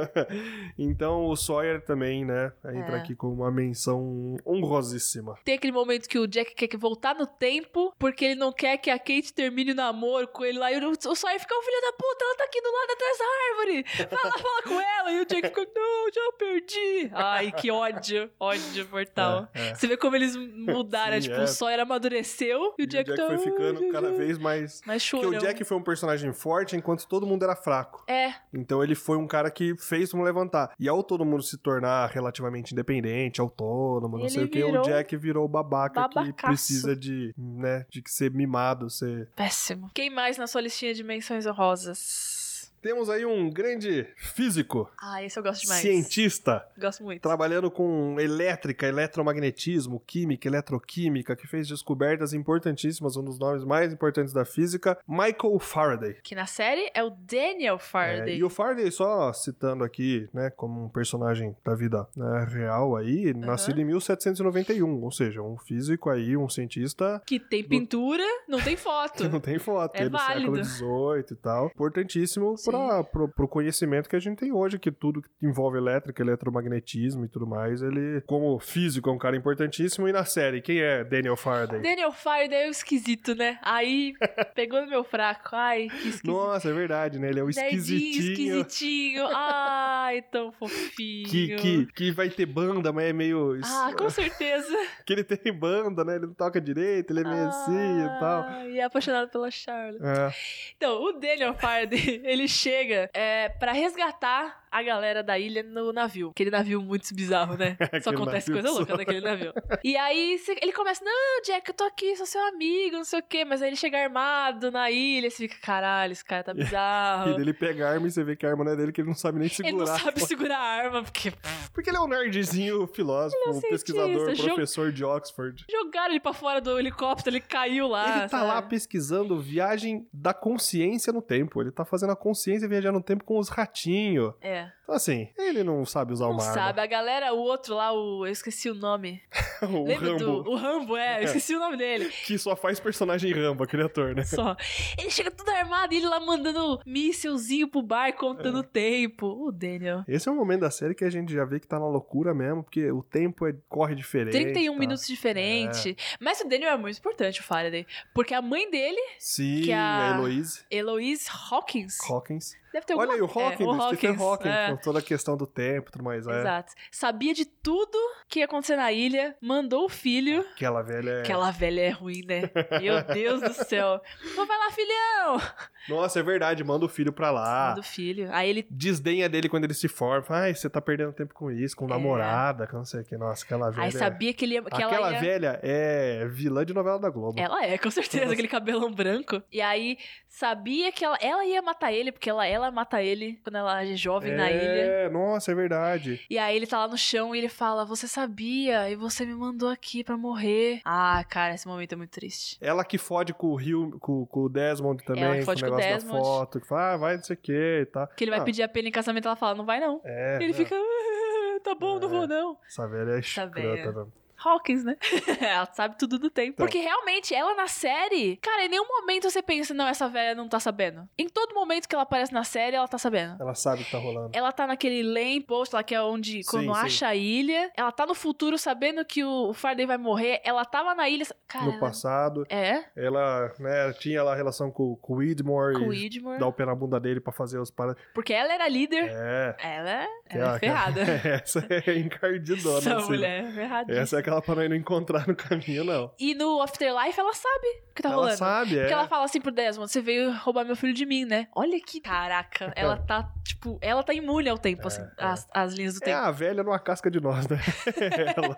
Speaker 2: (laughs) então o Sawyer também, né? Entra
Speaker 1: É.
Speaker 2: aqui com uma menção honrosíssima.
Speaker 1: Tem aquele momento que o Jack quer que voltar no tempo, porque ele não quer que a Kate termine o namoro com ele lá. E o o Sawyer fica, ô filho da puta, ela tá aqui do lado atrás da árvore. Vai lá falar com ela. E o Jack fica, não, já perdi. Ai, que ódio. Ódio mortal.
Speaker 2: É, é.
Speaker 1: Você vê como eles mudaram.
Speaker 2: Sim,
Speaker 1: tipo,
Speaker 2: é.
Speaker 1: o Sawyer amadureceu e o Jack,
Speaker 2: e o Jack foi
Speaker 1: tá,
Speaker 2: ficando
Speaker 1: "Ai,
Speaker 2: cada
Speaker 1: Jesus".
Speaker 2: vez mais.
Speaker 1: Mas
Speaker 2: Porque
Speaker 1: chorou.
Speaker 2: o Jack foi um personagem forte enquanto todo mundo era fraco.
Speaker 1: É,
Speaker 2: Então ele foi um cara que fez um levantar. E ao todo mundo se tornar relativamente independente, autônomo, não
Speaker 1: Ele
Speaker 2: sei o que, o
Speaker 1: virou
Speaker 2: Jack virou o babaca que
Speaker 1: babacaço.
Speaker 2: precisa de, né, de que ser mimado, ser...
Speaker 1: péssimo. Quem mais na sua listinha de menções honrosas?
Speaker 2: Temos aí um grande físico,
Speaker 1: Ah, esse eu gosto demais.
Speaker 2: cientista,
Speaker 1: Gosto muito.
Speaker 2: trabalhando com elétrica, eletromagnetismo, química, eletroquímica, que fez descobertas importantíssimas, um dos nomes mais importantes da física, Michael Faraday.
Speaker 1: Que na série é o Daniel
Speaker 2: É,
Speaker 1: Faraday.
Speaker 2: e o Faraday, só citando aqui, né, como um personagem da vida né, real aí, nascido em 1791, ou seja, um físico aí, um
Speaker 1: (laughs)
Speaker 2: cientista
Speaker 1: Que tem pintura, não tem foto.
Speaker 2: que (laughs) não tem foto,
Speaker 1: É
Speaker 2: é do século
Speaker 1: válido.
Speaker 2: XVIII e tal. Importantíssimo
Speaker 1: Sim.
Speaker 2: para pro, pro conhecimento que a gente tem hoje, que tudo que envolve elétrica, eletromagnetismo e tudo mais, ele, como físico, é um cara importantíssimo. E na série, quem é Daniel Faraday?
Speaker 1: Daniel Faraday é o esquisito, né? Aí pegou no meu fraco. Ai, que esquisito.
Speaker 2: Nossa, é verdade, né? Ele é o
Speaker 1: Nerdinho,
Speaker 2: esquisitinho.
Speaker 1: esquisitinho. Ai, tão fofinho.
Speaker 2: Que, que, que vai ter banda, mas é meio.
Speaker 1: Ah, com certeza.
Speaker 2: que ele tem banda, né? Ele não toca direito, ele é meio assim e tal.
Speaker 1: Ah, E é apaixonado pela Charlotte.
Speaker 2: É.
Speaker 1: Então, o Daniel Faraday, (laughs) ele chega é, para resgatar a galera da ilha no navio. Aquele navio muito bizarro, né? Só
Speaker 2: (laughs) Aquele
Speaker 1: acontece
Speaker 2: navio
Speaker 1: coisa louca
Speaker 2: só.
Speaker 1: naquele navio. E aí cê- ele começa, não, Jack, eu tô aqui, sou seu amigo, não sei o quê. Mas aí ele chega armado na ilha, você fica, caralho, esse cara tá
Speaker 2: (laughs) E
Speaker 1: bizarro.
Speaker 2: dele pega a arma e você vê que a arma não é dele, que ele não sabe
Speaker 1: (laughs)
Speaker 2: nem
Speaker 1: Ele não
Speaker 2: segurar.
Speaker 1: sabe segurar a arma, porque pff,
Speaker 2: Porque ele é um nerdzinho, filósofo,
Speaker 1: Ele é um
Speaker 2: pesquisador,
Speaker 1: cientista, jo-
Speaker 2: professor de Oxford.
Speaker 1: jogaram ele pra fora do helicóptero, ele caiu lá.
Speaker 2: ele tá
Speaker 1: sabe?
Speaker 2: lá pesquisando viagem da consciência no tempo. Ele tá fazendo a consciência viajar no tempo com os ratinhos.
Speaker 1: É. É.
Speaker 2: Então, assim, ele não sabe usar
Speaker 1: Não
Speaker 2: uma
Speaker 1: sabe. A galera, o outro lá, o. Eu esqueci o nome.
Speaker 2: arma. (laughs) o
Speaker 1: Lembra
Speaker 2: Rambo,
Speaker 1: do. O Rambo,
Speaker 2: (laughs)
Speaker 1: é, eu esqueci o nome dele.
Speaker 2: que só faz personagem Rambo, aquele ator,
Speaker 1: (laughs)
Speaker 2: né?
Speaker 1: Só. Ele chega todo armado e ele lá mandando mísselzinho pro bar,
Speaker 2: É.
Speaker 1: contando o tempo. O Daniel.
Speaker 2: Esse é um momento da série que a gente já vê que tá na loucura mesmo, porque o tempo é- corre diferente.
Speaker 1: 31
Speaker 2: tá?
Speaker 1: minutos diferente. Mas o Daniel é muito importante, o Faraday. Porque a mãe dele,
Speaker 2: Sim,
Speaker 1: que a-
Speaker 2: a... Heloise
Speaker 1: Heloise Hawkins,
Speaker 2: Hawkins.
Speaker 1: deve ter
Speaker 2: Olha aí, o
Speaker 1: alguma...
Speaker 2: Hawkins,
Speaker 1: é,
Speaker 2: o Stephen Hawking,
Speaker 1: é.
Speaker 2: com toda a questão do tempo e tudo mais. É.
Speaker 1: Exato. Sabia de tudo que ia acontecer na ilha, mandou o filho.
Speaker 2: Aquela velha. é-
Speaker 1: Aquela velha é ruim, né? Meu Deus do
Speaker 2: (laughs)
Speaker 1: céu. Então vai lá, filhão!
Speaker 2: Nossa, é verdade, manda o filho pra lá.
Speaker 1: Do filho. Aí ele
Speaker 2: Desdenha dele quando ele se forma. Ai, você tá perdendo tempo com isso, com
Speaker 1: É.
Speaker 2: namorada, que não sei o que. Nossa, aquela velha. é.
Speaker 1: aí sabia que, ele ia, que
Speaker 2: Aquela
Speaker 1: ela ia...
Speaker 2: velha é vilã de novela da Globo.
Speaker 1: Ela é, com certeza, aquele cabelão branco. E aí, sabia que ela, ela ia matar ele, porque ela, ela mata ele quando ela é jovem na ilha.
Speaker 2: É, nossa, é verdade.
Speaker 1: E aí ele tá lá no chão e ele fala: Você sabia, e você me mandou aqui pra morrer. Ah, cara, esse momento é muito triste.
Speaker 2: Ela que fode com o Rio, com, com o Desmond também,
Speaker 1: Ela que
Speaker 2: com o
Speaker 1: fode com o
Speaker 2: negócio da
Speaker 1: Desmond.
Speaker 2: foto, que fala, ah, vai não sei o que e tá.
Speaker 1: Que ele vai
Speaker 2: Ah.
Speaker 1: pedir a pena em casamento, ela fala: Não vai não.
Speaker 2: É,
Speaker 1: E ele
Speaker 2: é,
Speaker 1: fica: (laughs) "Ah, Tá bom, não
Speaker 2: É.
Speaker 1: vou não.
Speaker 2: Essa velha é
Speaker 1: velha.
Speaker 2: escrota, né?
Speaker 1: Hawkins, né? (laughs) ela sabe tudo do tempo.
Speaker 2: Então.
Speaker 1: Porque realmente, ela na série, cara, em nenhum momento você pensa, não, essa velha não tá sabendo. Em todo momento que ela aparece na série, ela tá sabendo.
Speaker 2: Ela sabe o que tá rolando.
Speaker 1: Ela tá naquele lane post lá, que é onde,
Speaker 2: Sim,
Speaker 1: quando
Speaker 2: sim.
Speaker 1: acha a ilha. Ela tá no futuro sabendo que o, o Faraday vai morrer. Ela tava na ilha. Cara,
Speaker 2: No passado,
Speaker 1: é,
Speaker 2: ela né, tinha lá a relação com, com o Widmore
Speaker 1: com o
Speaker 2: e
Speaker 1: Edmure.
Speaker 2: dar o pé na bunda dele pra fazer os para.
Speaker 1: Porque ela era líder.
Speaker 2: É.
Speaker 1: Ela,
Speaker 2: que
Speaker 1: ela é
Speaker 2: (laughs)
Speaker 1: ferrada.
Speaker 2: Essa é encardidona.
Speaker 1: Essa
Speaker 2: assim.
Speaker 1: mulher é ferradíssima.
Speaker 2: Essa é aquela pra não encontrar no caminho, não.
Speaker 1: E no Afterlife ela sabe o que tá
Speaker 2: ela
Speaker 1: rolando.
Speaker 2: sabe, é.
Speaker 1: Porque ela fala assim pro Desmond, você veio roubar meu filho de mim, né? Olha que
Speaker 2: (laughs)
Speaker 1: caraca. Ela tá, tipo, ela tá imune ao tempo, assim, As, as linhas do
Speaker 2: É
Speaker 1: tempo.
Speaker 2: a velha numa casca de nós, né? (laughs) ela.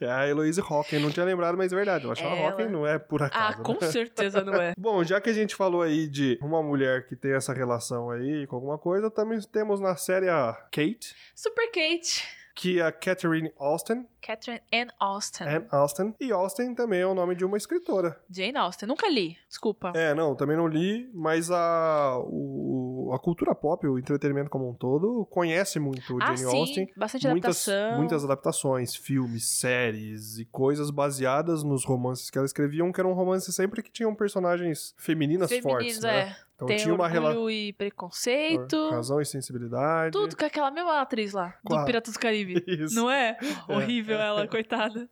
Speaker 2: É a Heloise Hawking, não tinha lembrado, mas é verdade. Ela chama
Speaker 1: Ela.
Speaker 2: Hawking, não é por
Speaker 1: Ah,
Speaker 2: acaso.
Speaker 1: com
Speaker 2: né?
Speaker 1: certeza não
Speaker 2: (laughs)
Speaker 1: é.
Speaker 2: Bom, já que a gente falou aí de uma mulher que tem essa relação aí com alguma coisa, também temos na série a Kate,
Speaker 1: Super Kate,
Speaker 2: que é a Catherine Austin,
Speaker 1: Catherine Ann Austin.
Speaker 2: Anne Austen. É E Austen também é o nome de uma escritora.
Speaker 1: Jane Austen, nunca li, desculpa.
Speaker 2: É, não, também não li, mas a, o- a cultura pop, o entretenimento como um todo, conhece muito
Speaker 1: ah,
Speaker 2: Jane
Speaker 1: sim,
Speaker 2: Austen.
Speaker 1: bastante
Speaker 2: Muitas,
Speaker 1: adaptação.
Speaker 2: muitas adaptações, filmes, séries e coisas baseadas nos romances que ela escrevia, um que eram romances sempre que tinham personagens femininas fortes,
Speaker 1: Femininos,
Speaker 2: né?
Speaker 1: é.
Speaker 2: Então
Speaker 1: Tem
Speaker 2: tinha uma
Speaker 1: orgulho
Speaker 2: relação.
Speaker 1: e preconceito.
Speaker 2: Razão e sensibilidade.
Speaker 1: Tudo com aquela mesma atriz lá,
Speaker 2: Com a-
Speaker 1: do Piratas do Caribe.
Speaker 2: (laughs) Isso.
Speaker 1: Não é?
Speaker 2: É.
Speaker 1: Horrível
Speaker 2: (laughs)
Speaker 1: ela, coitada.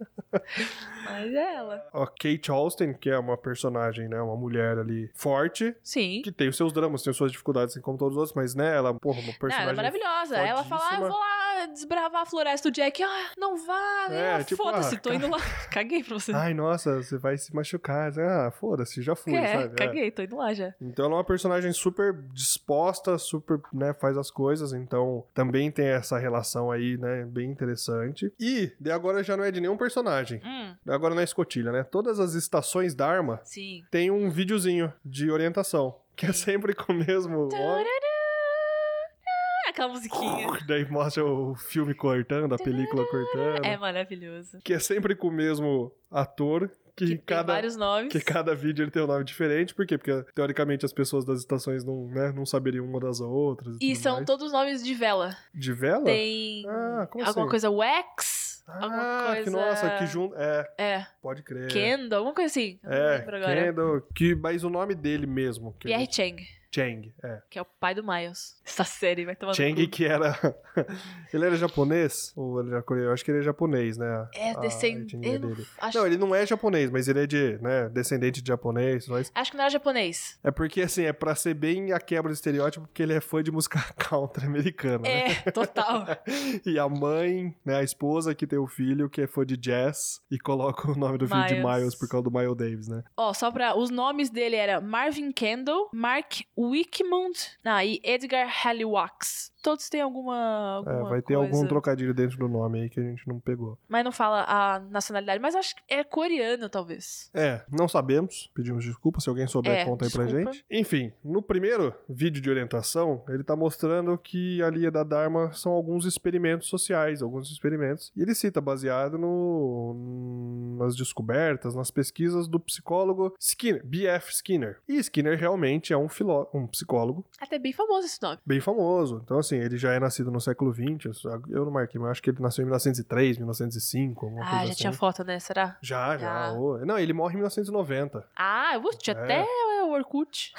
Speaker 1: Mas é ela.
Speaker 2: A Kate Austen, que é uma personagem, né? Uma mulher ali forte,
Speaker 1: Sim.
Speaker 2: que tem os seus dramas, tem as suas dificuldades, assim como todos os outros, mas, né, ela, porra,
Speaker 1: Não, ela
Speaker 2: uma
Speaker 1: é
Speaker 2: personagem...
Speaker 1: maravilhosa. Ela fala, ah, eu
Speaker 2: fodíssima.
Speaker 1: vou lá desbravar a floresta do Jack. Ah, não vá,
Speaker 2: É,
Speaker 1: ah,
Speaker 2: tipo,
Speaker 1: foda-se,
Speaker 2: ah,
Speaker 1: tô indo lá. (laughs) Caguei pra você.
Speaker 2: Ai, nossa, você vai se machucar. Ah, foda-se, já fui,
Speaker 1: é,
Speaker 2: sabe? É.
Speaker 1: caguei, tô indo lá já.
Speaker 2: Então ela é uma personagem super disposta, super, né, faz as coisas, então também tem essa relação aí, né, bem interessante. E de agora já não é de nenhum personagem.
Speaker 1: Hum,
Speaker 2: De Agora não é escotilha, né? Todas as estações da arma
Speaker 1: sim.
Speaker 2: tem um videozinho de orientação, (laughs) que é sempre com o mesmo homem.
Speaker 1: Ah, Aquela musiquinha.
Speaker 2: Daí mostra o filme cortando, a película cortando.
Speaker 1: É maravilhoso.
Speaker 2: Que é sempre com o mesmo ator, que,
Speaker 1: Que tem
Speaker 2: cada
Speaker 1: vários nomes.
Speaker 2: Que cada vídeo ele tem um nome diferente, por quê? Porque teoricamente as pessoas das estações não, né, não saberiam uma das outras.
Speaker 1: E
Speaker 2: tudo
Speaker 1: são
Speaker 2: mais.
Speaker 1: todos nomes de vela.
Speaker 2: De vela?
Speaker 1: Tem
Speaker 2: Ah, como
Speaker 1: alguma
Speaker 2: assim?
Speaker 1: coisa wax, alguma
Speaker 2: Ah,
Speaker 1: coisa...
Speaker 2: que nossa, que junto. É,
Speaker 1: É,
Speaker 2: pode crer.
Speaker 1: Kendo, alguma coisa assim. Eu não
Speaker 2: É,
Speaker 1: lembro agora.
Speaker 2: Kendall, que, mas o nome dele mesmo. Que
Speaker 1: Pierre Chang,
Speaker 2: Chang, é.
Speaker 1: que é o pai do Miles. Essa série vai tomar no
Speaker 2: Chang
Speaker 1: cu.
Speaker 2: que era. (laughs) ele era japonês? Ou ele era coreano? Eu acho que ele é japonês, né?
Speaker 1: É,
Speaker 2: A
Speaker 1: descend...
Speaker 2: etnia
Speaker 1: eu não-
Speaker 2: dele.
Speaker 1: Acho...
Speaker 2: Não, ele não é japonês, mas ele é de, né, descendente de japonês, mas
Speaker 1: acho que não era japonês.
Speaker 2: é porque assim, é pra ser bem a quebra do estereótipo, porque ele é fã de música (laughs) country americana, né?
Speaker 1: É, total.
Speaker 2: (laughs) E a mãe, né, a esposa que tem o filho, que é fã de jazz, e coloca o nome do filho de
Speaker 1: Miles.
Speaker 2: Miles por causa do Miles Davis, né?
Speaker 1: Ó, só pra. Os nomes dele era Marvin Kendall, Mark Wickmund ah, e Edgar Haliwax. Todos têm alguma.
Speaker 2: É,
Speaker 1: alguma
Speaker 2: vai ter
Speaker 1: coisa,
Speaker 2: algum trocadilho dentro do nome aí que a gente não pegou.
Speaker 1: Mas não fala a nacionalidade, mas acho que é coreano, talvez.
Speaker 2: É, não sabemos. Pedimos desculpa se alguém souber,
Speaker 1: É,
Speaker 2: conta aí pra
Speaker 1: desculpa.
Speaker 2: gente. Enfim, no primeiro vídeo de orientação, ele tá mostrando que a linha da Dharma são alguns experimentos sociais, alguns experimentos. E ele cita baseado no nas descobertas, nas pesquisas do psicólogo Skinner, BF Skinner. E Skinner realmente é um filó, um psicólogo
Speaker 1: Até bem famoso esse nome.
Speaker 2: bem famoso. Então, assim, assim, ele já é nascido no século XX, eu não marquei, mas acho que ele nasceu em 1903, 1905, alguma
Speaker 1: Ah,
Speaker 2: coisa
Speaker 1: já
Speaker 2: assim.
Speaker 1: tinha foto, né? Será?
Speaker 2: Já, já.
Speaker 1: Já.
Speaker 2: ô. Não, ele morre em 1990.
Speaker 1: Ah, eu tinha
Speaker 2: É.
Speaker 1: até o Orkut.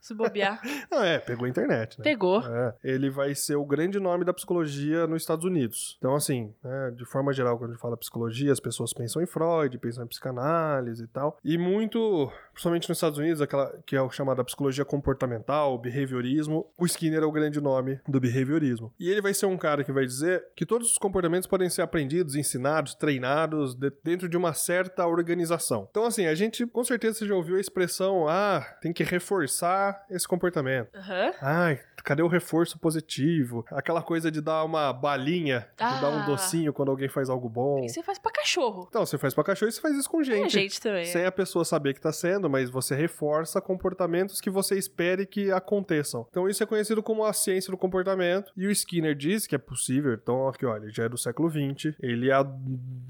Speaker 1: Se
Speaker 2: (laughs)
Speaker 1: bobear.
Speaker 2: Ah, é, pegou a internet, né?
Speaker 1: Pegou.
Speaker 2: É, ele vai ser o grande nome da psicologia nos Estados Unidos. Então, assim, né, de forma geral, quando a gente fala psicologia, as pessoas pensam em Freud, pensam em psicanálise e tal. E muito, principalmente nos Estados Unidos, aquela que é o chamada psicologia comportamental, behaviorismo, o Skinner é o grande nome do behaviorismo. E ele vai ser um cara que vai dizer que todos os comportamentos podem ser aprendidos, ensinados, treinados de- dentro de uma certa organização. Então, assim, a gente com certeza você já ouviu a expressão, ah, tem que reforçar esse comportamento.
Speaker 1: Aham.
Speaker 2: Ai, cadê o reforço positivo? Aquela coisa de dar uma balinha, de dar um
Speaker 1: Ah.
Speaker 2: docinho quando alguém faz algo bom.
Speaker 1: Isso você faz pra cachorro.
Speaker 2: Então, você faz pra cachorro e você faz isso com
Speaker 1: É,
Speaker 2: gente.
Speaker 1: gente também.
Speaker 2: Sem a pessoa saber que tá sendo, mas você reforça comportamentos que você espere que aconteçam. Então, isso é conhecido como a ciência do comportamento. E o Skinner diz que é possível. Então, aqui, olha, ele já é do século XX. Ele é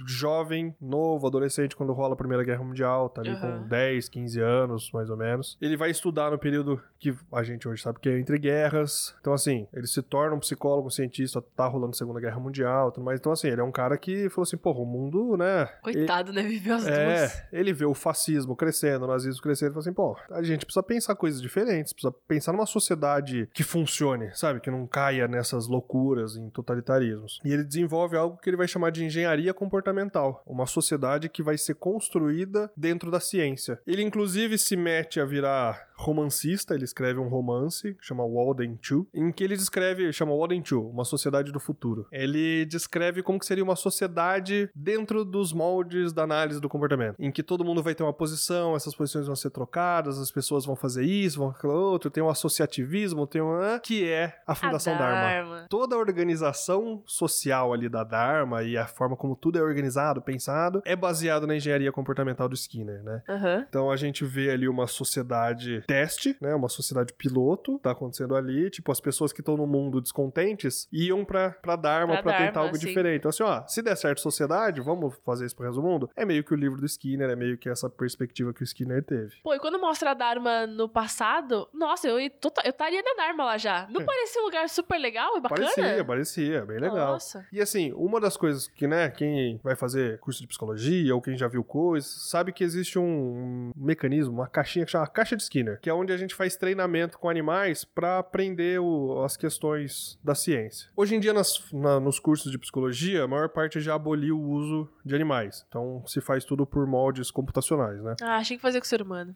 Speaker 2: jovem, novo, adolescente, quando rola a Primeira Guerra Mundial, tá ali
Speaker 1: Aham.
Speaker 2: com 10, 15 anos, mais ou menos. Ele vai estudar no período que a gente hoje sabe que é entre guerras. Então, assim, ele se torna um psicólogo, um cientista, tá rolando a Segunda Guerra Mundial tudo mais. Então, assim, ele é um cara que falou assim, porra, o mundo, né?
Speaker 1: Coitado, né? Viveu as
Speaker 2: É,
Speaker 1: duas.
Speaker 2: ele vê o fascismo crescendo, o nazismo crescendo, e fala assim, pô, a gente precisa pensar coisas diferentes, precisa pensar numa sociedade que funcione, sabe? Que não caia nessas loucuras em totalitarismos. E ele desenvolve algo que ele vai chamar de engenharia comportamental, uma sociedade que vai ser construída dentro da ciência. Ele, inclusive, se mete a virar romancista, ele escreve um romance, chama Walden 2, em que ele descreve, chama Walden 2, uma sociedade do futuro. Ele descreve como que seria uma sociedade dentro dos moldes da análise do comportamento, em que todo mundo vai ter uma posição, essas posições vão ser trocadas, as pessoas vão fazer isso, vão aquilo outro, tem um associativismo, tem um... que é a Fundação
Speaker 1: a
Speaker 2: Dharma toda a organização social ali da Dharma e a forma como tudo é organizado, pensado, é baseado na engenharia comportamental do Skinner, né?
Speaker 1: Aham.
Speaker 2: Então a gente vê ali uma sociedade teste, né? Uma sociedade piloto, tá acontecendo ali. Tipo, as pessoas que estão no mundo descontentes iam pra, pra Dharma pra,
Speaker 1: Pra
Speaker 2: tentar
Speaker 1: Dharma,
Speaker 2: algo
Speaker 1: sim.
Speaker 2: diferente. Então, assim, ó, se der certo sociedade, vamos fazer isso pro resto do mundo. É meio que o livro do Skinner, é meio que essa perspectiva que o Skinner teve.
Speaker 1: Pô, e quando mostra a Dharma no passado, nossa, eu estaria na Dharma lá já. Não
Speaker 2: É.
Speaker 1: parecia um lugar super legal e bacana?
Speaker 2: Parecia, parecia, bem legal.
Speaker 1: Nossa.
Speaker 2: E assim, uma das coisas que, né, quem vai fazer curso de psicologia ou quem já viu coisas, sabe que existe um mecanismo, uma caixinha que chama caixa de Skinner, que é onde a gente faz treinamento com animais pra aprender o- as questões da ciência. Hoje em dia, nas- na- nos cursos de psicologia, a maior parte já aboliu o uso de animais. Então, se faz tudo por moldes computacionais, né?
Speaker 1: Ah, achei que fazia com o ser humano.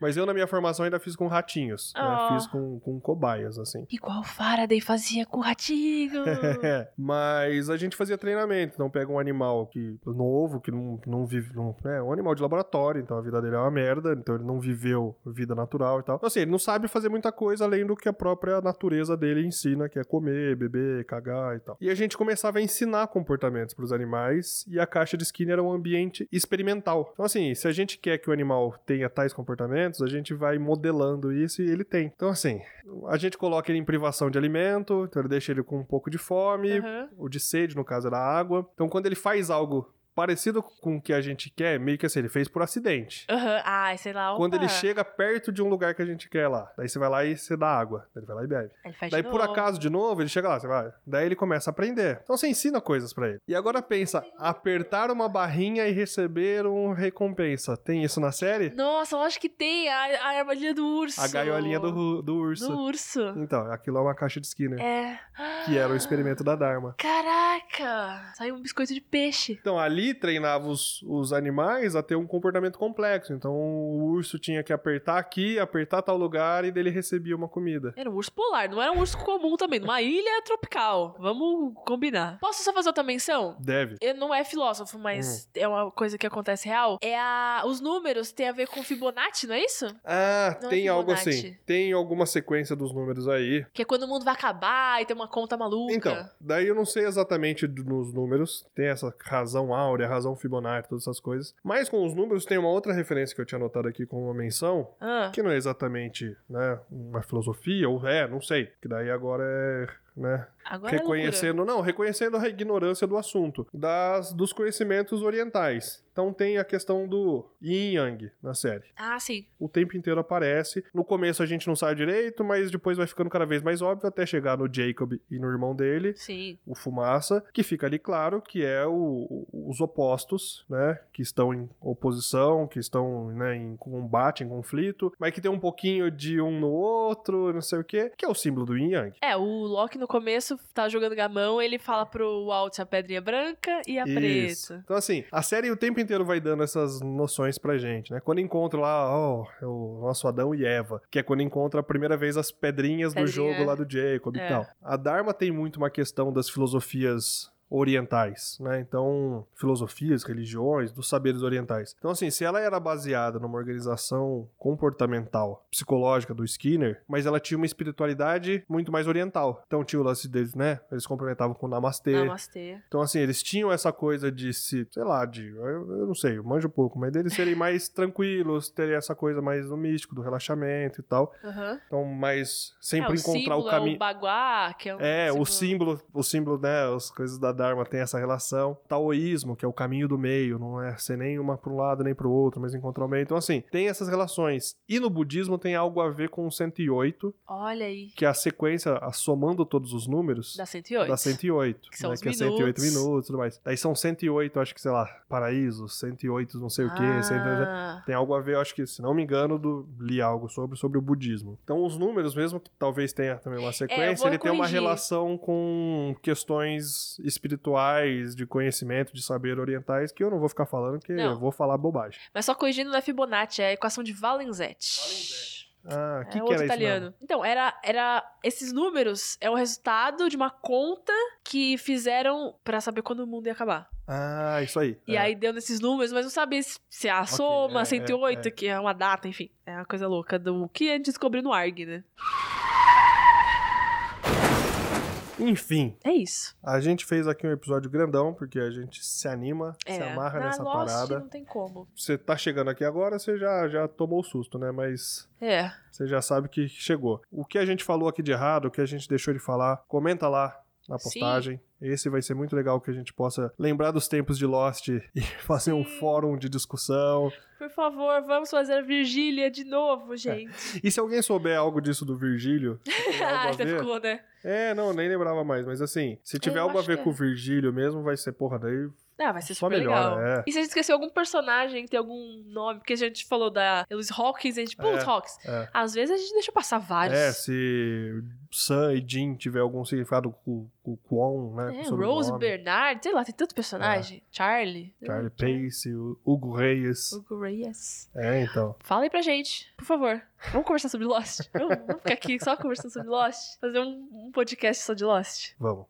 Speaker 2: Mas eu, na minha formação, ainda fiz com ratinhos, né?
Speaker 1: Oh.
Speaker 2: Fiz com, com cobaias, assim.
Speaker 1: Igual o Faraday fazia com o
Speaker 2: (laughs)
Speaker 1: ratinho.
Speaker 2: É, mas a gente fazia treinamento, então pega um animal que novo, que não, não vive, não, é um animal de laboratório, então a vida dele é uma merda, então ele não viveu vida natural e tal. Então, assim, ele não sabe fazer muita coisa além do que a própria natureza dele ensina, que é comer, beber, cagar e tal. E a gente começava a ensinar comportamentos para os animais e a caixa de Skinner era um ambiente experimental. Então, assim, se a gente quer que o animal tenha tais comportamentos, a gente vai modelando isso e ele tem. Então, assim, a gente coloca ele em privação de alimento, então ele deixa ele com um pouco de fome,
Speaker 1: Aham.
Speaker 2: o de sede, no caso, era água. Então, quando ele faz algo parecido com o que a gente quer, meio que assim, ele fez por acidente.
Speaker 1: Aham. Ah, sei lá.
Speaker 2: Quando
Speaker 1: opa.
Speaker 2: ele chega perto de um lugar que a gente quer lá, daí você vai lá e você dá água, daí ele vai lá e bebe.
Speaker 1: Ele faz de
Speaker 2: Daí, por
Speaker 1: novo.
Speaker 2: acaso, de novo, ele chega lá, você vai. Daí ele começa a aprender. Então você ensina coisas pra ele. E agora pensa, apertar uma barrinha e receber uma recompensa. Tem isso na série?
Speaker 1: Nossa, eu acho que tem a, a armadilha do urso.
Speaker 2: A gaiolinha do, ru- do urso.
Speaker 1: Do urso.
Speaker 2: Então, aquilo é uma caixa de Skinner.
Speaker 1: É.
Speaker 2: Que era o experimento da Dharma.
Speaker 1: Caraca! Saiu um biscoito de peixe.
Speaker 2: Então, ali treinava os, os animais a ter um comportamento complexo. Então, o urso tinha que apertar aqui, apertar tal lugar e dele recebia uma comida.
Speaker 1: Era um urso polar, não era um urso comum também, numa ilha tropical. Vamos combinar. Posso só fazer outra menção?
Speaker 2: Deve.
Speaker 1: Eu não é filósofo, mas
Speaker 2: Hum.
Speaker 1: é uma coisa que acontece real. É a os números tem a ver com Fibonacci, não é isso?
Speaker 2: Ah,
Speaker 1: Não é
Speaker 2: tem algo assim.
Speaker 1: Fibonacci.
Speaker 2: Tem alguma sequência dos números aí.
Speaker 1: Que é quando o mundo vai acabar e tem uma conta maluca.
Speaker 2: Então, daí eu não sei exatamente do- nos números, tem essa razão áurea, razão Fibonacci, todas essas coisas. Mas com os números tem uma outra referência que eu tinha anotado aqui como uma menção,
Speaker 1: Ah,
Speaker 2: que não é exatamente, né, uma filosofia, ou é, não sei, que daí agora é né?
Speaker 1: Agora é loucura.
Speaker 2: reconhecendo, não, reconhecendo a ignorância do assunto, das dos conhecimentos orientais. Então tem a questão do yin e yang na série.
Speaker 1: Ah, sim.
Speaker 2: O tempo inteiro aparece. No começo a gente não sabe direito, mas depois vai ficando cada vez mais óbvio até chegar no Jacob e no irmão dele,
Speaker 1: Sim.
Speaker 2: o Fumaça, que fica ali claro que é o- o- os opostos, né? Que estão em oposição, que estão né, em combate, em conflito, mas que tem um pouquinho de um no outro, não sei o quê, que é o símbolo do yin e yang.
Speaker 1: É, o Loki no começo tá jogando gamão, ele fala pro Walt a pedrinha é branca e a
Speaker 2: Isso.
Speaker 1: preta.
Speaker 2: Então, assim, a série o tempo inteiro vai dando essas noções pra gente, né? Quando encontra lá, ó, é o nosso Adão e Eva, que é quando encontra a primeira vez as pedrinhas do
Speaker 1: Pedrinha.
Speaker 2: jogo lá do Jacob
Speaker 1: É.
Speaker 2: e tal. A Dharma tem muito uma questão das filosofias orientais, né? Então, filosofias, religiões, dos saberes orientais. Então, assim, se ela era baseada numa organização comportamental, psicológica do Skinner, mas ela tinha uma espiritualidade muito mais oriental. Então, tinha o lance deles, né? Eles complementavam com namastê.
Speaker 1: Namastê.
Speaker 2: Então, assim, eles tinham essa coisa de se, sei lá, de. Eu, eu não sei, eu manjo pouco, mas deles serem mais tranquilos, terem essa coisa mais do místico, do relaxamento e tal.
Speaker 1: Aham.
Speaker 2: Então, mas
Speaker 1: É,
Speaker 2: sempre encontrar
Speaker 1: símbolo
Speaker 2: o
Speaker 1: É o
Speaker 2: caminho.
Speaker 1: baguá, que é um
Speaker 2: É, o
Speaker 1: símbolo-
Speaker 2: símbolo, o símbolo, né, as coisas da Dharma tem essa relação. Taoísmo, que é o caminho do meio, não é ser nem uma pro lado nem pro outro, mas encontrar o meio. Então, assim, tem essas relações. E no budismo tem algo a ver com o 108,
Speaker 1: Olha aí.
Speaker 2: que é a sequência, a- somando todos os números,
Speaker 1: Da 108.
Speaker 2: Dá 108.
Speaker 1: Que são
Speaker 2: né,
Speaker 1: os
Speaker 2: que é 108
Speaker 1: minutos.
Speaker 2: minutos e tudo mais. Daí são 108, acho que, sei lá, paraísos, 108 não sei o quê. 108
Speaker 1: Ah,
Speaker 2: Tem algo a ver, eu acho que, se não me engano, do, li algo sobre, sobre o budismo. Então, os números, mesmo que talvez tenha também uma sequência,
Speaker 1: É, vou
Speaker 2: ele tem uma
Speaker 1: corrigir.
Speaker 2: relação com questões espirituais, de conhecimento, de saber orientais, que eu não vou ficar falando, porque
Speaker 1: Não.
Speaker 2: eu vou falar bobagem.
Speaker 1: Mas só corrigindo não é Fibonacci, é a equação de Valenzetti.
Speaker 2: Ah, o que,
Speaker 1: é
Speaker 2: que
Speaker 1: outro
Speaker 2: era
Speaker 1: italiano.
Speaker 2: isso?
Speaker 1: Então, era, era. Esses números é o resultado de uma conta que fizeram pra saber quando o mundo ia acabar.
Speaker 2: mesmo? Ah, isso aí.
Speaker 1: E
Speaker 2: é.
Speaker 1: aí deu nesses números, mas não sabia se se é a soma,
Speaker 2: é,
Speaker 1: 108,
Speaker 2: é,
Speaker 1: que é uma data, enfim. É uma coisa louca do que a gente descobriu no ARG, né?
Speaker 2: Enfim,
Speaker 1: É isso.
Speaker 2: a gente fez aqui um episódio grandão, porque a gente se anima, se
Speaker 1: é.
Speaker 2: amarra
Speaker 1: Na
Speaker 2: nessa
Speaker 1: Lost
Speaker 2: parada.
Speaker 1: não tem como.
Speaker 2: você tá chegando aqui agora, você já, já tomou o susto, né? Mas
Speaker 1: É.
Speaker 2: você já sabe que chegou. O que a gente falou aqui de errado, o que a gente deixou de falar, comenta lá na
Speaker 1: Sim.
Speaker 2: postagem. Esse vai ser muito legal que a gente possa lembrar dos tempos de Lost e (laughs) fazer um
Speaker 1: Sim.
Speaker 2: fórum de discussão.
Speaker 1: Por favor, vamos fazer a Virgília de novo, gente.
Speaker 2: E se alguém souber algo disso do
Speaker 1: (laughs)
Speaker 2: Virgílio, que tem (laughs) algo
Speaker 1: ah,
Speaker 2: a
Speaker 1: já
Speaker 2: ver-
Speaker 1: ficou, né?
Speaker 2: É, não, nem lembrava mais, mas assim, se tiver
Speaker 1: Eu
Speaker 2: algo a
Speaker 1: acho
Speaker 2: ver
Speaker 1: que
Speaker 2: com
Speaker 1: é.
Speaker 2: o Virgílio mesmo, vai ser porra daí.
Speaker 1: Ah, vai ser
Speaker 2: Só
Speaker 1: super
Speaker 2: melhora,
Speaker 1: legal.
Speaker 2: é.
Speaker 1: E se a gente esqueceu algum personagem que tem algum nome, porque a gente falou da Elis Hawkins, a gente, putz,
Speaker 2: É,
Speaker 1: Hawkins.
Speaker 2: é.
Speaker 1: Às vezes a gente deixa passar vários.
Speaker 2: É, se Sam e Jin tiver algum significado com o Kwon, né?
Speaker 1: É,
Speaker 2: com sobrenome. É.
Speaker 1: Rose Bernard, sei lá, tem tanto personagem. Charlie.
Speaker 2: Charlie Pace, o Hugo Reyes.
Speaker 1: Uhum. Hugo Reyes.
Speaker 2: É, então.
Speaker 1: Fala aí pra gente, por favor. Vamos conversar sobre Lost. vamos, vamos ficar aqui só conversando sobre Lost. Fazer um, um podcast só de Lost.
Speaker 2: Vamos.